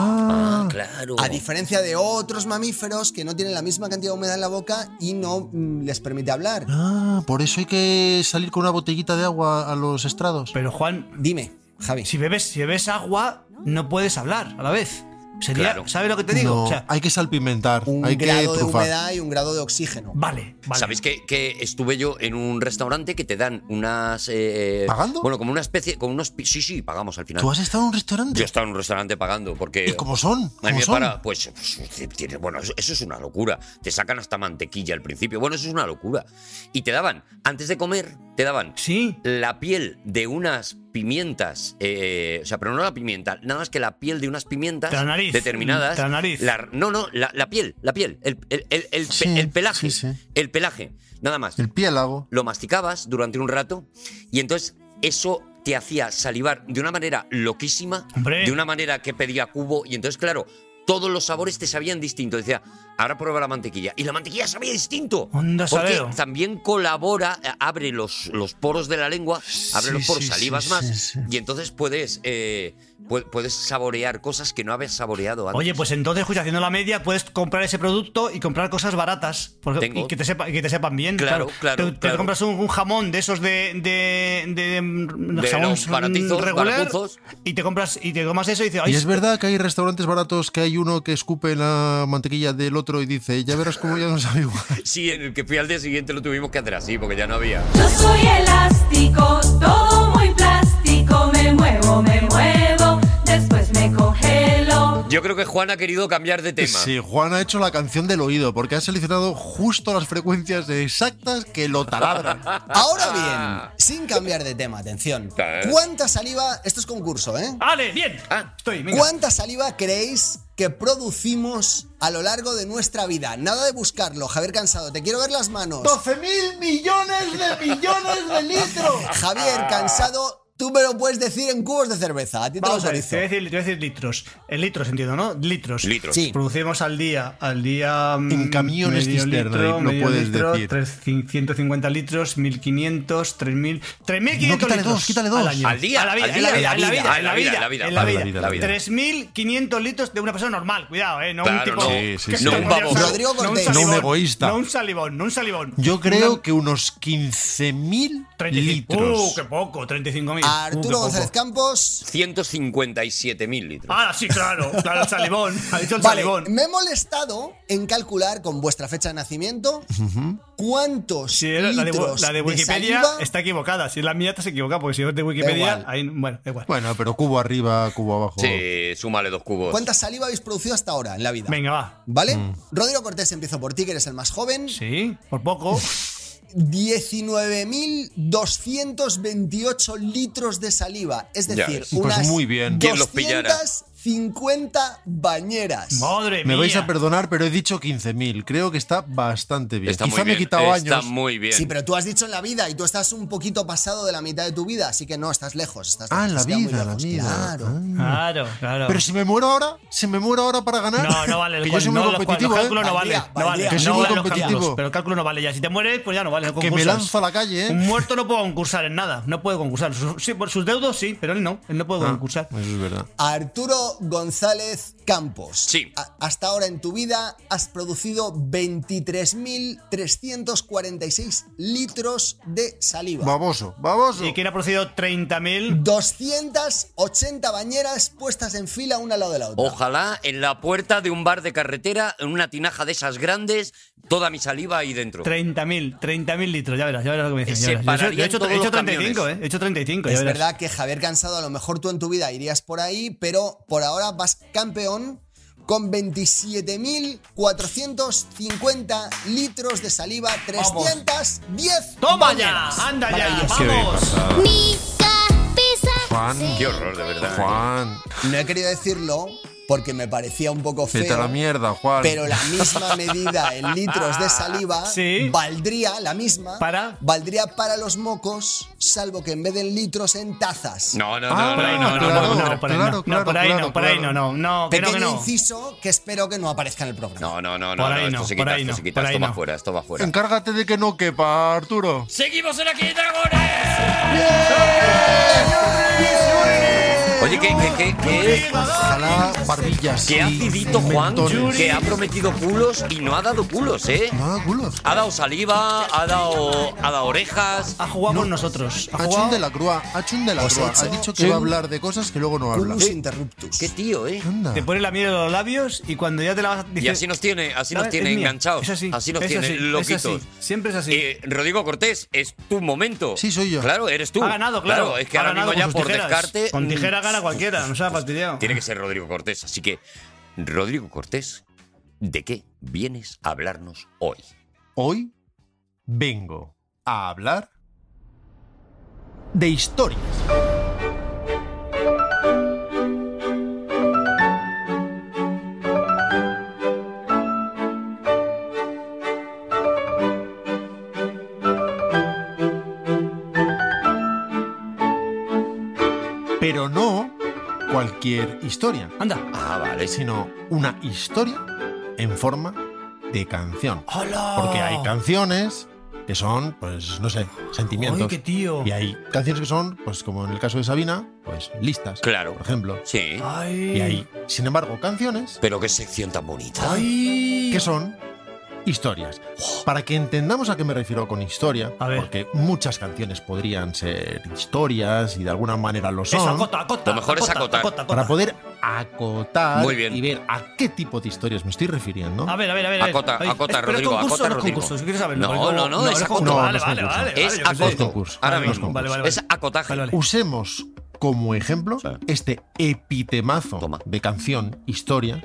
Speaker 1: Ah, claro.
Speaker 5: A diferencia de otros mamíferos que no tienen la misma cantidad de humedad en la boca y no mm, les permite hablar.
Speaker 3: Ah, por eso hay que salir con una botellita de agua a los estrados.
Speaker 4: Pero Juan,
Speaker 5: dime, Javi.
Speaker 4: Si bebes, si bebes agua, no puedes hablar a la vez. Sería, ¿Sabes lo que te digo?
Speaker 3: No,
Speaker 4: O sea,
Speaker 3: hay que salpimentar,
Speaker 5: Un
Speaker 3: hay que
Speaker 5: grado de
Speaker 3: trufar.
Speaker 5: humedad y un grado de oxígeno.
Speaker 4: vale, vale.
Speaker 1: ¿Sabéis que, que estuve yo en un restaurante que te dan unas. eh,
Speaker 3: ¿Pagando?
Speaker 1: Bueno, como una especie. Con unos. pi- Sí, sí, pagamos al final.
Speaker 3: ¿Tú has estado en un restaurante?
Speaker 1: Yo estaba en un restaurante pagando porque.
Speaker 3: ¿Y cómo son?
Speaker 1: A mí
Speaker 3: ¿Cómo
Speaker 1: me
Speaker 3: son?
Speaker 1: para, pues, pues, tiene- bueno, eso, eso es una locura. Te sacan hasta mantequilla al principio. Bueno, eso es una locura. Y te daban, antes de comer, te daban
Speaker 4: Sí.
Speaker 1: la piel de unas pimientas, eh, o sea, pero no la pimienta, nada más que la piel de unas pimientas
Speaker 4: De la nariz,
Speaker 1: determinadas.
Speaker 4: de la nariz.
Speaker 1: no, no, la, la piel, la piel, el, el- el- el pe-
Speaker 3: Sí,
Speaker 1: el pelaje,
Speaker 3: sí, sí.
Speaker 1: el pelaje, nada más
Speaker 3: El piélago.
Speaker 1: lo masticabas durante un rato y entonces eso te hacía salivar de una manera loquísima,
Speaker 4: Hombre.
Speaker 1: de una manera que pedía cubo y entonces claro, todos los sabores te sabían distinto. Decía, ahora prueba la mantequilla. Y la mantequilla sabía distinto.
Speaker 4: Onda
Speaker 1: porque
Speaker 4: salero.
Speaker 1: también colabora, eh, abre los, los poros de la lengua, abre
Speaker 3: Sí,
Speaker 1: los poros,
Speaker 3: sí,
Speaker 1: salivas
Speaker 3: sí,
Speaker 1: más.
Speaker 3: sí, sí.
Speaker 1: Y entonces puedes, eh, pu- puedes saborear cosas que no habías saboreado antes.
Speaker 4: Oye, pues entonces, escucha, haciendo la media, puedes comprar ese producto y comprar cosas baratas. porque-
Speaker 1: Tengo.
Speaker 4: y, que te sepa- y que te sepan bien.
Speaker 1: Claro, claro,
Speaker 4: Te, te
Speaker 1: claro.
Speaker 4: compras un, un jamón de esos de. de, de, de jamón
Speaker 1: los baratizos, baratuzos.
Speaker 4: Y te compras y te tomas eso y dices,
Speaker 3: Y
Speaker 4: "Ay,
Speaker 3: es verdad que hay restaurantes baratos que hay uno que escupe la mantequilla del otro y dice, ya verás cómo ya no sabe igual.
Speaker 1: Sí, en el que fui al día siguiente lo tuvimos que hacer así porque ya no había.
Speaker 10: Yo soy elástico, todo muy plástico, me muevo, me muevo, después me congelo.
Speaker 1: Yo creo que Juan ha querido cambiar de <laughs> tema.
Speaker 3: Sí, Juan ha hecho la canción del oído porque ha seleccionado justo las frecuencias exactas que lo
Speaker 4: <laughs>
Speaker 3: taladran.
Speaker 5: Ahora bien, sin cambiar de tema, atención.
Speaker 1: Claé.
Speaker 5: ¿Cuánta saliva? Esto es concurso, ¿eh?
Speaker 4: ¡Ale, bien! Estoy, venga.
Speaker 5: ¿Cuánta saliva creéis que producimos a lo largo de nuestra vida? Nada de buscarlo, Javier Cansado. Te quiero ver las manos.
Speaker 3: 12 mil millones de millones de litros.
Speaker 5: <laughs> Javier Cansado, tú me lo puedes decir en cubos de cerveza. A ti te lo
Speaker 4: Vamos a ver, te
Speaker 5: autorizo.
Speaker 4: voy a, decir, te voy a decir litros. En litros, entiendo, ¿no? Litros.
Speaker 1: Litros.
Speaker 5: Sí.
Speaker 4: Producimos al día, al día. mm,
Speaker 3: En camiones
Speaker 4: medio
Speaker 3: cisterna,
Speaker 4: litro,
Speaker 3: David, no
Speaker 4: medio
Speaker 3: puedes
Speaker 4: litro,
Speaker 3: decir.
Speaker 4: tres- cin- 150 litros, 1500, 3000. 3500
Speaker 3: No, quítale
Speaker 4: litros
Speaker 3: dos, quítale dos.
Speaker 4: Al, año.
Speaker 1: Al día,
Speaker 4: A la vida,
Speaker 1: al
Speaker 4: en la
Speaker 1: día,
Speaker 4: vida, en la vida,
Speaker 1: ah,
Speaker 4: en la vida, en la vida.
Speaker 1: vale, la vida.
Speaker 4: 3500 litros de una persona normal, cuidado, ¿eh? No un
Speaker 1: Claro,
Speaker 4: tipo.
Speaker 1: no.
Speaker 3: Sí, sí,
Speaker 4: que-
Speaker 3: sí.
Speaker 4: que
Speaker 3: No un
Speaker 4: podría
Speaker 1: baboso.
Speaker 4: ser-
Speaker 5: Rodrigo Cortés.
Speaker 3: No un
Speaker 4: salivón,
Speaker 3: egoísta.
Speaker 4: No un salivón, no un salivón.
Speaker 3: Yo creo
Speaker 4: Una-
Speaker 3: que unos 15.000
Speaker 4: 35
Speaker 3: litros.
Speaker 4: Uh, qué poco, 35.000.
Speaker 5: A
Speaker 4: Uh, qué
Speaker 5: Arturo
Speaker 4: poco.
Speaker 5: González Campos.
Speaker 1: 157.000 litros.
Speaker 4: Ah,
Speaker 1: <laughs>
Speaker 4: sí, claro, claro, el salivón. Ha dicho el
Speaker 5: Vale,
Speaker 4: salivón.
Speaker 5: me he molestado en calcular con vuestra fecha de nacimiento cuántos
Speaker 4: Si era Eh, la, de,
Speaker 5: litros
Speaker 4: la de Wikipedia
Speaker 5: saliva-
Speaker 4: está equivocada. Si es la mía, te has equivocado. Porque si es de
Speaker 5: Da
Speaker 4: Wikipedia,
Speaker 5: igual.
Speaker 4: ahí, bueno, da igual.
Speaker 3: Bueno, pero cubo arriba, cubo abajo.
Speaker 1: Sí, súmale dos cubos.
Speaker 5: ¿Cuánta saliva habéis producido hasta ahora en la vida?
Speaker 4: Venga, va.
Speaker 5: ¿Vale?
Speaker 3: Mm.
Speaker 5: Rodrigo Cortés, empiezo por ti, que eres el más joven.
Speaker 4: Sí, por poco.
Speaker 5: 19.228 litros de saliva. Es
Speaker 1: Ya
Speaker 5: decir,
Speaker 1: ves.
Speaker 3: Pues
Speaker 5: unas
Speaker 3: muy bien.
Speaker 1: ¿Quién los pillara?
Speaker 5: 250 bañeras.
Speaker 4: Madre mía.
Speaker 3: Me vais a perdonar, pero he dicho 15.000. Creo que está bastante bien.
Speaker 1: Está
Speaker 3: Quizá
Speaker 1: muy
Speaker 3: me he
Speaker 1: bien,
Speaker 3: quitado
Speaker 1: Está
Speaker 3: años.
Speaker 1: muy bien.
Speaker 5: Sí, pero tú has dicho en la vida y tú estás un poquito pasado de la mitad de tu vida, así que no, estás lejos. Estás
Speaker 3: Ah, en la
Speaker 5: estás ya muy
Speaker 3: vida, la
Speaker 5: lejos,
Speaker 3: vida.
Speaker 5: Claro.
Speaker 3: Ah.
Speaker 4: Claro, claro.
Speaker 3: Pero si me muero ahora, si me muero ahora para ganar.
Speaker 4: no, no vale. El
Speaker 3: Que yo soy muy
Speaker 4: no, los-
Speaker 3: competitivo,
Speaker 4: los
Speaker 3: ¿eh?
Speaker 4: cálculos no vale.
Speaker 5: Valdría,
Speaker 4: no vale.
Speaker 5: valdría.
Speaker 3: Que soy
Speaker 4: no
Speaker 3: muy
Speaker 4: vale los
Speaker 3: competitivo.
Speaker 4: cálculos, pero el cálculo no vale ya. Si te mueres, pues ya no vale. no
Speaker 3: Que me
Speaker 4: concursas.
Speaker 3: lanzo a la calle, ¿eh?
Speaker 4: Un muerto no puede concursar en nada. No puede concursar. Sus- sí, por sus deudos sí, pero él no. Él no puede
Speaker 3: Ah,
Speaker 4: concursar.
Speaker 3: Eso es verdad.
Speaker 5: Arturo González Campos.
Speaker 1: Sí.
Speaker 5: A- hasta ahora en tu vida has producido 23.346 litros de saliva.
Speaker 3: Baboso, baboso.
Speaker 4: Y quien ha producido 30.000.
Speaker 5: 280 bañeras puestas en fila una al lado de la otra.
Speaker 1: Ojalá en la puerta de un bar de carretera, en una tinaja de esas grandes, toda mi saliva ahí dentro.
Speaker 4: 30.000, 30.000 litros, ya verás, ya verás lo que me dicen.
Speaker 1: Se
Speaker 4: ya verás. Yo he hecho,
Speaker 1: pararían
Speaker 4: he hecho
Speaker 1: todos los
Speaker 4: 35, ¿eh? He hecho 35, ya
Speaker 5: Es
Speaker 4: verás.
Speaker 5: verdad que Javier Cansado, a lo mejor tú en tu vida irías por ahí, pero por ahora vas campeón con 27.450 litros de saliva, 310
Speaker 4: ¡Toma ya!
Speaker 5: bañeras.
Speaker 4: ¡Anda ya!
Speaker 5: Maravilloso.
Speaker 2: Qué bien
Speaker 4: ¡Vamos!
Speaker 2: pasada.
Speaker 3: Juan,
Speaker 1: Qué horror, de
Speaker 4: ¿eh?
Speaker 1: verdad.
Speaker 3: Juan,
Speaker 5: No he querido decirlo porque me parecía un poco
Speaker 3: vete a la
Speaker 5: feo.
Speaker 3: mierda, Juan.
Speaker 5: Pero la misma medida en litros de saliva
Speaker 4: <laughs> Sí.
Speaker 5: valdría, la misma,
Speaker 4: Para.
Speaker 5: valdría para los mocos, salvo que en vez de en litros, en tazas.
Speaker 1: No, no, no,
Speaker 3: Ah,
Speaker 4: Por ahí
Speaker 1: no,
Speaker 4: no,
Speaker 1: no,
Speaker 3: claro,
Speaker 4: no, no, por ahí
Speaker 3: claro,
Speaker 4: no. No,
Speaker 3: claro,
Speaker 4: por ahí no,
Speaker 3: claro,
Speaker 4: por ahí no,
Speaker 3: claro.
Speaker 4: no, no, que no,
Speaker 5: Pequeño
Speaker 4: que no.
Speaker 5: inciso que espero que no aparezca en el programa.
Speaker 1: no. No, no, no,
Speaker 4: Por
Speaker 1: no,
Speaker 4: ahí
Speaker 1: esto
Speaker 4: no,
Speaker 1: se
Speaker 4: por
Speaker 1: quita,
Speaker 4: ahí
Speaker 1: esto
Speaker 4: no,
Speaker 1: se quita,
Speaker 4: por
Speaker 1: esto
Speaker 4: ahí
Speaker 1: va
Speaker 4: no.
Speaker 1: fuera, esto va fuera.
Speaker 3: Encárgate de que no quepa, Arturo.
Speaker 1: ¡Seguimos en Aquí Dragones! Oye, que, que, que, que-
Speaker 3: Ojalá barbillas.
Speaker 1: Qué
Speaker 3: y
Speaker 1: acidito, Juan,
Speaker 3: mentones.
Speaker 1: que ha prometido culos y no ha dado culos, ¿eh?
Speaker 3: No ha dado culos.
Speaker 1: Ha dado saliva, ha dado, ha dado orejas.
Speaker 4: Ha jugado con nosotros.
Speaker 3: Ha hecho un de la crua, ha hecho un de la
Speaker 5: Os he
Speaker 3: crua. Ha
Speaker 5: hecho
Speaker 3: dicho que
Speaker 1: sí.
Speaker 3: va a hablar de cosas que luego no habla.
Speaker 5: Culus interruptus.
Speaker 1: Qué tío, ¿eh?
Speaker 3: Anda.
Speaker 4: Te pone la miel en los labios y cuando ya te la vas a
Speaker 1: Y así nos tiene, así nos
Speaker 4: ¿sabes?
Speaker 1: tiene
Speaker 4: Es mía.
Speaker 1: enganchados.
Speaker 4: Es así,
Speaker 1: Así, nos
Speaker 4: es
Speaker 1: tiene
Speaker 4: así, es
Speaker 1: loquitos.
Speaker 4: así. Siempre es así.
Speaker 1: Eh, Rodrigo Cortés, es tu momento.
Speaker 3: Sí, soy yo.
Speaker 1: Claro, eres tú.
Speaker 4: Ha ganado, claro.
Speaker 1: es que
Speaker 4: Ha
Speaker 1: ahora mismo
Speaker 4: ganado con
Speaker 1: ya
Speaker 4: sus
Speaker 1: por
Speaker 4: tijeras.
Speaker 1: descarte.
Speaker 4: Con
Speaker 1: mm,
Speaker 4: tijera gana cualquiera, nos ha fastidiado.
Speaker 1: Tiene que ser Rodrigo Cortés. Así que, Rodrigo Cortés, ¿de qué vienes a hablarnos hoy?
Speaker 3: Hoy vengo a hablar de historias. Pero no cualquier historia,
Speaker 4: Anda.
Speaker 1: Ah, vale.
Speaker 3: sino una historia en forma de canción. Porque hay canciones que son, pues, no sé, sentimientos.
Speaker 4: Oye, qué tío.
Speaker 3: Y hay canciones que son, pues, como en el caso de Sabina, pues, listas.
Speaker 1: Claro.
Speaker 3: Por ejemplo.
Speaker 1: Sí.
Speaker 4: Ay.
Speaker 3: Y hay, sin embargo, canciones
Speaker 1: Pero qué sección tan bonita.
Speaker 4: Ay.
Speaker 3: que son historias. Para que entendamos a qué me refiero con historia,
Speaker 4: A ver.
Speaker 3: porque muchas canciones podrían ser historias y de alguna manera lo son.
Speaker 4: Eso, acota, acota.
Speaker 1: Lo mejor es
Speaker 4: acota,
Speaker 1: acotar.
Speaker 4: acota, acota.
Speaker 3: Para poder acotar
Speaker 1: Muy bien.
Speaker 3: y ver a qué tipo de historias me estoy refiriendo.
Speaker 4: A ver, a ver, a ver. a ver.
Speaker 1: Acota,
Speaker 4: Oye,
Speaker 1: acota,
Speaker 4: ¿es- pero
Speaker 1: Rodrigo,
Speaker 4: es concurso
Speaker 1: acota,
Speaker 4: o no es
Speaker 1: Rodrigo.
Speaker 4: concurso? Yo quiero saberlo,
Speaker 1: No,
Speaker 4: porque
Speaker 1: no, no, es
Speaker 4: concurso.
Speaker 3: acoto.
Speaker 4: Vale,
Speaker 3: No,
Speaker 4: vale,
Speaker 3: no es
Speaker 4: vale.
Speaker 1: Es
Speaker 4: vale, yo qué sé.
Speaker 3: Es concurso.
Speaker 1: acoto. Ahora
Speaker 3: Vale,
Speaker 1: mismo.
Speaker 4: vale, vale, vale.
Speaker 1: Es acotaje.
Speaker 4: Vale, vale.
Speaker 3: Usemos como ejemplo
Speaker 1: Sí.
Speaker 3: este epitemazo
Speaker 1: Toma.
Speaker 3: de canción Historia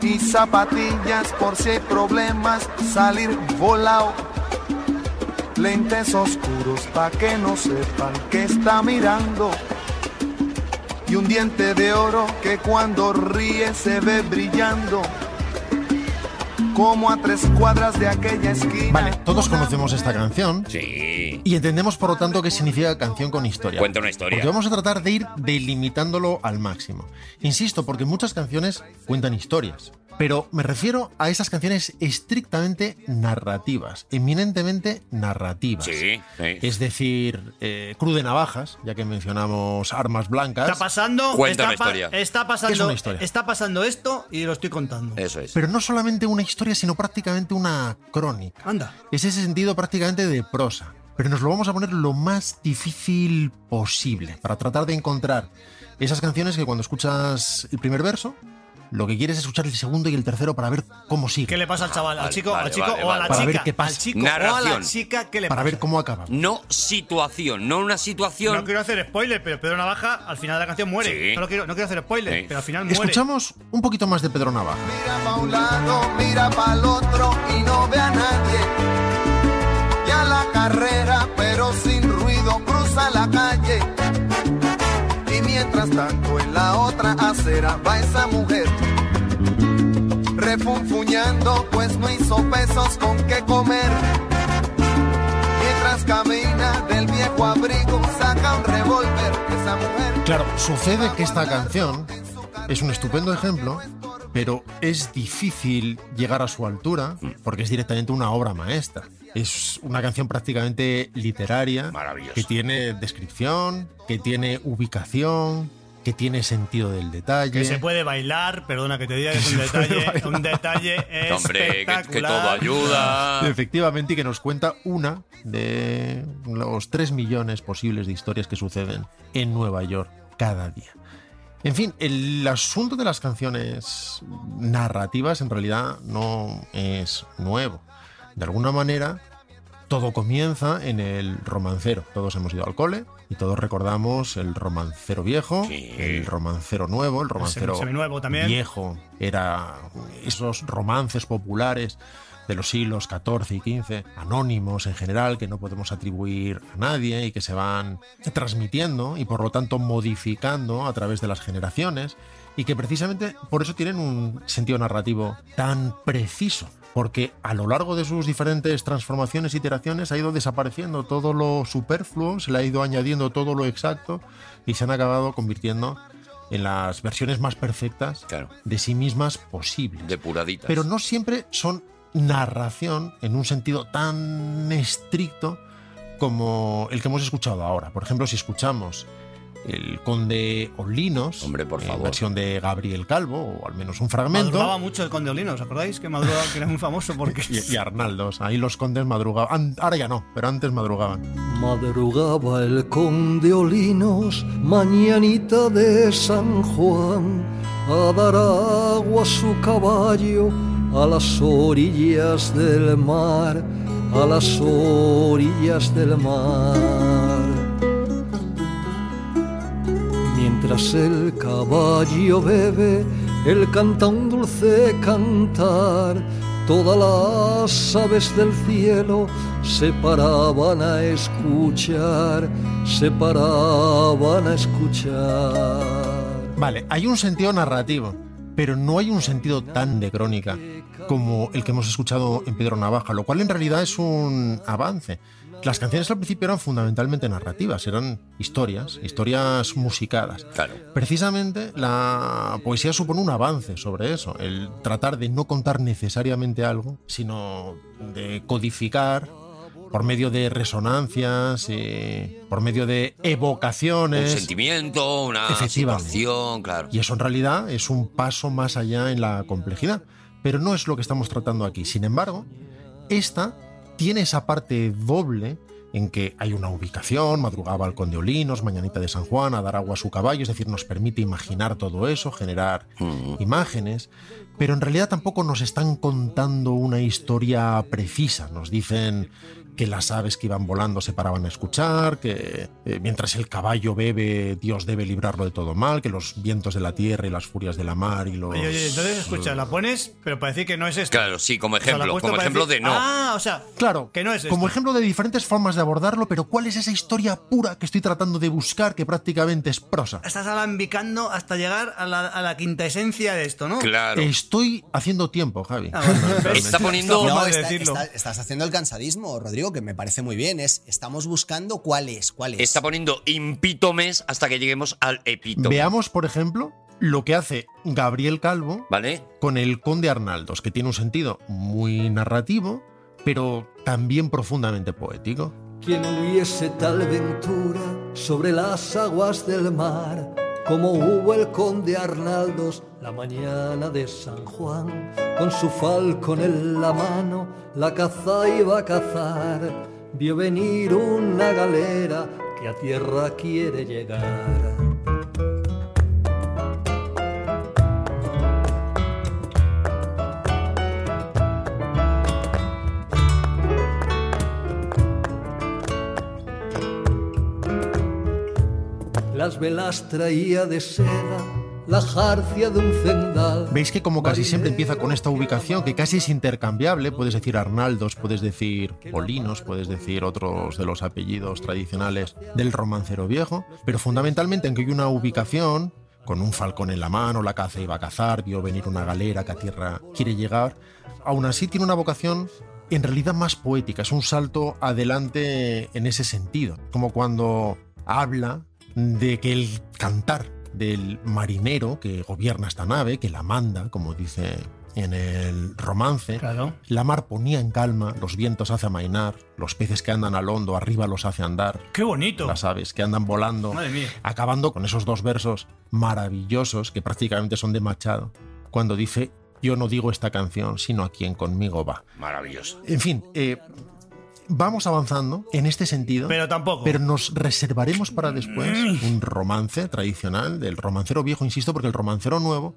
Speaker 12: y zapatillas por si hay problemas salir volado. Lentes oscuros pa' que no sepan que está mirando. Y un diente de oro que cuando ríe se ve brillando. Como a tres cuadras de aquella esquina.
Speaker 3: Vale, todos conocemos esta canción
Speaker 1: Sí.
Speaker 3: y entendemos por lo tanto qué significa canción con historia.
Speaker 1: Cuenta una historia.
Speaker 3: Porque vamos a tratar de ir delimitándolo al máximo. Insisto, porque muchas canciones cuentan historias. Pero me refiero a esas canciones estrictamente narrativas, eminentemente narrativas.
Speaker 1: Sí, sí.
Speaker 3: Es decir, eh, Cruz de Navajas, ya que mencionamos armas blancas.
Speaker 4: Está pasando.
Speaker 1: Cuenta
Speaker 4: está
Speaker 1: una
Speaker 4: pa-
Speaker 1: historia.
Speaker 4: Está pasando.
Speaker 3: Es una historia.
Speaker 4: Está pasando esto y lo estoy contando.
Speaker 1: Eso es.
Speaker 3: Pero no solamente una historia, sino prácticamente una crónica.
Speaker 4: Anda.
Speaker 3: Es ese sentido prácticamente de prosa. Pero nos lo vamos a poner lo más difícil posible para tratar de encontrar esas canciones que cuando escuchas el primer verso, lo que quieres es escuchar el segundo y el tercero para ver cómo sigue.
Speaker 4: ¿Qué le pasa al chaval?
Speaker 1: vale,
Speaker 4: al chico,
Speaker 1: vale,
Speaker 4: al chico
Speaker 1: vale,
Speaker 4: o a
Speaker 1: vale.
Speaker 4: la
Speaker 3: Para
Speaker 4: chica.
Speaker 3: ver qué pasa.
Speaker 4: Al chico o a la
Speaker 1: Narración.
Speaker 4: chica, ¿qué le
Speaker 3: para
Speaker 4: pasa?
Speaker 3: ver cómo acaba.
Speaker 1: No situación, no una
Speaker 4: No
Speaker 1: situación.
Speaker 4: quiero hacer spoiler, pero Pedro Navaja al final de la canción muere.
Speaker 1: Sí.
Speaker 4: No, lo quiero, no quiero hacer spoiler,
Speaker 1: Sí.
Speaker 4: pero al final muere.
Speaker 3: Escuchamos un poquito más de Pedro Navaja.
Speaker 12: Mira pa' un lado, mira pa'l otro y no ve a nadie. Ya la carrera, pero sin ruido, cruza la calle. Y mientras tanto, en la otra acera va esa mujer. Refunfuñando, pues no hizo pesos con qué comer. Mientras camina del viejo abrigo, saca un revólver. Esa mujer.
Speaker 3: Claro, sucede que esta canción es un estupendo ejemplo, pero es difícil llegar a su altura porque es directamente una obra maestra. Es una canción prácticamente literaria
Speaker 1: Maravilloso.
Speaker 3: que tiene descripción, que tiene ubicación, que tiene sentido del detalle.
Speaker 4: Que se puede bailar, perdona que te diga
Speaker 1: <laughs>
Speaker 4: que es un detalle, un detalle
Speaker 1: Hombre, que, que todo
Speaker 4: espectacular. Ah.
Speaker 1: ayuda.
Speaker 3: Efectivamente, y que nos cuenta una de los 3 millones posibles de historias que suceden en Nueva York cada día. En fin, el asunto de las canciones narrativas en realidad no es nuevo. De alguna manera, todo comienza en el romancero. Todos hemos ido al cole y todos recordamos el romancero viejo,
Speaker 1: Sí.
Speaker 3: el romancero nuevo,
Speaker 4: Pues
Speaker 3: el romancero
Speaker 4: semi- seminuevo también.
Speaker 3: viejo. Era esos romances populares de los siglos XIV y XV, anónimos en general, que no podemos atribuir a nadie y que se van transmitiendo y por lo tanto modificando a través de las generaciones y que precisamente por eso tienen un sentido narrativo tan preciso, porque a lo largo de sus diferentes transformaciones e iteraciones ha ido desapareciendo todo lo superfluo, se le ha ido añadiendo todo lo exacto y se han acabado convirtiendo en las versiones más perfectas de sí mismas posibles.
Speaker 1: Depuraditas.
Speaker 3: Pero no siempre son narración en un sentido tan estricto como el que hemos escuchado ahora. Por ejemplo, si escuchamos el Conde Olinos,
Speaker 1: Hombre, por
Speaker 3: en
Speaker 1: favor.
Speaker 3: versión de Gabriel Calvo, o al menos un fragmento,
Speaker 4: Madrugaba mucho el Conde Olino, ¿os acordáis? Que madrugaba, que era muy famoso
Speaker 1: <laughs>
Speaker 4: porque...
Speaker 3: y, y Arnaldos, ahí los condes madrugaban. An- Ahora ya no, pero antes madrugaban.
Speaker 13: Madrugaba el conde Olinos, mañanita de San Juan, a dar agua a su caballo a las orillas del mar, a las orillas del mar. Mientras el caballo bebe, él canta un dulce cantar. Todas las aves del cielo se paraban a escuchar, se paraban a escuchar.
Speaker 3: Vale, hay un sentido narrativo, pero no hay un sentido tan de crónica como el que hemos escuchado en Pedro Navaja, lo cual en realidad es un avance. Las canciones al principio eran fundamentalmente narrativas, eran historias, historias musicadas. Precisamente la poesía supone un avance sobre eso, el tratar de no contar necesariamente algo, sino de codificar por medio de resonancias, eh, por medio de
Speaker 1: Un
Speaker 3: evocaciones.
Speaker 1: sentimiento, una
Speaker 3: Efectivamente.
Speaker 1: situación, claro.
Speaker 3: Y eso en realidad es un paso más allá en la complejidad. Pero no es lo que estamos tratando aquí. Sin embargo, esta tiene esa parte doble en que hay una ubicación, madrugaba al conde Olinos, mañanita de San Juan, a dar agua a su caballo, es decir, nos permite imaginar todo eso, generar imágenes, pero en realidad tampoco nos están contando una historia precisa, nos dicen que las aves que iban volando se paraban a escuchar, que eh, mientras el caballo bebe, Dios debe librarlo de todo mal, que los vientos de la tierra y las furias de la mar y los...
Speaker 4: <laughs> Oye, oye, entonces, escucha, la pones, pero para decir que no es esto.
Speaker 1: Claro, sí, como
Speaker 4: O sea, la
Speaker 1: ejemplo,
Speaker 4: he puesto
Speaker 1: como
Speaker 4: para
Speaker 1: ejemplo
Speaker 4: decir,
Speaker 1: de no.
Speaker 4: Ah, o sea,
Speaker 3: Claro,
Speaker 4: que no es esto.
Speaker 3: como ejemplo de diferentes formas de abordarlo, pero ¿cuál es esa historia pura que estoy tratando de buscar que prácticamente es prosa?
Speaker 4: Estás alambicando hasta llegar a la, a la quinta esencia de esto, ¿no?
Speaker 3: Estoy haciendo tiempo, Javi.
Speaker 4: Ah,
Speaker 3: <laughs>
Speaker 4: Está poniendo-
Speaker 5: No,
Speaker 4: Forma de
Speaker 5: está-
Speaker 4: decirlo.
Speaker 5: está- estás haciendo el cansadismo, Rodrigo, que me parece muy bien. Es, estamos buscando cuál es, cuál es.
Speaker 1: Está poniendo impítomes hasta que lleguemos al epítome.
Speaker 3: Veamos, por ejemplo, lo que hace Gabriel Calvo
Speaker 1: ¿Vale?
Speaker 3: con el Conde Arnaldos, que tiene un sentido muy narrativo, pero también profundamente poético.
Speaker 13: Quien hubiese tal ventura sobre las aguas del mar, como hubo el conde Arnaldos la mañana de San Juan, con su falcón en la mano, la caza iba a cazar, vio venir una galera que a tierra quiere llegar. Las velas traía de seda, la jarcia de un cendal.
Speaker 3: Veis que como casi siempre empieza con esta ubicación, que casi es intercambiable, puedes decir Arnaldos, puedes decir Polinos, puedes decir otros de los apellidos tradicionales del romancero viejo, pero fundamentalmente en que hay una ubicación, con un falcón en la mano, la caza iba a cazar, vio venir una galera que a tierra quiere llegar, aún así tiene una vocación en realidad más poética, es un salto adelante en ese sentido, como cuando habla de que el cantar del marinero que gobierna esta nave, que la manda, como dice en el romance, la mar ponía en calma, los vientos hace amainar, los peces que andan al hondo arriba los hace andar.
Speaker 4: ¡Qué bonito!
Speaker 3: Las aves que andan volando,
Speaker 4: Madre mía.
Speaker 3: acabando con esos dos versos maravillosos que prácticamente son de Machado, cuando dice, yo no digo esta canción, sino a quien conmigo va.
Speaker 1: Maravilloso.
Speaker 3: En fin, eh, vamos avanzando en este sentido.
Speaker 4: Pero tampoco.
Speaker 3: Pero nos reservaremos para después un romance tradicional del romancero viejo, insisto, porque el romancero nuevo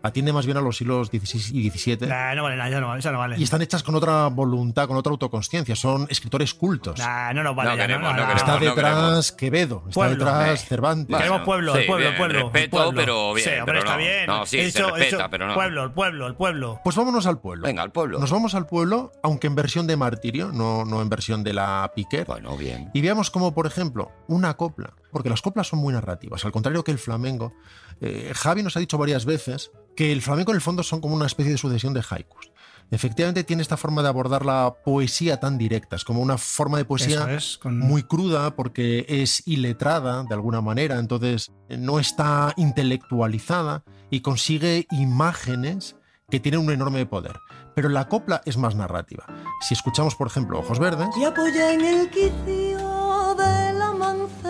Speaker 3: atiende más bien a los siglos XVI y XVII.
Speaker 4: Nah, no vale, nah, ya no, vale, esa no vale.
Speaker 3: Y están hechas con otra voluntad, con otra autoconsciencia. Son escritores cultos.
Speaker 4: Nah, no nos vale.
Speaker 1: No
Speaker 4: ya,
Speaker 1: queremos, no queremos.
Speaker 3: está
Speaker 1: no
Speaker 3: detrás Quevedo, está
Speaker 4: Pueblo,
Speaker 3: detrás
Speaker 4: eh.
Speaker 3: Cervantes.
Speaker 1: Bueno,
Speaker 4: Queremos pueblo, el
Speaker 1: sí,
Speaker 4: pueblo, el
Speaker 1: bien,
Speaker 4: pueblo. el
Speaker 1: respeto,
Speaker 4: pueblo.
Speaker 1: pero bien,
Speaker 4: Sí, hombre,
Speaker 1: pero
Speaker 4: está
Speaker 1: no.
Speaker 4: bien.
Speaker 1: No, sí,
Speaker 4: He
Speaker 1: se
Speaker 4: dicho- he dicho
Speaker 1: respeta, pero no.
Speaker 4: Pueblo, el pueblo, el pueblo.
Speaker 3: Pues vámonos al pueblo.
Speaker 1: Venga, al pueblo.
Speaker 3: Nos vamos al pueblo, aunque en versión de martirio, no, no en versión de la piquer.
Speaker 1: Bueno, bien.
Speaker 3: Y veamos cómo, por ejemplo, una copla, porque las coplas son muy narrativas, al contrario que el flamenco. eh, Javi nos ha dicho varias veces que el flamenco en el fondo son como una especie de sucesión de haikus. Efectivamente tiene esta forma de abordar la poesía tan directa, es como una forma de
Speaker 4: Eso
Speaker 3: poesía
Speaker 4: es, con-
Speaker 3: muy cruda porque es iletrada de alguna manera, entonces eh, no está intelectualizada y consigue imágenes que tienen un enorme poder. Pero la copla es más narrativa. Si escuchamos, por ejemplo, Ojos Verdes,
Speaker 14: Y apoya en el quicio de la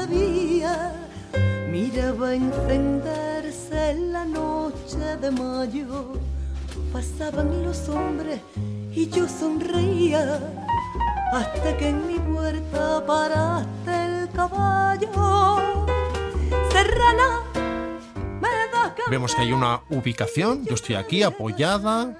Speaker 14: manzanilla, miraba encenderse la noche de mayo. Pasaban los hombres y yo sonreía, hasta que en mi puerta paraste el caballo. Serrana, me das
Speaker 3: vemos que hay una ubicación, yo estoy aquí apoyada,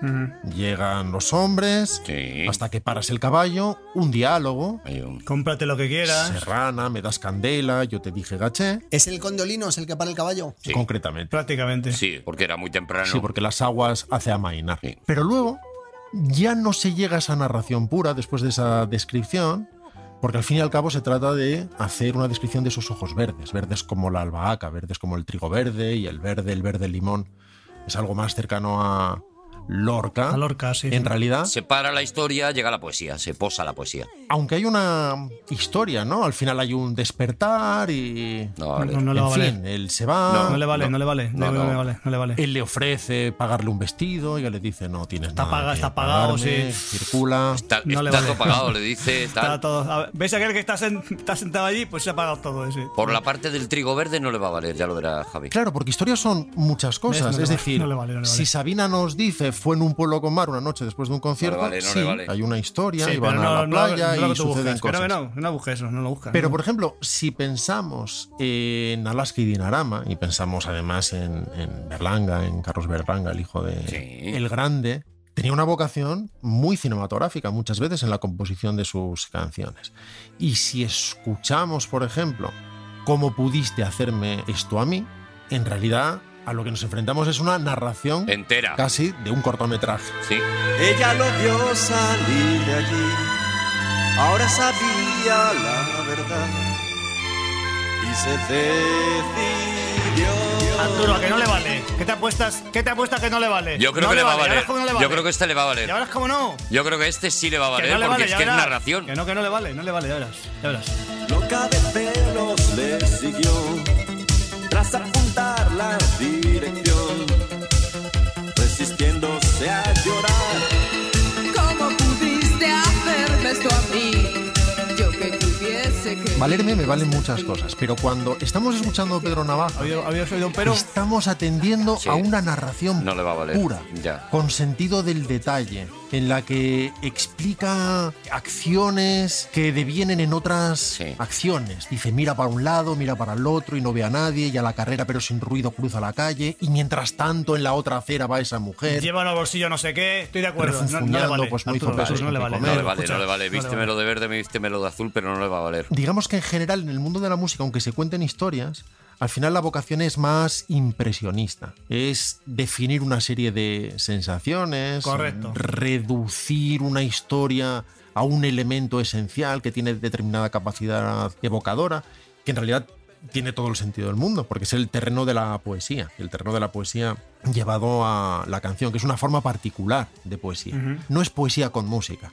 Speaker 3: llegan los hombres, hasta que paras el caballo, un diálogo,
Speaker 4: Cómprate lo que quieras.
Speaker 3: serrana, me das candela, yo te dije gaché,
Speaker 5: ¿Es el condolino, es el que para el caballo?
Speaker 1: Sí.
Speaker 3: concretamente.
Speaker 4: Prácticamente.
Speaker 1: Sí, porque era muy temprano.
Speaker 3: Sí, porque las aguas hace amainar.
Speaker 1: Sí.
Speaker 3: Pero luego ya no se llega a esa narración pura después de esa descripción, porque al fin y al cabo se trata de hacer una descripción de esos ojos verdes, verdes como la albahaca, verdes como el trigo verde y el verde, el verde limón. Es algo más cercano a Lorca.
Speaker 4: A Lorca, sí.
Speaker 3: En realidad,
Speaker 1: Se para la historia, llega la poesía, se posa la poesía.
Speaker 3: aunque hay una historia, ¿no? Al final hay un despertar y...
Speaker 1: No, vale.
Speaker 4: No, no le va a
Speaker 3: en
Speaker 4: valer.
Speaker 3: fin, él se va...
Speaker 4: No le vale, no, le vale.
Speaker 1: no,
Speaker 4: No,
Speaker 1: no.
Speaker 4: le vale, no le vale.
Speaker 3: Él le ofrece pagarle un vestido y ella le dice, no tienes
Speaker 4: Está
Speaker 3: nada
Speaker 4: paga-
Speaker 3: que
Speaker 4: está pagado,
Speaker 3: pagarme,
Speaker 4: sí.
Speaker 3: Circula.
Speaker 1: Está,
Speaker 4: No le
Speaker 1: está
Speaker 4: vale.
Speaker 1: todo pagado, le
Speaker 4: <laughs>
Speaker 1: dice. tal.
Speaker 4: Está todo. a ver, ¿Ves aquel que está, sen- está sentado allí? Pues se ha pagado todo ese.
Speaker 1: Por la parte del trigo verde no le va a valer, ya lo verá Javi.
Speaker 3: Claro, porque historias son muchas
Speaker 4: ¿Ves?
Speaker 3: cosas.
Speaker 4: No le
Speaker 3: es
Speaker 4: vale,
Speaker 3: decir,
Speaker 4: no le vale, no le vale.
Speaker 3: si Sabina nos dice fue en un pueblo con mar una noche después de un concierto,
Speaker 1: vale, no le
Speaker 3: sí,
Speaker 1: vale.
Speaker 3: hay una historia
Speaker 4: Sí,
Speaker 3: y van
Speaker 4: pero
Speaker 3: a
Speaker 4: no-
Speaker 3: la
Speaker 4: no lo-
Speaker 3: playa
Speaker 4: no lo
Speaker 3: y
Speaker 4: que tú
Speaker 3: suceden
Speaker 4: buscas.
Speaker 3: cosas.
Speaker 4: Pero no, no busques eso, no lo buscas.
Speaker 3: Pero, por ejemplo, si pensamos en Alaska y Dinarama, y pensamos además en, en Berlanga, en Carlos Berlanga, el hijo de
Speaker 1: Sí.
Speaker 3: El Grande, tenía una vocación muy cinematográfica muchas veces en la composición de sus canciones. Y si escuchamos, por ejemplo, cómo pudiste hacerme esto a mí, en realidad a lo que nos enfrentamos es una narración
Speaker 1: Entera.
Speaker 3: casi de un cortometraje.
Speaker 1: Sí.
Speaker 15: Ella lo vio salir de allí, ahora sabía la verdad y se decidió.
Speaker 4: Arturo, ¿a que no le vale. ¿Qué te apuestas? ¿Qué te apuestas que no le vale?
Speaker 1: Yo creo
Speaker 4: No
Speaker 1: que le va
Speaker 4: vale,
Speaker 1: a
Speaker 4: ¿y ahora
Speaker 1: valer.
Speaker 4: cómo no le
Speaker 1: Yo
Speaker 4: vale?
Speaker 1: creo que este le va a
Speaker 4: ¿Y
Speaker 1: valer.
Speaker 4: ahora es como no?
Speaker 1: Yo creo que este sí le va a
Speaker 4: Que
Speaker 1: valer
Speaker 4: no le
Speaker 1: porque
Speaker 4: vale,
Speaker 1: es
Speaker 4: ya
Speaker 1: que es
Speaker 4: verás.
Speaker 1: narración.
Speaker 4: Que no, que no le vale, no le vale, ya verás. Ya verás.
Speaker 15: Loca de celos le siguió, tras apuntar la dirección, resistiéndose a llorar.
Speaker 14: ¿Cómo pudiste hacerme esto a mí? Yo que tuviese que.
Speaker 3: Valerme me valen muchas cosas, pero cuando estamos escuchando a Pedro Navaja,
Speaker 4: ¿Había- ¿Habías oído un pero?
Speaker 3: estamos atendiendo
Speaker 1: Sí.
Speaker 3: a una narración
Speaker 1: No le va a valer.
Speaker 3: pura,
Speaker 1: Ya.
Speaker 3: con sentido del detalle, en la que explica acciones que devienen en otras
Speaker 1: Sí.
Speaker 3: acciones. Dice, mira para un lado, mira para el otro y no ve a nadie, y a la carrera pero sin ruido cruza la calle, y mientras tanto en la otra acera va esa mujer.
Speaker 4: Lleva en el bolsillo no sé qué, estoy de acuerdo. No, no le
Speaker 3: Refunfuñando,
Speaker 4: vale.
Speaker 3: pues, muy
Speaker 4: Arturo,
Speaker 3: forzoso,
Speaker 4: Jesús, no le vale.
Speaker 3: comer.
Speaker 1: No le vale,
Speaker 4: Escucha,
Speaker 1: no le vale. Vístemelo de verde, vístemelo de azul, pero no le va a valer.
Speaker 3: Digamos que en general en el mundo de la música, aunque se cuenten historias, al final la vocación es más impresionista. Es definir una serie de sensaciones,
Speaker 4: Correcto.
Speaker 3: reducir una historia a un elemento esencial que tiene determinada capacidad evocadora, que en realidad tiene todo el sentido del mundo, porque es el terreno de la poesía, el terreno de la poesía llevado a la canción, que es una forma particular de poesía.
Speaker 4: Ujú.
Speaker 3: No es poesía con música,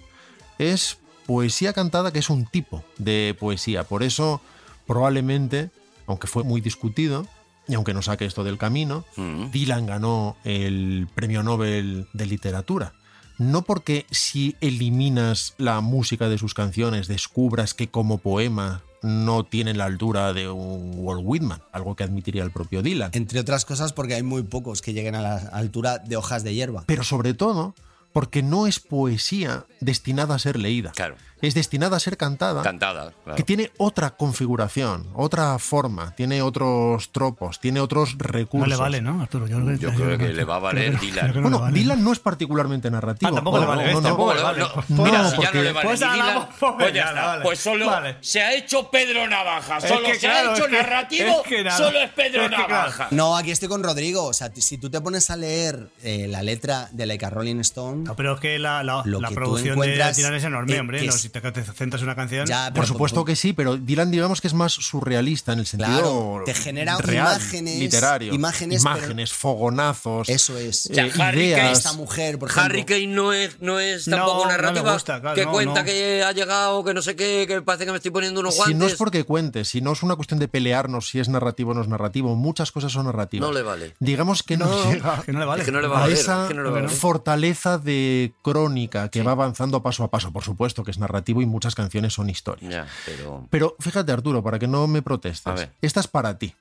Speaker 3: es poesía cantada, que es un tipo de poesía. Por eso, probablemente, aunque fue muy discutido, y aunque no saque esto del camino,
Speaker 1: Mm.
Speaker 3: Dylan ganó el premio Nobel de literatura. No porque si eliminas la música de sus canciones descubras que como poema no tienen la altura de un Walt Whitman, algo que admitiría el propio Dylan.
Speaker 5: Entre otras cosas porque hay muy pocos que lleguen a la altura de hojas de hierba.
Speaker 3: Pero sobre todo porque no es poesía destinada a ser leída.
Speaker 1: Claro.
Speaker 3: Es destinada a ser cantada.
Speaker 1: Cantada, claro.
Speaker 3: Que tiene otra configuración, otra forma, tiene otros tropos, tiene otros recursos.
Speaker 4: No le vale, ¿no, Arturo? Yo,
Speaker 1: Yo creo que le va a valer Dylan.
Speaker 3: Bueno, Dylan no es particularmente narrativo.
Speaker 4: Ah, tampoco le vale, ¿ves? Tampoco le vale.
Speaker 3: no,
Speaker 1: Mira, si Pues ya
Speaker 3: porque-
Speaker 1: no le vale
Speaker 4: Pues
Speaker 1: ni
Speaker 4: a la
Speaker 1: Dylan,
Speaker 4: homofobia,
Speaker 1: pues ya
Speaker 4: ya,
Speaker 1: está.
Speaker 4: vale.
Speaker 1: Pues solo
Speaker 4: Vale.
Speaker 1: se ha hecho Pedro Navaja.
Speaker 4: Es
Speaker 1: Solo
Speaker 4: que
Speaker 1: se
Speaker 4: claro,
Speaker 1: ha
Speaker 4: es
Speaker 1: hecho
Speaker 4: que-
Speaker 1: narrativo,
Speaker 4: es que nada.
Speaker 1: solo es Pedro
Speaker 4: Es que claro.
Speaker 1: Navaja.
Speaker 5: No, aquí estoy con Rodrigo. O sea, t- si tú te pones a leer eh, la letra de Like a Rolling Stone,
Speaker 4: No, pero es que la, la,
Speaker 5: Lo
Speaker 4: la
Speaker 5: que tú
Speaker 4: producción de
Speaker 5: encuentras,
Speaker 4: Dylan es enorme,
Speaker 5: eh,
Speaker 4: hombre.
Speaker 5: que
Speaker 4: no,
Speaker 5: es-
Speaker 4: si te, te centras en una canción.
Speaker 5: ya, pero
Speaker 3: Por supuesto que sí, pero Dylan digamos que es más surrealista en el sentido
Speaker 5: Claro, te genera
Speaker 3: real,
Speaker 5: imágenes,
Speaker 3: literario,
Speaker 5: imágenes,
Speaker 3: imágenes, fogonazos,
Speaker 5: Eso es.
Speaker 3: eh,
Speaker 1: O sea, Harry Kane
Speaker 3: ideas.
Speaker 5: Esta mujer, por ejemplo.
Speaker 1: Harry Kane no es, no es
Speaker 4: No,
Speaker 1: tampoco
Speaker 4: no le
Speaker 1: narrativa
Speaker 4: gusta, claro,
Speaker 1: que
Speaker 4: no,
Speaker 1: cuenta
Speaker 4: no.
Speaker 1: que ha llegado, que no sé qué, que parece que me estoy poniendo unos
Speaker 3: Si
Speaker 1: guantes.
Speaker 3: no es porque cuentes, si no es una cuestión de pelearnos si es narrativo o no es narrativo, muchas cosas son narrativas.
Speaker 1: No le vale.
Speaker 3: Digamos que no, llega
Speaker 4: Que no le vale.
Speaker 1: Es que no le va a
Speaker 3: a
Speaker 1: valer.
Speaker 3: esa
Speaker 1: es que no le va a valer.
Speaker 3: fortaleza de crónica que va avanzando paso a paso, por supuesto que es narrativo y muchas canciones son historias.
Speaker 1: Ya, pero.
Speaker 3: Pero fíjate, Arturo, para que no me
Speaker 1: A
Speaker 3: protestes,
Speaker 1: ver.
Speaker 3: esta es para ti.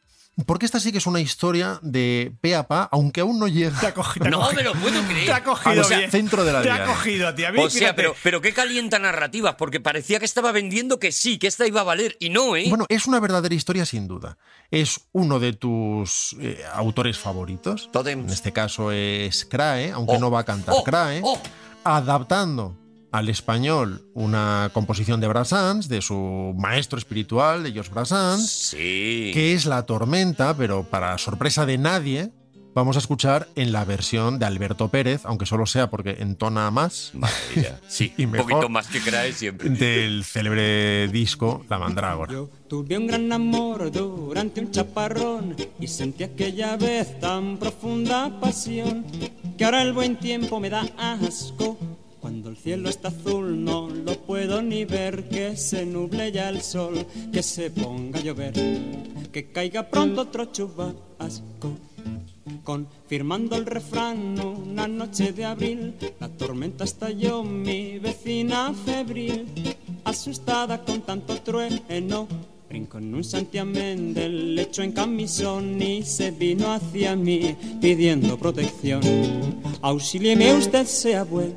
Speaker 3: Porque esta sí que es una historia de pe a pa, aunque aún no llega
Speaker 4: Te ha cogido. te ha
Speaker 1: No
Speaker 4: cogido-
Speaker 1: me lo puedo
Speaker 4: Te ha
Speaker 1: creer. Ah,
Speaker 4: cogido
Speaker 3: O sea,
Speaker 4: bien.
Speaker 3: centro de la
Speaker 4: Te ha
Speaker 3: diana.
Speaker 4: cogido a ti. A mí,
Speaker 1: O sea,
Speaker 4: fíjate,
Speaker 1: pero, pero qué calienta narrativas, porque parecía que estaba vendiendo que sí, que esta iba a valer, y no, ¿eh?
Speaker 3: Bueno, es una verdadera historia sin duda. Es uno de tus eh, autores favoritos.
Speaker 1: Totems.
Speaker 3: En este caso es Crae, aunque
Speaker 1: Oh,
Speaker 3: no va a cantar
Speaker 1: oh,
Speaker 3: Crae.
Speaker 1: oh.
Speaker 3: Adaptando al español una composición de Brassens, de su maestro espiritual, de Georges Brassens,
Speaker 1: Sí.
Speaker 3: que es La Tormenta, pero para sorpresa de nadie, vamos a escuchar en la versión de Alberto Pérez, aunque solo sea porque entona más,
Speaker 1: Maravilla. Sí,
Speaker 3: <laughs> Y
Speaker 1: un
Speaker 3: mejor.
Speaker 1: poquito más que Crae siempre.
Speaker 3: del célebre disco La Mandrágora.
Speaker 16: Yo tuve un gran amor durante un chaparrón y sentí aquella vez tan profunda pasión que ahora el buen tiempo me da asco. Cuando el cielo está azul no lo puedo ni ver, que se nuble ya el sol, que se ponga a llover, que caiga pronto otro chubasco. Confirmando el refrán, una noche de abril, la tormenta estalló, mi vecina febril, asustada con tanto trueno. Brincó en un santiamén del lecho en camisón y se vino hacia mí pidiendo protección. Auxílieme usted, sea bueno.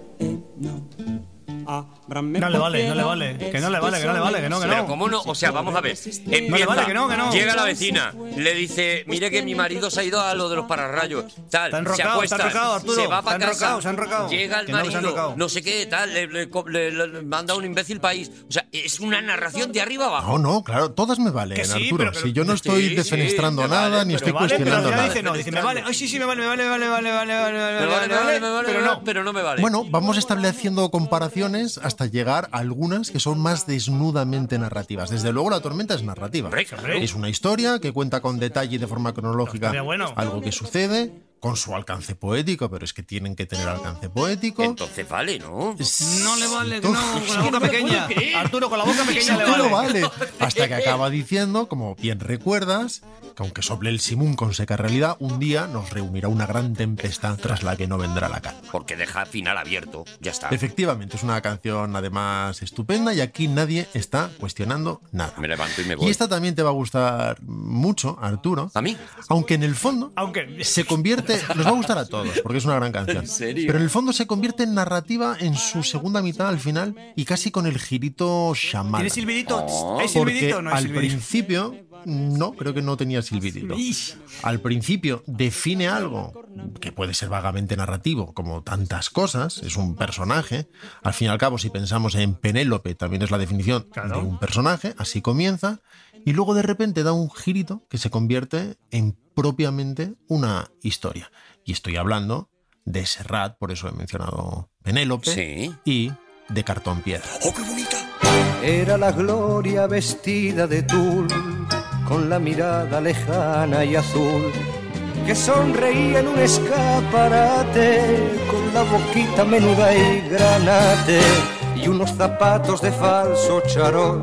Speaker 16: Ábrame
Speaker 4: No le vale, no le
Speaker 16: cualquiera
Speaker 4: vale, que no le vale, que no le vale, que no, que no.
Speaker 1: Pero cómo no, o sea, vamos a ver. Empieza,
Speaker 4: No le vale, que no, que no.
Speaker 1: Llega la vecina, le dice, mire que mi marido se ha ido a lo de los pararrayos, tal,
Speaker 4: Está enrocado,
Speaker 1: se
Speaker 4: está
Speaker 1: acuestan,
Speaker 4: enrocado, Arturo,
Speaker 1: se va
Speaker 4: está
Speaker 1: para casa,
Speaker 4: enrocado, se ha enrocado.
Speaker 1: llega el
Speaker 4: Que no, que se ha
Speaker 1: marido, no,
Speaker 4: enrocado.
Speaker 1: sé qué, tal, le, le co- le- le- le manda un imbécil país. O sea, es una narración de arriba abajo.
Speaker 3: No, no, claro, todas me valen,
Speaker 4: Ah, Que sí,
Speaker 3: Arturo.
Speaker 4: pero- pero-
Speaker 3: si yo no
Speaker 1: Sí,
Speaker 3: estoy
Speaker 1: sí,
Speaker 3: defenestrando
Speaker 1: me
Speaker 3: nada,
Speaker 1: vale,
Speaker 3: ni
Speaker 1: pero
Speaker 3: estoy
Speaker 1: vale, pero
Speaker 4: Eh, Vale,
Speaker 3: cuestionando
Speaker 4: pero al
Speaker 3: nada.
Speaker 4: final dice no, dice me vale, ay sí, sí, me vale, me vale, me vale, vale, vale, vale, vale,
Speaker 1: Me vale, me vale,
Speaker 4: vale,
Speaker 1: me vale,
Speaker 4: pero no.
Speaker 1: pero no me vale.
Speaker 3: Bueno, vamos estableciendo comparaciones hasta llegar a algunas que son más desnudamente narrativas. Desde luego, la tormenta es narrativa.
Speaker 1: Hombre, hombre.
Speaker 3: Es una historia que cuenta con detalle y de forma cronológica
Speaker 4: Estaría bueno.
Speaker 3: algo que sucede, con su alcance poético, pero es que tienen que tener alcance poético.
Speaker 1: entonces vale, ¿no?
Speaker 4: No le vale, que
Speaker 3: Tú-
Speaker 4: no, con la boca pequeña. Arturo, con la
Speaker 3: <laughs>
Speaker 4: boca
Speaker 3: Sí,
Speaker 4: pequeña le
Speaker 3: tú lo
Speaker 4: vale. <laughs>
Speaker 3: vale. Hasta que acaba diciendo, como bien recuerdas, que aunque sople el simón con seca realidad, un día nos reunirá una gran tempestad tras la que no vendrá la calma.
Speaker 1: Porque deja final abierto, ya está.
Speaker 3: Efectivamente, es una canción además estupenda y aquí nadie está cuestionando nada.
Speaker 1: Me levanto y me voy.
Speaker 3: Y esta también te va a gustar mucho, Arturo.
Speaker 1: ¿A mí?
Speaker 3: Aunque en el fondo
Speaker 4: Aunque
Speaker 3: se convierte, nos va a gustar a todos, porque es una gran canción. Pero en el fondo se convierte en narrativa en su segunda mitad al final y casi con el girito chamán.
Speaker 4: ¿Tiene silbidito?
Speaker 1: Oh.
Speaker 4: ¿Hay
Speaker 3: Porque
Speaker 4: silbidito o no hay
Speaker 3: al
Speaker 4: silbidito?
Speaker 3: principio, no, creo que no tenía silbidito.
Speaker 4: Ish.
Speaker 3: Al principio define algo que puede ser vagamente narrativo, como tantas cosas, es un personaje. Al fin y al cabo, si pensamos en Penélope, también es la definición de un personaje, así comienza. Y luego de repente da un girito que se convierte en propiamente una historia. Y estoy hablando de Serrat, por eso he mencionado Penélope,
Speaker 1: Sí.
Speaker 3: y de Cartón Piedra.
Speaker 1: ¡Oh, qué bonita!
Speaker 8: Era la gloria vestida de tul, con la mirada lejana y azul, que sonreía en un escaparate, con la boquita menuda y granate, y unos zapatos de falso charol,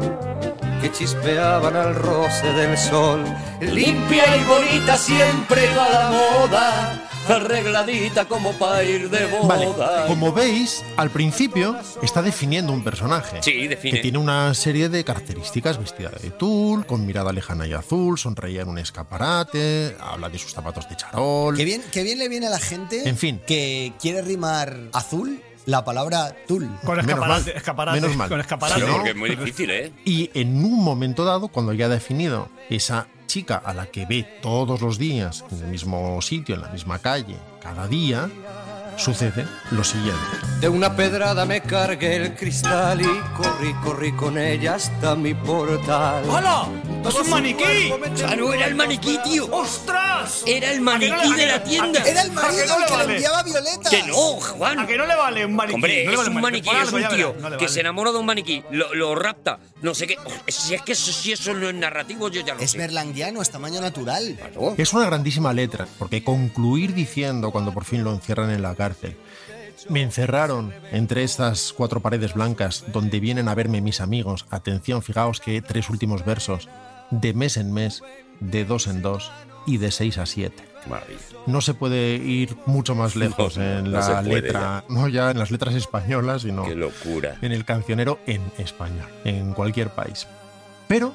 Speaker 8: que chispeaban al roce del sol. Limpia y bonita siempre va la moda, arregladita como para ir de
Speaker 3: Vale, como veis, al principio está definiendo un personaje.
Speaker 1: Sí, define.
Speaker 3: Que tiene una serie de características vestida de tul, con mirada lejana y azul, sonreía en un escaparate, habla de sus zapatos de charol.
Speaker 5: Qué bien, qué bien le viene a la gente
Speaker 3: En fin.
Speaker 5: que quiere rimar azul la palabra tul.
Speaker 4: Con escaparate, escaparate,
Speaker 3: menos mal.
Speaker 4: con escaparate.
Speaker 3: Si no,
Speaker 1: Porque es muy difícil, ¿eh?
Speaker 3: Y en un momento dado, cuando ya ha definido esa chica a la que ve todos los días, en el mismo sitio, en la misma calle, cada día, sucede lo siguiente.
Speaker 8: De una pedrada me cargué el cristal y corrí, corrí con ella hasta mi portal.
Speaker 11: ¡Hola!
Speaker 8: Todo
Speaker 11: ¡Es un
Speaker 8: su
Speaker 11: maniquí!
Speaker 8: cuerpo me
Speaker 11: Claro, era el maniquí, tío.
Speaker 4: ¡Ostras!
Speaker 11: Era el maniquí de la tienda.
Speaker 5: Era el
Speaker 4: ¿A
Speaker 5: marido
Speaker 4: que no
Speaker 5: el
Speaker 4: le
Speaker 5: que le
Speaker 4: vale?
Speaker 5: enviaba violetas.
Speaker 1: Que no, Juan.
Speaker 4: ¿A Ah, que no le vale un maniquí?
Speaker 1: Hombre,
Speaker 4: No le
Speaker 1: es
Speaker 4: vale
Speaker 1: un maniquí,
Speaker 4: Por
Speaker 1: es
Speaker 4: algo,
Speaker 1: un
Speaker 4: ya
Speaker 1: tío
Speaker 4: verás, no le
Speaker 1: que
Speaker 4: vale.
Speaker 1: se enamora de un maniquí, lo, lo rapta, no sé qué. Oh, Si es que eso, si eso no es narrativo, yo ya lo
Speaker 5: Es
Speaker 1: sé.
Speaker 5: berlanguiano, es tamaño natural.
Speaker 3: Es una grandísima letra, porque concluir diciendo cuando por fin lo encierran en la cárcel. Me encerraron entre estas cuatro paredes blancas donde vienen a verme mis amigos. Atención, fijaos que tres últimos versos. De mes en mes, de dos en dos y de seis a siete. No se puede ir mucho más lejos en
Speaker 1: no
Speaker 3: la
Speaker 1: se puede
Speaker 3: letra, no ya en las letras españolas, sino
Speaker 1: Qué locura.
Speaker 3: en el cancionero en España, en cualquier país. Pero,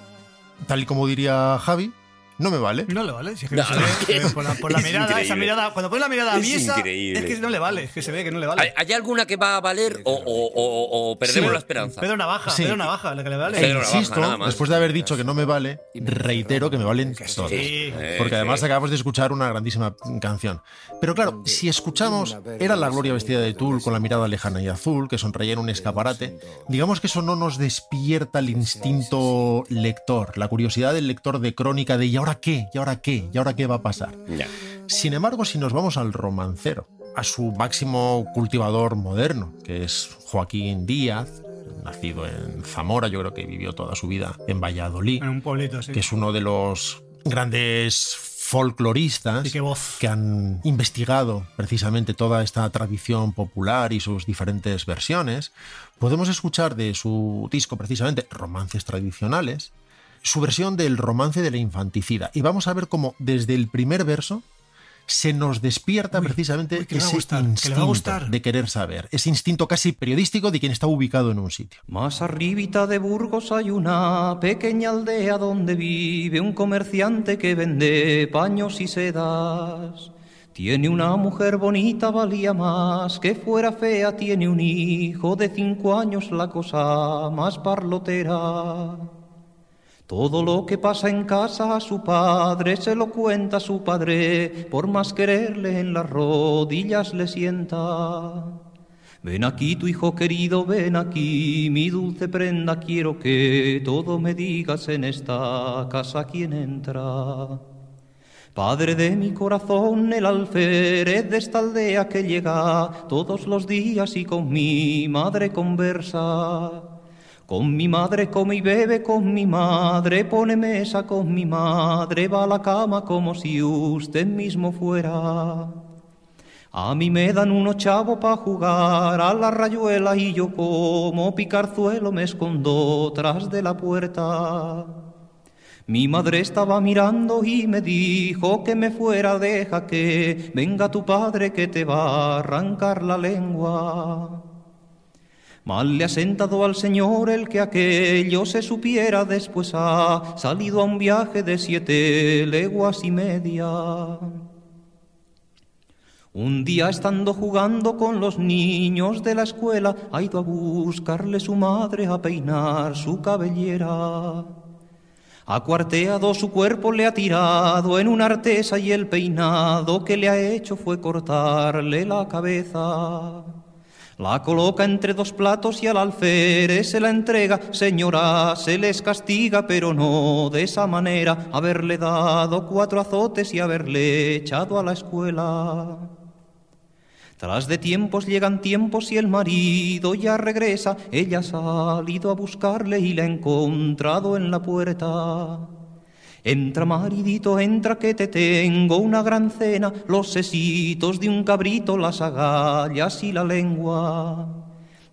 Speaker 3: tal y como diría Javi, no me vale.
Speaker 4: No le vale, si es que
Speaker 1: No,
Speaker 4: no, se ve,
Speaker 1: es que
Speaker 4: se ve por la, por la
Speaker 1: es
Speaker 4: mirada, esa
Speaker 1: increíble.
Speaker 4: mirada, cuando pones la mirada
Speaker 1: Es
Speaker 4: aviesa,
Speaker 1: increíble.
Speaker 4: es que no le vale, es que se ve que no le
Speaker 1: ¿Hay,
Speaker 4: vale.
Speaker 1: hay alguna que va a valer o, o- o- o perdemos
Speaker 3: Sí.
Speaker 1: la esperanza?
Speaker 4: Pedro Navaja,
Speaker 3: Sí.
Speaker 4: Pedro Navaja, la que le
Speaker 3: E
Speaker 4: vale.
Speaker 1: Pedro Navaja,
Speaker 3: insisto,
Speaker 1: nada más.
Speaker 3: después de haber dicho que no me vale, reitero que me valen todas.
Speaker 4: Sí.
Speaker 3: Porque además acabamos de escuchar una grandísima canción. Pero claro, si escuchamos Era la gloria vestida de tul con la mirada lejana y azul, que sonreía en un escaparate, digamos que eso no nos despierta el instinto lector, la curiosidad del lector de crónica de ¿y ahora qué? ¿y ahora qué? ¿y ahora qué va a pasar?
Speaker 1: Ya.
Speaker 3: Sin embargo, si nos vamos al romancero, a su máximo cultivador moderno, que es Joaquín Díaz, nacido en Zamora, yo creo que vivió toda su vida en Valladolid,
Speaker 4: En un pueblito, sí.
Speaker 3: que es uno de los grandes folcloristas
Speaker 4: Y qué voz.
Speaker 3: que han investigado precisamente toda esta tradición popular y sus diferentes versiones, podemos escuchar de su disco precisamente Romances Tradicionales, su versión del romance de la infanticida. Y vamos a ver cómo desde el primer verso se nos despierta precisamente
Speaker 4: uy, que le va a
Speaker 3: ese
Speaker 4: gustar, que le va a
Speaker 3: instinto
Speaker 4: gustar.
Speaker 3: de querer saber, ese instinto casi periodístico de quien está ubicado en un sitio.
Speaker 8: Más arribita de Burgos hay una pequeña aldea donde vive un comerciante que vende paños y sedas. Tiene una mujer bonita, valía más que fuera fea, tiene un hijo de cinco años, la cosa más parlotera. Todo lo que pasa en casa a su padre se lo cuenta a su padre, por más quererle en las rodillas le sienta. Ven aquí, tu hijo querido, ven aquí, mi dulce prenda, quiero que todo me digas en esta casa quién entra. Padre de mi corazón, el alférez de esta aldea que llega todos los días y con mi madre conversa. Con mi madre come y bebe, con mi madre pone mesa, con mi madre va a la cama como si usted mismo fuera. A mí me dan unos chavos pa' jugar a la rayuela y yo como picarzuelo me escondo tras de la puerta. Mi madre estaba mirando y me dijo que me fuera, deja que venga tu padre que te va a arrancar la lengua. Mal le ha sentado al Señor el que aquello se supiera, después ha salido a un viaje de siete leguas y media. Un día estando jugando con los niños de la escuela, ha ido a buscarle su madre a peinar su cabellera. Ha cuarteado su cuerpo, le ha tirado en una artesa y el peinado que le ha hecho fue cortarle la cabeza. La coloca entre dos platos y al alférez se la entrega. Señora, se les castiga, pero no de esa manera. Haberle dado cuatro azotes y haberle echado a la escuela. Tras de tiempos llegan tiempos y el marido ya regresa. Ella ha salido a buscarle y la ha encontrado en la puerta. Entra maridito, entra que te tengo una gran cena, los sesitos de un cabrito, las agallas y la lengua.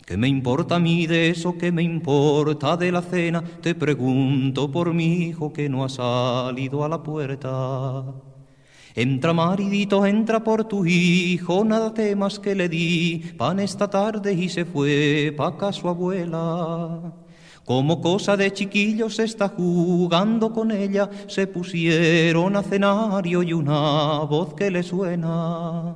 Speaker 8: ¿Qué me importa a mí de eso? ¿Qué me importa de la cena? Te pregunto por mi hijo que no ha salido a la puerta. Entra maridito, entra por tu hijo, nada temas que le di pan esta tarde y se fue pa' casa su abuela. Como cosa de chiquillos está jugando con ella, se pusieron a cenar y oye una voz que le suena.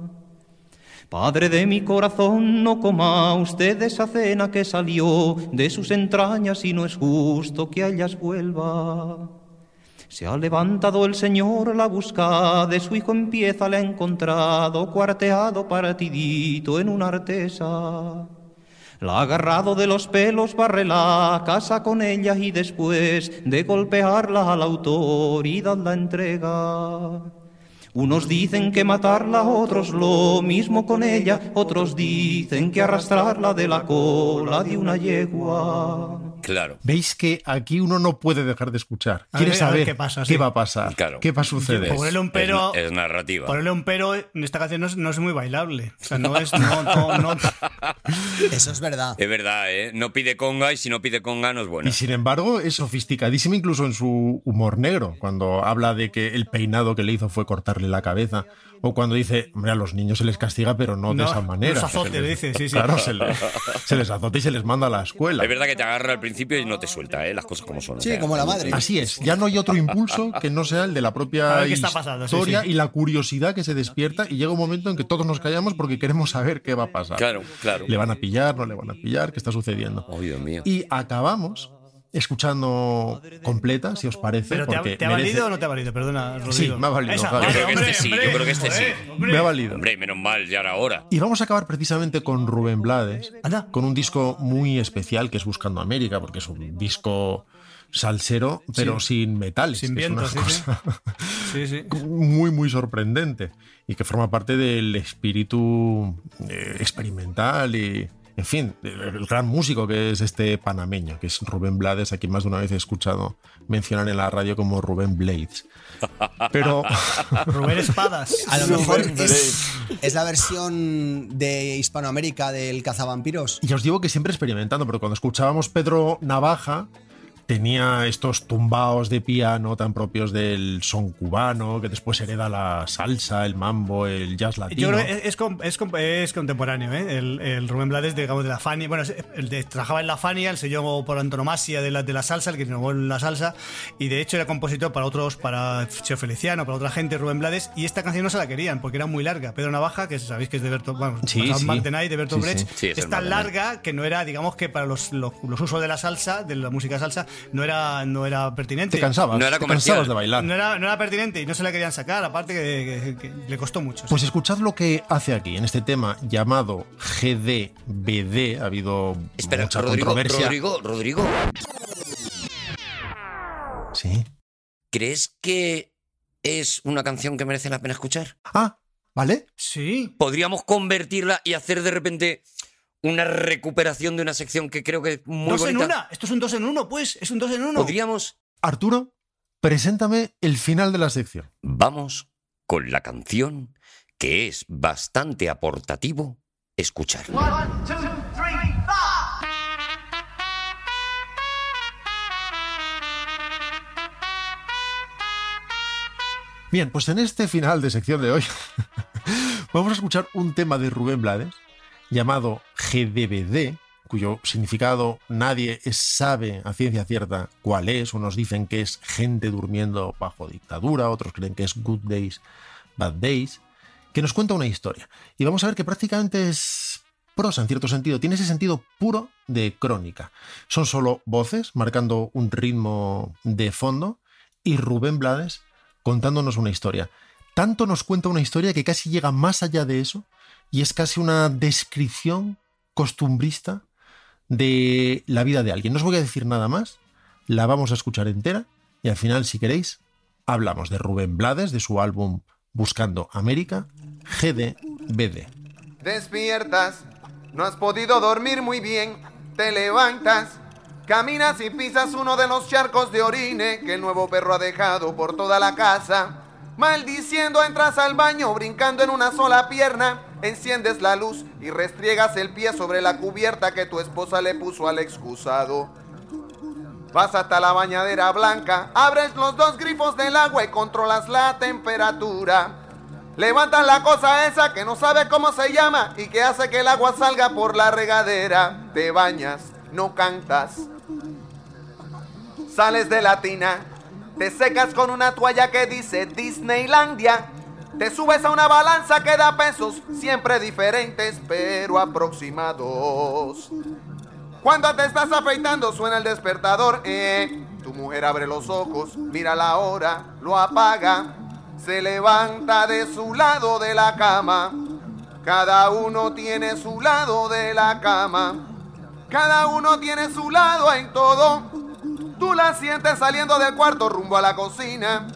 Speaker 17: Padre de mi corazón, no coma usted esa cena que salió de sus entrañas y no es justo que a ellas vuelva. Se ha levantado el Señor a la busca de su hijo en pieza, le ha encontrado cuarteado partidito en una artesa. La ha agarrado de los pelos, barre la casa con ella y después de golpearla a la autoridad la entrega. Unos dicen que matarla, otros lo mismo con ella, otros dicen que arrastrarla de la cola de una yegua.
Speaker 1: Claro.
Speaker 3: ¿Veis que aquí uno no puede dejar de escuchar?
Speaker 4: A
Speaker 3: Quiere
Speaker 4: ver, a ver
Speaker 3: saber
Speaker 4: qué
Speaker 3: qué,
Speaker 4: pasa, sí.
Speaker 3: va a pasar,
Speaker 1: Claro.
Speaker 3: qué va a suceder.
Speaker 4: Ponerle un pero.
Speaker 1: Es, es narrativa.
Speaker 4: Ponerle un pero en esta canción no es, no es muy bailable. O sea, no es. No,
Speaker 1: <laughs>
Speaker 4: no, no.
Speaker 5: Eso es verdad.
Speaker 1: Es verdad, ¿eh? No pide conga y si no pide conga no es bueno.
Speaker 3: Y sin embargo, es sofisticadísimo incluso en su humor negro, cuando habla de que el peinado que le hizo fue cortarle la cabeza, o cuando dice, hombre, a los niños se les castiga, pero no, de
Speaker 4: No,
Speaker 3: esa manera.
Speaker 4: los azote,
Speaker 3: Se les-
Speaker 4: le dice, sí, sí.
Speaker 3: Claro, se les, se les azota y se les manda a la escuela.
Speaker 1: Es verdad que te agarra al principio y no te suelta, ¿eh? Las cosas como son. o sea,
Speaker 3: Así es, ya no hay otro impulso que no sea el de la
Speaker 4: <laughs> A
Speaker 3: propia
Speaker 4: ver qué está pasando, sí,
Speaker 3: historia
Speaker 4: sí.
Speaker 3: y la curiosidad que se despierta y llega un momento en que todos nos callamos porque queremos saber qué va a pasar.
Speaker 1: Claro, claro.
Speaker 3: ¿Le van a pillar? ¿No le van a pillar? ¿Qué está sucediendo?
Speaker 1: Oh, Dios mío.
Speaker 3: Y acabamos escuchando completa, si os parece.
Speaker 4: Pero ¿te ha,
Speaker 3: porque
Speaker 4: te ha
Speaker 3: merece-
Speaker 4: valido o no te ha valido? Perdona, Rodrigo.
Speaker 3: Sí, me ha valido,
Speaker 4: Esa,
Speaker 3: claro.
Speaker 1: Yo
Speaker 4: vale,
Speaker 1: creo que
Speaker 4: hombre,
Speaker 1: este sí,
Speaker 4: hombre,
Speaker 1: yo creo que este sí.
Speaker 4: joder.
Speaker 3: Me ha valido.
Speaker 1: Hombre, menos mal, ya era hora.
Speaker 3: Y vamos a acabar precisamente con Rubén Blades, con un disco muy especial que es Buscando América, porque es un disco salsero, pero sin metales.
Speaker 4: Sin
Speaker 3: que es
Speaker 4: viento,
Speaker 3: una
Speaker 4: sí,
Speaker 3: cosa-
Speaker 4: sí. sí, sí.
Speaker 3: <laughs> muy, muy sorprendente y que forma parte del espíritu eh, experimental y, en fin, el, el gran músico que es este panameño, que es Rubén Blades, a quien más de una vez he escuchado mencionar en la radio como Rubén Blades. Pero
Speaker 4: <laughs> Rubén Espadas.
Speaker 5: A lo mejor es, es la versión de Hispanoamérica del cazavampiros.
Speaker 3: ya os digo que siempre experimentando, pero cuando escuchábamos Pedro Navaja, tenía estos tumbaos de piano tan propios del son cubano, que después hereda la salsa, el mambo, el jazz latino.
Speaker 4: Yo creo que es, es con- es con- es contemporáneo, ¿eh? El, el Rubén Blades, digamos, de la Fania. Bueno, es- el de- trabajaba en la Fania, el sello por antonomasia de la, de la salsa, el que innovó en la salsa. Y de hecho era compositor para otros, para Cheo Feliciano, para otra gente, Rubén Blades. Y esta canción no se la querían porque era muy larga. Pedro Navaja, que sabéis que es de Bertolt bueno,
Speaker 3: Sí,
Speaker 4: basado en
Speaker 3: sí.
Speaker 4: Mark de Night, de Bertolt
Speaker 3: Sí,
Speaker 4: Brecht.
Speaker 3: sí. Sí, es el
Speaker 4: es
Speaker 3: Mark
Speaker 4: tan
Speaker 3: de
Speaker 4: larga que no era, digamos, que para los, los, los usos de la salsa, de la música salsa, no era, no era pertinente.
Speaker 3: Te cansabas, No era te comercial. cansabas de bailar.
Speaker 4: No era, no era pertinente y no se la querían sacar, aparte que, que- que le costó mucho.
Speaker 3: Pues escuchad lo que hace aquí, en este tema llamado GDBD. Ha habido
Speaker 1: Espera,
Speaker 3: mucha
Speaker 1: Rodrigo,
Speaker 3: controversia.
Speaker 1: Rodrigo, Rodrigo,
Speaker 3: Sí.
Speaker 1: ¿crees que es una canción que merece la pena escuchar?
Speaker 3: Ah, ¿vale?
Speaker 4: Sí.
Speaker 1: Podríamos convertirla y hacer de repente una recuperación de una sección que creo que es muy
Speaker 4: dos
Speaker 1: bonita.
Speaker 4: en una. Esto es un dos en uno, pues. Es un dos en uno.
Speaker 1: Podríamos.
Speaker 3: Arturo, preséntame el final de la sección.
Speaker 1: Vamos con la canción que es bastante aportativo escuchar.
Speaker 7: One, two, three, four.
Speaker 3: Bien, pues en este final de sección de hoy <laughs> vamos a escuchar un tema de Rubén Blades llamado GDBD, cuyo significado nadie es- sabe a ciencia cierta cuál es. Unos dicen que es gente durmiendo bajo dictadura, otros creen que es Good Days, Bad Days, que nos cuenta una historia. Y vamos a ver que prácticamente es prosa en cierto sentido, tiene ese sentido puro de crónica. Son solo voces marcando un ritmo de fondo y Rubén Blades contándonos una historia. Tanto nos cuenta una historia que casi llega más allá de eso y es casi una descripción costumbrista de la vida de alguien. No os voy a decir nada más, la vamos a escuchar entera y al final, si queréis, hablamos de Rubén Blades, de su álbum Buscando América, GDBD.
Speaker 18: Despiertas, no has podido dormir muy bien, te levantas, caminas y pisas uno de los charcos de orine que el nuevo perro ha dejado por toda la casa. Maldiciendo entras al baño brincando en una sola pierna, enciendes la luz y restriegas el pie sobre la cubierta que tu esposa le puso al excusado. Vas hasta la bañadera blanca, abres los dos grifos del agua y controlas la temperatura. Levantan la cosa esa que no sabes cómo se llama y que hace que el agua salga por la regadera. Te bañas, no cantas. Sales de la tina, te secas con una toalla que dice Disneylandia. Te subes a una balanza que da pesos siempre diferentes, pero aproximados. Cuando te estás afeitando suena el despertador, eh. Tu mujer abre los ojos, mira la hora, lo apaga, se levanta de su lado de la cama. Cada uno tiene su lado de la cama. Cada uno tiene su lado en todo. Tú la sientes saliendo del cuarto rumbo a la cocina.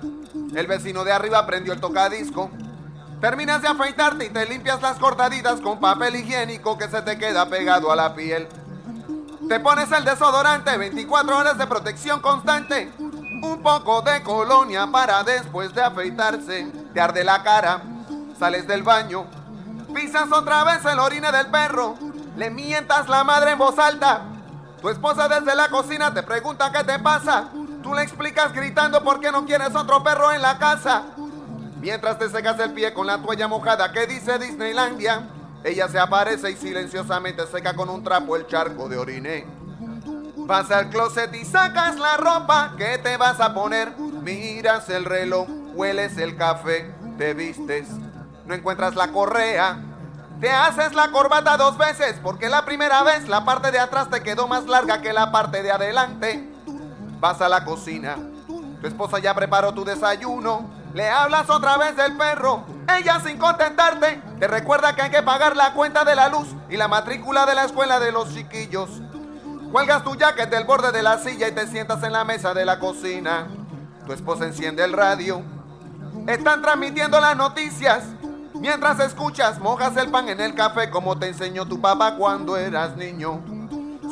Speaker 18: El vecino de arriba prendió el tocadisco. Terminas de afeitarte y te limpias las cortaditas con papel higiénico que se te queda pegado a la piel. Te pones el desodorante, 24 horas de protección constante. Un poco de colonia para después de afeitarse. Te arde la cara, sales del baño, pisas otra vez el orine del perro, le mientas la madre en voz alta. Tu esposa desde la cocina te pregunta qué te pasa. Tú le explicas gritando por qué no quieres otro perro en la casa. Mientras te secas el pie con la toalla mojada que dice Disneylandia, ella se aparece y silenciosamente seca con un trapo el charco de orine. Vas al closet y sacas la ropa que te vas a poner. Miras el reloj, hueles el café, te vistes. No encuentras la correa. Te haces la corbata dos veces porque la primera vez la parte de atrás te quedó más larga que la parte de adelante. Vas a la cocina. Tu esposa ya preparó tu desayuno. Le hablas otra vez del perro. Ella sin contentarte te recuerda que hay que pagar la cuenta de la luz y la matrícula de la escuela de los chiquillos. Cuelgas tu jacket del borde de la silla y te sientas en la mesa de la cocina. Tu esposa enciende el radio. Están transmitiendo las noticias. Mientras escuchas, mojas el pan en el café como te enseñó tu papá cuando eras niño.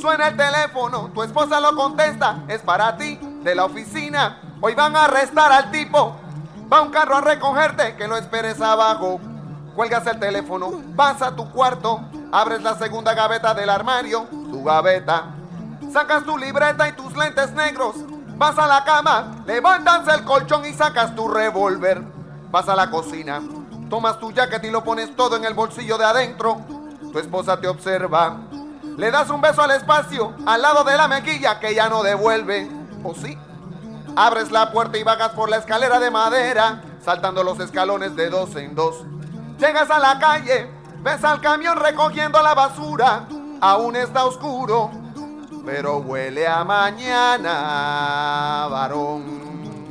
Speaker 18: Suena el teléfono, tu esposa lo contesta, es para ti, de la oficina. Hoy van a arrestar al tipo. Va un carro a recogerte, que lo esperes abajo. Cuelgas el teléfono, vas a tu cuarto, abres la segunda gaveta del armario, tu gaveta. Sacas tu libreta y tus lentes negros. Vas a la cama, levantas el colchón y sacas tu revólver. Vas a la cocina, tomas tu jacket y lo pones todo en el bolsillo de adentro. Tu esposa te observa. Le das un beso al espacio, al lado de la mejilla que ya no devuelve. ¿O sí? Abres la puerta y bajas por la escalera de madera, saltando los escalones de dos en dos. Llegas a la calle, ves al camión recogiendo la basura. Aún está oscuro, pero huele a mañana, varón.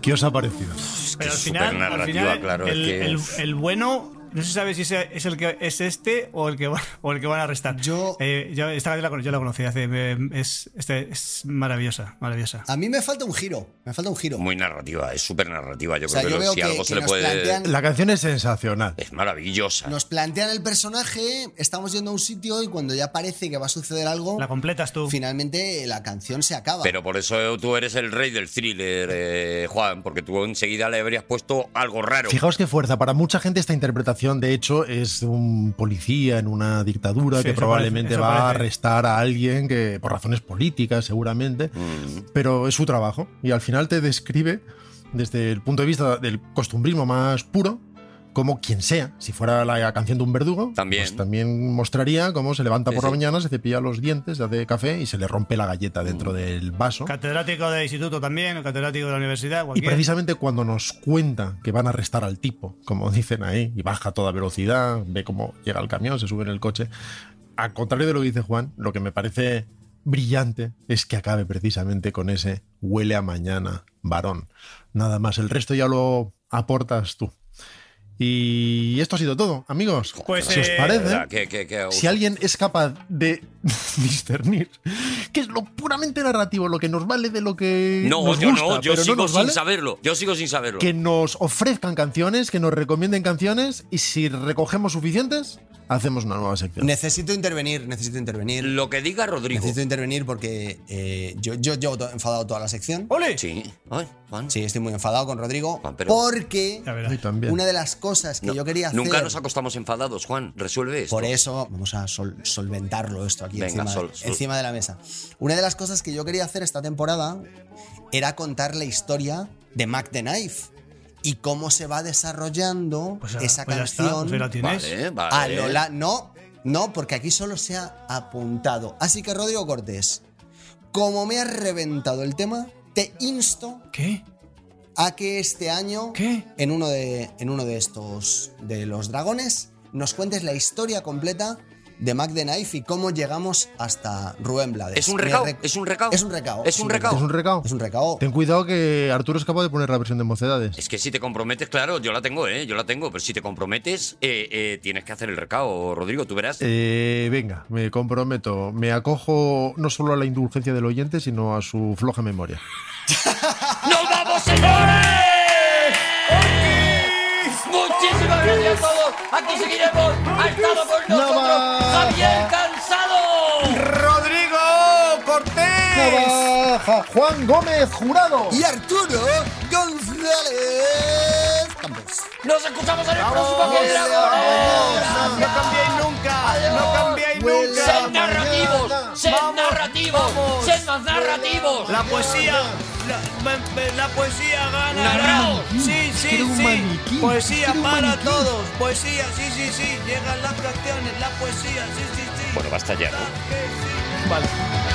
Speaker 3: ¿Qué os ha parecido?
Speaker 4: Pero al final, al final, el, el- el bueno, no se sabe si ese es el que es este o el que, va- <laughs> o el que van a arrestar. Yo, yo esta canción la, cono- yo la conocí hace, eh, es, este- es maravillosa, maravillosa.
Speaker 5: A mí me falta un giro, me falta un giro.
Speaker 1: Muy narrativa, es súper narrativa. Yo
Speaker 5: O sea,
Speaker 1: creo
Speaker 5: yo
Speaker 1: que
Speaker 5: veo
Speaker 1: si
Speaker 5: que-
Speaker 1: algo
Speaker 5: que
Speaker 1: se le
Speaker 5: nos
Speaker 1: puede.
Speaker 5: plantean-
Speaker 3: La canción es sensacional.
Speaker 1: Es maravillosa.
Speaker 5: Nos plantean el personaje, estamos yendo a un sitio y cuando ya parece que va a suceder algo, la
Speaker 4: completas tú.
Speaker 5: Finalmente la canción se acaba.
Speaker 1: Pero por eso tú eres el rey del thriller, eh, Juan, porque tú enseguida le habrías puesto algo raro.
Speaker 3: Fijaos qué fuerza. Para mucha gente esta interpretación, de hecho, es un policía en una dictadura
Speaker 4: Sí,
Speaker 3: que
Speaker 4: eso
Speaker 3: probablemente
Speaker 4: parece,
Speaker 3: va
Speaker 4: eso
Speaker 3: a
Speaker 4: parece.
Speaker 3: arrestar a alguien que por razones políticas, seguramente,
Speaker 5: Mm.
Speaker 3: pero es su trabajo y al final te describe desde el punto de vista del costumbrismo más puro. Como quien sea, si fuera la canción de un verdugo,
Speaker 1: También.
Speaker 3: pues también mostraría cómo se levanta
Speaker 1: Sí,
Speaker 3: por la
Speaker 1: sí.
Speaker 3: mañana, se cepilla los dientes, se hace café y se le rompe la galleta
Speaker 1: Mm.
Speaker 3: dentro del vaso.
Speaker 4: Catedrático de instituto también, o catedrático de la universidad,
Speaker 3: Y
Speaker 4: cualquier.
Speaker 3: precisamente cuando nos cuenta que van a arrestar al tipo, como dicen ahí, y baja a toda velocidad, ve cómo llega el camión, se sube en el coche. Al contrario de lo que dice Juan, lo que me parece brillante es que acabe precisamente con ese huele a mañana, varón. Nada más, el resto ya lo aportas tú. Y esto ha sido todo, amigos.
Speaker 4: Pues,
Speaker 3: si os
Speaker 4: eh,
Speaker 3: parece,
Speaker 1: ¿Verdad? ¿Qué- qué- qué-
Speaker 3: si alguien es capaz de <laughs> discernir qué es lo puramente narrativo, lo que nos vale de lo que
Speaker 1: No,
Speaker 3: pues, nos
Speaker 1: yo
Speaker 3: gusta,
Speaker 1: no, yo
Speaker 3: pero
Speaker 1: sigo
Speaker 3: nos
Speaker 1: sin
Speaker 3: vale,
Speaker 1: saberlo. Yo sigo sin saberlo.
Speaker 3: que nos ofrezcan canciones, que nos recomienden canciones y si recogemos suficientes, hacemos una nueva sección.
Speaker 5: Necesito intervenir, necesito intervenir.
Speaker 1: Lo que diga Rodrigo.
Speaker 5: Necesito intervenir porque eh, yo, yo llevo to- enfadado toda la sección.
Speaker 4: ¡Ole!
Speaker 1: Sí,
Speaker 5: sí estoy muy enfadado con Rodrigo
Speaker 1: Ah, pero-
Speaker 5: porque
Speaker 3: Yo también.
Speaker 5: una de las cosas que
Speaker 1: No,
Speaker 5: yo quería hacer...
Speaker 1: Nunca nos acostamos enfadados, Juan. Resuelve esto.
Speaker 5: Por eso vamos a sol- solventarlo esto aquí
Speaker 1: Venga,
Speaker 5: encima,
Speaker 1: sol- sol.
Speaker 5: encima de la mesa. Una de las cosas que yo quería hacer esta temporada era contar la historia de Mac the Knife y cómo se va desarrollando
Speaker 4: ya-
Speaker 5: esa
Speaker 4: pues ya está,
Speaker 5: canción.
Speaker 4: pues ya la tienes. Vale, vale.
Speaker 5: A lo la- no, no, porque aquí solo se ha apuntado. Así que Rodrigo Cortés, como me has reventado el tema, te insto
Speaker 4: ¿Qué?
Speaker 5: a que este año, En, uno de, en uno de estos, de los dragones, nos cuentes la historia completa de Mac the Knife y cómo llegamos hasta Rubén Blades.
Speaker 1: Es un
Speaker 5: Me
Speaker 1: recao,
Speaker 5: rec-
Speaker 1: es un recao.
Speaker 5: Es un recao.
Speaker 1: Es un recao.
Speaker 3: Es un recao.
Speaker 5: Es un recao.
Speaker 3: Ten cuidado que Arturo es capaz de poner la versión de mocedades.
Speaker 1: Es que si te comprometes, claro, yo la tengo, ¿eh? Yo la tengo, pero si te comprometes, eh, eh, tienes que hacer el recao, Rodrigo, tú verás.
Speaker 3: Eh, venga, me comprometo. Me acojo no solo a la indulgencia del oyente, sino a su floja memoria.
Speaker 11: <laughs> ¡Nos vamos, señores! Muchísimas gracias a todos. Aquí seguiremos. Ha estado con nosotros Javier Cansado.
Speaker 18: Rodrigo Cortés.
Speaker 3: Navaja, Juan Gómez Jurado.
Speaker 5: Y Arturo González Campos.
Speaker 11: Nos escuchamos en el
Speaker 18: Vamos,
Speaker 11: próximo Aquí hay
Speaker 18: vamos,
Speaker 11: Dragones.
Speaker 18: vamos. No cambiéis nunca, no cambiéis nunca.
Speaker 11: Sed narrativos, sed
Speaker 18: Vamos,
Speaker 11: narrativos,
Speaker 18: vamos.
Speaker 11: sed más narrativos.
Speaker 18: La poesía, la, me- me- la poesía gana.
Speaker 11: Narrado.
Speaker 18: Sí, sí,
Speaker 11: Quiero un
Speaker 18: sí.
Speaker 11: maniquí,
Speaker 18: Poesía
Speaker 11: quiero un
Speaker 18: para
Speaker 11: maniquí.
Speaker 18: todos. Poesía, sí, sí, sí. Llegan las canciones, la poesía, sí, sí, sí.
Speaker 1: Bueno, basta ya, ¿no?
Speaker 18: Vale.